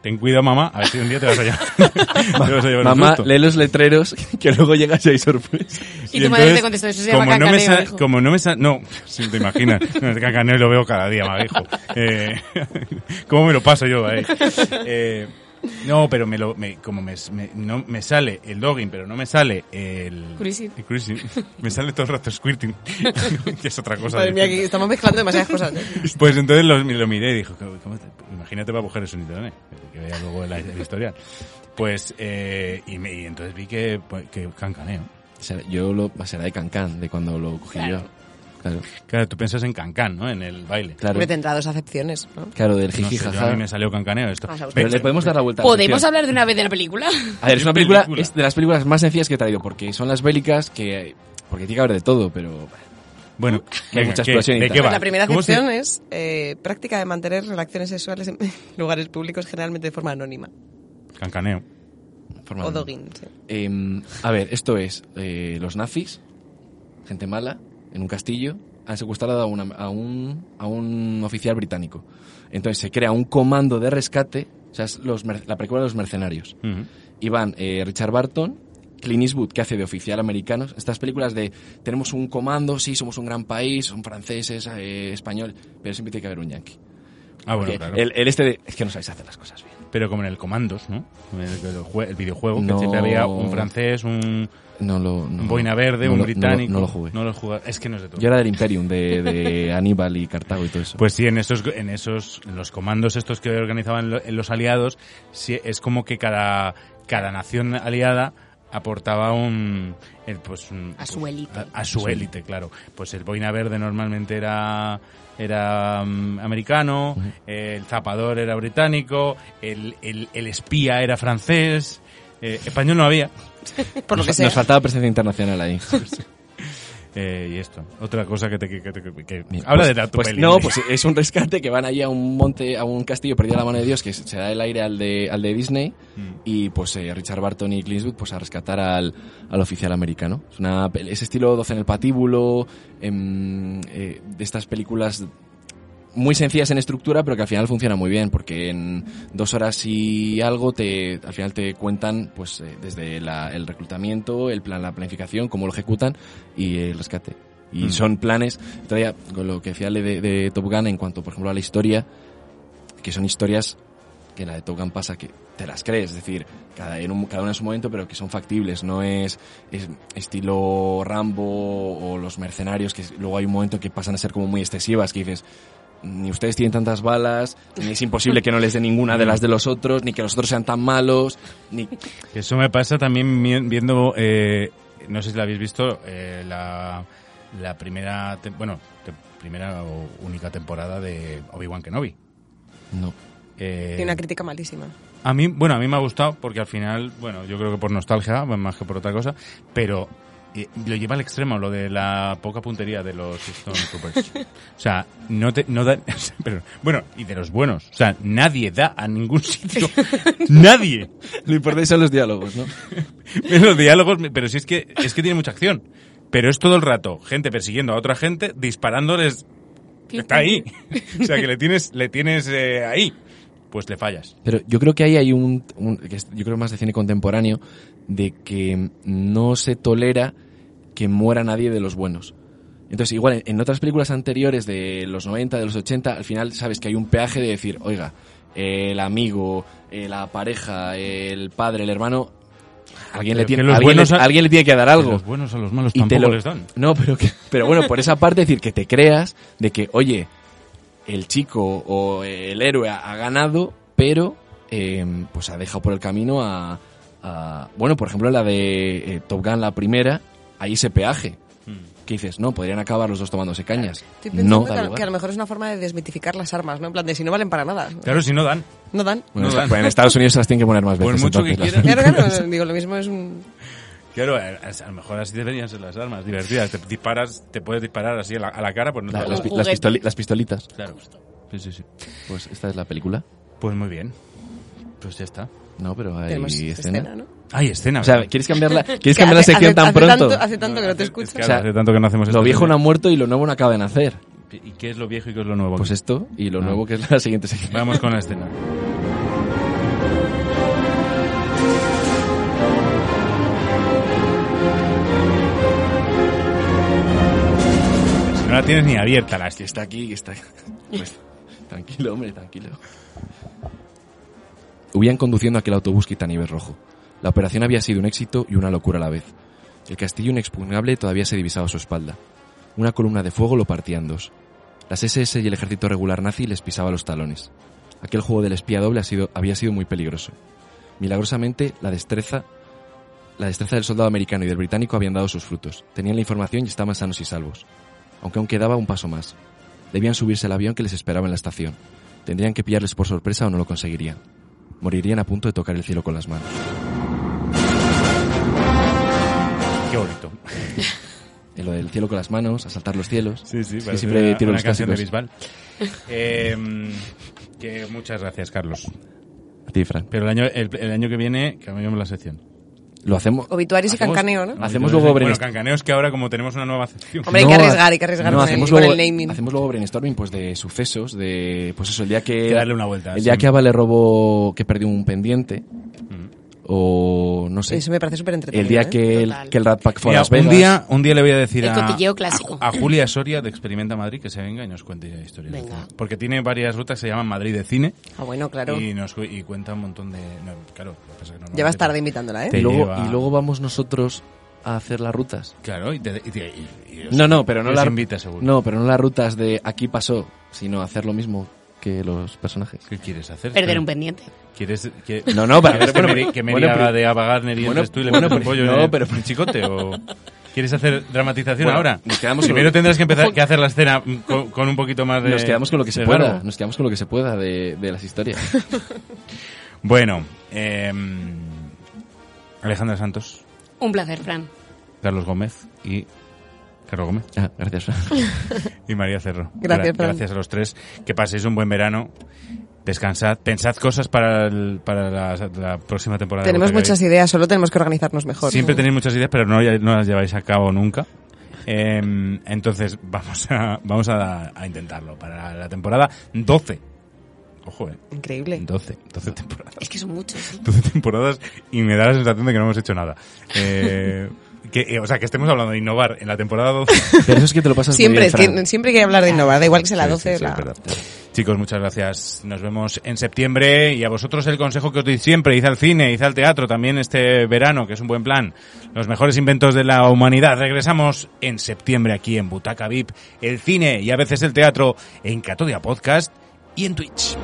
Speaker 8: Ten cuidado, mamá, a ver si un día te vas a llevar, te vas a llevar un
Speaker 9: Mamá,
Speaker 8: susto.
Speaker 9: lee los letreros que luego llegas y hay sorpresa.
Speaker 11: Y tu madre te contestó, "Eso se llama
Speaker 8: como no me
Speaker 11: cancaneo,
Speaker 8: sa-
Speaker 11: hijo".
Speaker 8: Como no me sa- No, si te imaginas. No, el cancaneo lo veo cada día, más hijo. Eh, ¿Cómo me lo paso yo ahí? Eh, no, pero me lo, me- como me, me- no, me sale el dogging, pero no me sale el...
Speaker 11: Cruising.
Speaker 8: el cruising. Me sale todo el rato squirting, que es otra cosa.
Speaker 10: Madre mía, aquí
Speaker 8: distinta.
Speaker 10: estamos mezclando demasiadas cosas. ¿eh?
Speaker 8: Pues entonces lo, lo miré y dijo, "¿Cómo- cómo te- imagínate para mujeres un internet, que vea luego la- el historial. Pues, eh, y, me- y entonces vi que, pues, que cancaneo.
Speaker 9: Será- Yo lo será de Cancán, de cuando lo cogí
Speaker 11: Claro.
Speaker 9: yo. Claro,
Speaker 8: Claro, tú piensas en cancán, ¿no? En el baile.
Speaker 9: claro.
Speaker 10: Hombre, tendrá dos acepciones, ¿no?
Speaker 9: Claro, del
Speaker 8: No
Speaker 9: jiji
Speaker 8: sé, yo
Speaker 9: jaja.
Speaker 8: a mí me salió cancaneo esto.
Speaker 10: Vamos a buscar.
Speaker 9: Pero le podemos dar la vuelta. a la
Speaker 11: ¿Podemos
Speaker 9: sección.
Speaker 11: hablar de una vez de la película?
Speaker 9: A ver, es
Speaker 8: ¿Qué
Speaker 9: una película,
Speaker 8: película?
Speaker 9: es de las películas más sencillas que he traído, porque son las bélicas que... Porque tiene que haber de todo, pero...
Speaker 8: Bueno,
Speaker 9: Que hay
Speaker 8: venga,
Speaker 9: mucha
Speaker 8: ¿qué?
Speaker 9: explosión y
Speaker 8: ¿De
Speaker 9: tal.
Speaker 8: qué
Speaker 9: Pues
Speaker 8: va?
Speaker 10: la primera
Speaker 8: ¿Cómo se-
Speaker 10: acepción es eh, práctica de mantener relaciones sexuales en lugares públicos, generalmente de forma anónima.
Speaker 8: Cancaneo.
Speaker 9: forma
Speaker 10: O
Speaker 9: de-
Speaker 10: dogging, sí.
Speaker 9: Em, a ver, esto es eh, los nazis, gente mala, en un castillo, han secuestrado a, una- a, un, a un oficial británico. Entonces se crea un comando de rescate, o sea, es los mer- la precuela de los mercenarios.
Speaker 8: Ujú.
Speaker 9: y van eh, Richard Barton, Clint Eastwood, que hace de oficial americano. Estas películas de tenemos un comando, sí, somos un gran país, son franceses, eh, español, pero siempre tiene que haber un yankee.
Speaker 8: Ah, bueno,
Speaker 9: Que
Speaker 8: claro.
Speaker 9: el, el este de, es que no sabéis hacer las cosas bien.
Speaker 8: Pero como en el Comandos, ¿no? Como en El, el jue- el videojuego,
Speaker 9: No.
Speaker 8: que siempre había un francés, un,
Speaker 9: No lo. No,
Speaker 8: un boina verde,
Speaker 9: no
Speaker 8: un
Speaker 9: lo- no lo-
Speaker 8: británico.
Speaker 9: No lo, jugué.
Speaker 8: No lo jugué. Es que no es de todo.
Speaker 9: Yo era del Imperium, de, de Aníbal y Cartago y todo eso.
Speaker 8: Pues sí, en esos, en esos, en los comandos estos que organizaban lo- los aliados, sí, es como que cada, cada nación aliada aportaba un, el, pues, un-
Speaker 11: A su
Speaker 8: pues,
Speaker 11: élite.
Speaker 8: a, a su élite, claro. Pues el boina verde normalmente era era mm, americano, el zapador era británico, el, el, el espía era francés, eh, español no había.
Speaker 10: Por lo que
Speaker 9: nos,
Speaker 10: sea.
Speaker 9: nos faltaba presencia internacional ahí.
Speaker 8: Eh, y esto, otra cosa que te... que- que- que- que-
Speaker 9: Mira,
Speaker 8: habla
Speaker 9: pues-
Speaker 8: de la- tu
Speaker 9: pues
Speaker 8: peli.
Speaker 9: No, pues es un rescate que van allí a un monte, a un castillo perdido a la mano de Dios que se da el aire al de, al de Disney
Speaker 8: Mm.
Speaker 9: y pues eh, Richard Barton y Clint Eastwood pues a rescatar al, al oficial americano. Es una pel- ese estilo 12 en el patíbulo, em, eh, de estas películas muy sencillas en estructura, pero que al final funciona muy bien, porque en dos horas y algo te, al final te cuentan, pues, eh, desde la- el reclutamiento, el plan, la planificación, cómo lo ejecutan y el rescate. Y
Speaker 8: Mm.
Speaker 9: son planes, traía con lo que decía Ale de, de Top Gun en cuanto, por ejemplo, a la historia, que son historias que en la de Top Gun pasa que te las crees, es decir, cada, en un- cada una en su momento, pero que son factibles, no es, es estilo Rambo o los mercenarios, que es- luego hay un momento que pasan a ser como muy excesivas, que dices, ni ustedes tienen tantas balas, ni es imposible que no les dé ninguna de las de los otros, ni que los otros sean tan malos, ni...
Speaker 8: Eso me pasa también mi- viendo, eh, no sé si la habéis visto, eh, la, la primera, tem- bueno, te- primera o única temporada de Obi-Wan Kenobi.
Speaker 9: No.
Speaker 8: Eh,
Speaker 10: Tiene una crítica malísima.
Speaker 8: a mí, bueno, a mí me ha gustado porque al final, bueno, yo creo que por nostalgia, pues más que por otra cosa, pero eh, lo lleva al extremo lo de la poca puntería de los Stormtroopers. o sea, no te no dan, pero bueno, y de los buenos, o sea, nadie da a ningún sitio, nadie.
Speaker 9: Lo importante son los diálogos, ¿no?
Speaker 8: los diálogos, pero si es que es que tiene mucha acción. Pero es todo el rato gente persiguiendo a otra gente, disparándoles. Está ahí. O sea que le tienes, le tienes eh, ahí. Pues le fallas.
Speaker 9: Pero yo creo que ahí hay un, un- que es- yo creo más de cine contemporáneo, de que no se tolera que muera nadie de los buenos. Entonces, igual, en- en otras películas anteriores de los 90, de los 80, al final sabes que hay un peaje de decir, oiga, el amigo, eh, la pareja, el padre, el hermano, alguien le
Speaker 8: Pero que
Speaker 9: tiene,
Speaker 8: los
Speaker 9: alguien le-
Speaker 8: buenos a-
Speaker 9: alguien le tiene que dar algo.
Speaker 8: Pues Los buenos a los malos
Speaker 9: Y te
Speaker 8: tampoco
Speaker 9: lo-
Speaker 8: les dan.
Speaker 9: No, pero, que- pero bueno, por esa parte decir que te creas de que, oye, el chico o el héroe ha, ha ganado, pero eh, pues ha dejado por el camino a, a- Bueno, por ejemplo, la de eh, Top Gun, la primera, hay ese peaje.
Speaker 8: Hmm.
Speaker 9: Que dices, no, podrían acabar los dos tomándose cañas.
Speaker 10: Estoy pensando
Speaker 9: No,
Speaker 10: que,
Speaker 9: da
Speaker 10: a,
Speaker 9: lugar.
Speaker 10: que a lo mejor es una forma de desmitificar las armas, ¿no? En plan de si no valen para nada.
Speaker 8: Claro, si no dan.
Speaker 10: No dan.
Speaker 9: Bueno,
Speaker 8: no
Speaker 9: está-
Speaker 8: dan.
Speaker 9: pues en Estados Unidos se las tienen que poner más
Speaker 8: Por
Speaker 9: veces.
Speaker 8: mucho que
Speaker 9: entonces, las-
Speaker 8: quieran.
Speaker 10: Claro, claro, digo, lo mismo es un...
Speaker 8: Claro, a, a- a lo mejor así deberían ser las armas, divertidas. Te disparas, te puedes disparar así a la, a la cara, pues no
Speaker 9: la-
Speaker 8: te das-
Speaker 9: las, pi- las pistoli- las pistolitas.
Speaker 8: Claro. Sí, sí, sí.
Speaker 9: Pues esta es la película.
Speaker 8: Pues muy bien. Pues ya está.
Speaker 9: No, pero hay
Speaker 10: Tenemos
Speaker 9: escena.
Speaker 10: escena, ¿no?
Speaker 8: Hay escena.
Speaker 9: O sea,
Speaker 8: ¿verdad?
Speaker 9: ¿quieres cambiar la, ¿quieres
Speaker 10: Que
Speaker 9: cambiar la
Speaker 10: hace-
Speaker 9: sección
Speaker 10: hace-
Speaker 9: tan
Speaker 10: hace
Speaker 9: pronto?
Speaker 10: tanto- hace tanto que no te
Speaker 8: Es que,
Speaker 10: escucho.
Speaker 8: claro,
Speaker 9: O sea,
Speaker 8: hace tanto que no hacemos
Speaker 9: Lo
Speaker 8: esto. ¿eh?
Speaker 9: viejo no ha muerto y lo nuevo no acaba de nacer.
Speaker 8: ¿Y qué es lo viejo y qué es lo nuevo?
Speaker 9: Pues esto y lo
Speaker 8: Ah.
Speaker 9: nuevo que es la siguiente sección.
Speaker 8: Vamos con la escena. No la tienes ni abierta la
Speaker 9: Que
Speaker 8: escena.
Speaker 9: está aquí, que está aquí. Pues, tranquilo, hombre, tranquilo. Huían conduciendo aquel autobús Quitanieves Rojo. La operación había sido un éxito y una locura a la vez. El castillo inexpugnable todavía se divisaba a su espalda. Una columna de fuego lo partía en dos. Las SS y el ejército regular nazi les pisaba los talones. Aquel juego del espía doble ha sido- había sido muy peligroso. Milagrosamente, la destreza, la destreza del soldado americano y del británico habían dado sus frutos. Tenían la información y estaban sanos y salvos. Aunque aún quedaba un paso más. Debían subirse al avión que les esperaba en la estación. Tendrían que pillarles por sorpresa o no lo conseguirían. Morirían a punto de tocar el cielo con las manos.
Speaker 8: Qué bonito.
Speaker 9: En lo del cielo con las manos, asaltar los cielos. Es que
Speaker 8: parece
Speaker 9: siempre
Speaker 8: una,
Speaker 9: tiro
Speaker 8: una
Speaker 9: los
Speaker 8: canción de
Speaker 9: clásicos.
Speaker 8: Bisbal. Eh, que muchas gracias, Carlos.
Speaker 9: A ti, Fran.
Speaker 8: Pero el año, el, el año que viene cambiamos la sección.
Speaker 9: Lo hacemos.
Speaker 10: Obituarios y
Speaker 9: Hacemos-
Speaker 10: cancaneo, ¿no?
Speaker 9: Hacemos luego
Speaker 8: Bueno,
Speaker 9: brainstorming.
Speaker 8: cancaneo es que ahora como tenemos una nueva sección.
Speaker 10: Hombre, hay que arriesgar, hay que arriesgar con el-
Speaker 9: hacemos,
Speaker 10: con
Speaker 9: luego,
Speaker 10: el naming.
Speaker 9: hacemos luego brainstorming pues, de sucesos, de. Pues eso, el día que.
Speaker 8: Hay que darle una vuelta,
Speaker 9: El día
Speaker 8: sí.
Speaker 9: que Ava le robó. que perdió un pendiente.
Speaker 8: Mm.
Speaker 9: O. no sé.
Speaker 10: Eso me parece súper entretenido.
Speaker 9: el día
Speaker 10: ¿eh?
Speaker 9: que el,
Speaker 11: Total.
Speaker 9: que el Rat Pack fue
Speaker 8: Mira,
Speaker 9: a Las Vegas.
Speaker 8: un día, un día le voy a decir
Speaker 11: El
Speaker 8: a,
Speaker 11: cotilleo clásico.
Speaker 8: a- a Julia Soria de Experimenta Madrid que se venga y nos cuente historias. de
Speaker 11: Venga.
Speaker 8: cine. Porque tiene varias rutas que se llaman Madrid de cine.
Speaker 10: Ah, bueno, claro.
Speaker 8: Y, nos, cu- y cuenta un montón de... no, claro, lo que pasa es que normalmente-
Speaker 10: Llevas tarde invitándola, ¿eh?
Speaker 8: Te
Speaker 9: y, luego,
Speaker 8: lleva-
Speaker 9: y luego vamos nosotros a hacer las rutas.
Speaker 8: Claro, y te... y te- y- y os-
Speaker 9: No, no, pero no
Speaker 8: y os
Speaker 9: las
Speaker 8: invita, seguro.
Speaker 9: No, pero no las rutas de aquí pasó, sino hacer lo mismo que los personajes.
Speaker 8: ¿Qué quieres hacer?
Speaker 11: Perder
Speaker 8: Pero-
Speaker 11: un pendiente.
Speaker 8: ¿Quieres que,
Speaker 9: No, no, para-
Speaker 8: ¿quieres
Speaker 9: bueno,
Speaker 8: que, me,
Speaker 9: pero-
Speaker 8: que me
Speaker 9: bueno,
Speaker 8: haga
Speaker 9: pero-
Speaker 8: de Ava Gardner y
Speaker 9: bueno,
Speaker 8: entres tú y le
Speaker 9: bueno,
Speaker 8: metes un
Speaker 9: pero-
Speaker 8: pollo
Speaker 9: no,
Speaker 8: en el-
Speaker 9: pero-
Speaker 8: en el chicote? ¿O quieres hacer dramatización
Speaker 9: Bueno,
Speaker 8: ahora?
Speaker 9: nos quedamos
Speaker 8: Primero
Speaker 9: con-
Speaker 8: tendrás que empezar que hacer la escena con, con un poquito más de...
Speaker 9: Nos quedamos con lo que se
Speaker 8: de
Speaker 9: pueda,
Speaker 8: largo.
Speaker 9: nos quedamos con lo que se pueda de, de las historias.
Speaker 8: Bueno, eh, Alejandra Santos,
Speaker 11: Un placer, Fran.
Speaker 8: Carlos Gómez y Carlos Gómez.
Speaker 9: Ah, gracias.
Speaker 8: y María Cerro.
Speaker 10: Gracias, Fran.
Speaker 8: gracias a los tres. Que paséis un buen verano. Descansad. Pensad cosas para, el- para la, la próxima temporada. de
Speaker 10: Tenemos
Speaker 8: Botecario.
Speaker 10: muchas ideas, solo tenemos que organizarnos mejor. Mm,
Speaker 8: Siempre tenéis muchas ideas, pero no, no las lleváis a cabo nunca. Eh, entonces vamos a vamos a, a intentarlo para la temporada 12. Ojo, eh.
Speaker 10: Increíble.
Speaker 8: 12, 12 temporadas.
Speaker 11: Es que son muchos. ¿eh?
Speaker 8: 12 temporadas y me da la sensación de que no hemos hecho nada. Eh, que, eh, o sea, que estemos hablando de innovar en la temporada 12.
Speaker 9: Pero eso es que te lo pasas
Speaker 10: Siempre,
Speaker 9: muy bien,
Speaker 10: es que-
Speaker 9: Fran.
Speaker 10: siempre hay que hablar de innovar, da igual que sea la
Speaker 8: Ah, Sí,
Speaker 10: 12
Speaker 8: sí, sí,
Speaker 10: la-
Speaker 8: es verdad. Chicos, muchas gracias. Nos vemos en septiembre y a vosotros el consejo que os doy siempre, id al cine, id al teatro también este verano, que es un buen plan. Los mejores inventos de la humanidad. Regresamos en septiembre aquí en Butaca VIP, el cine y a veces el teatro en Catodia Podcast y en Twitch.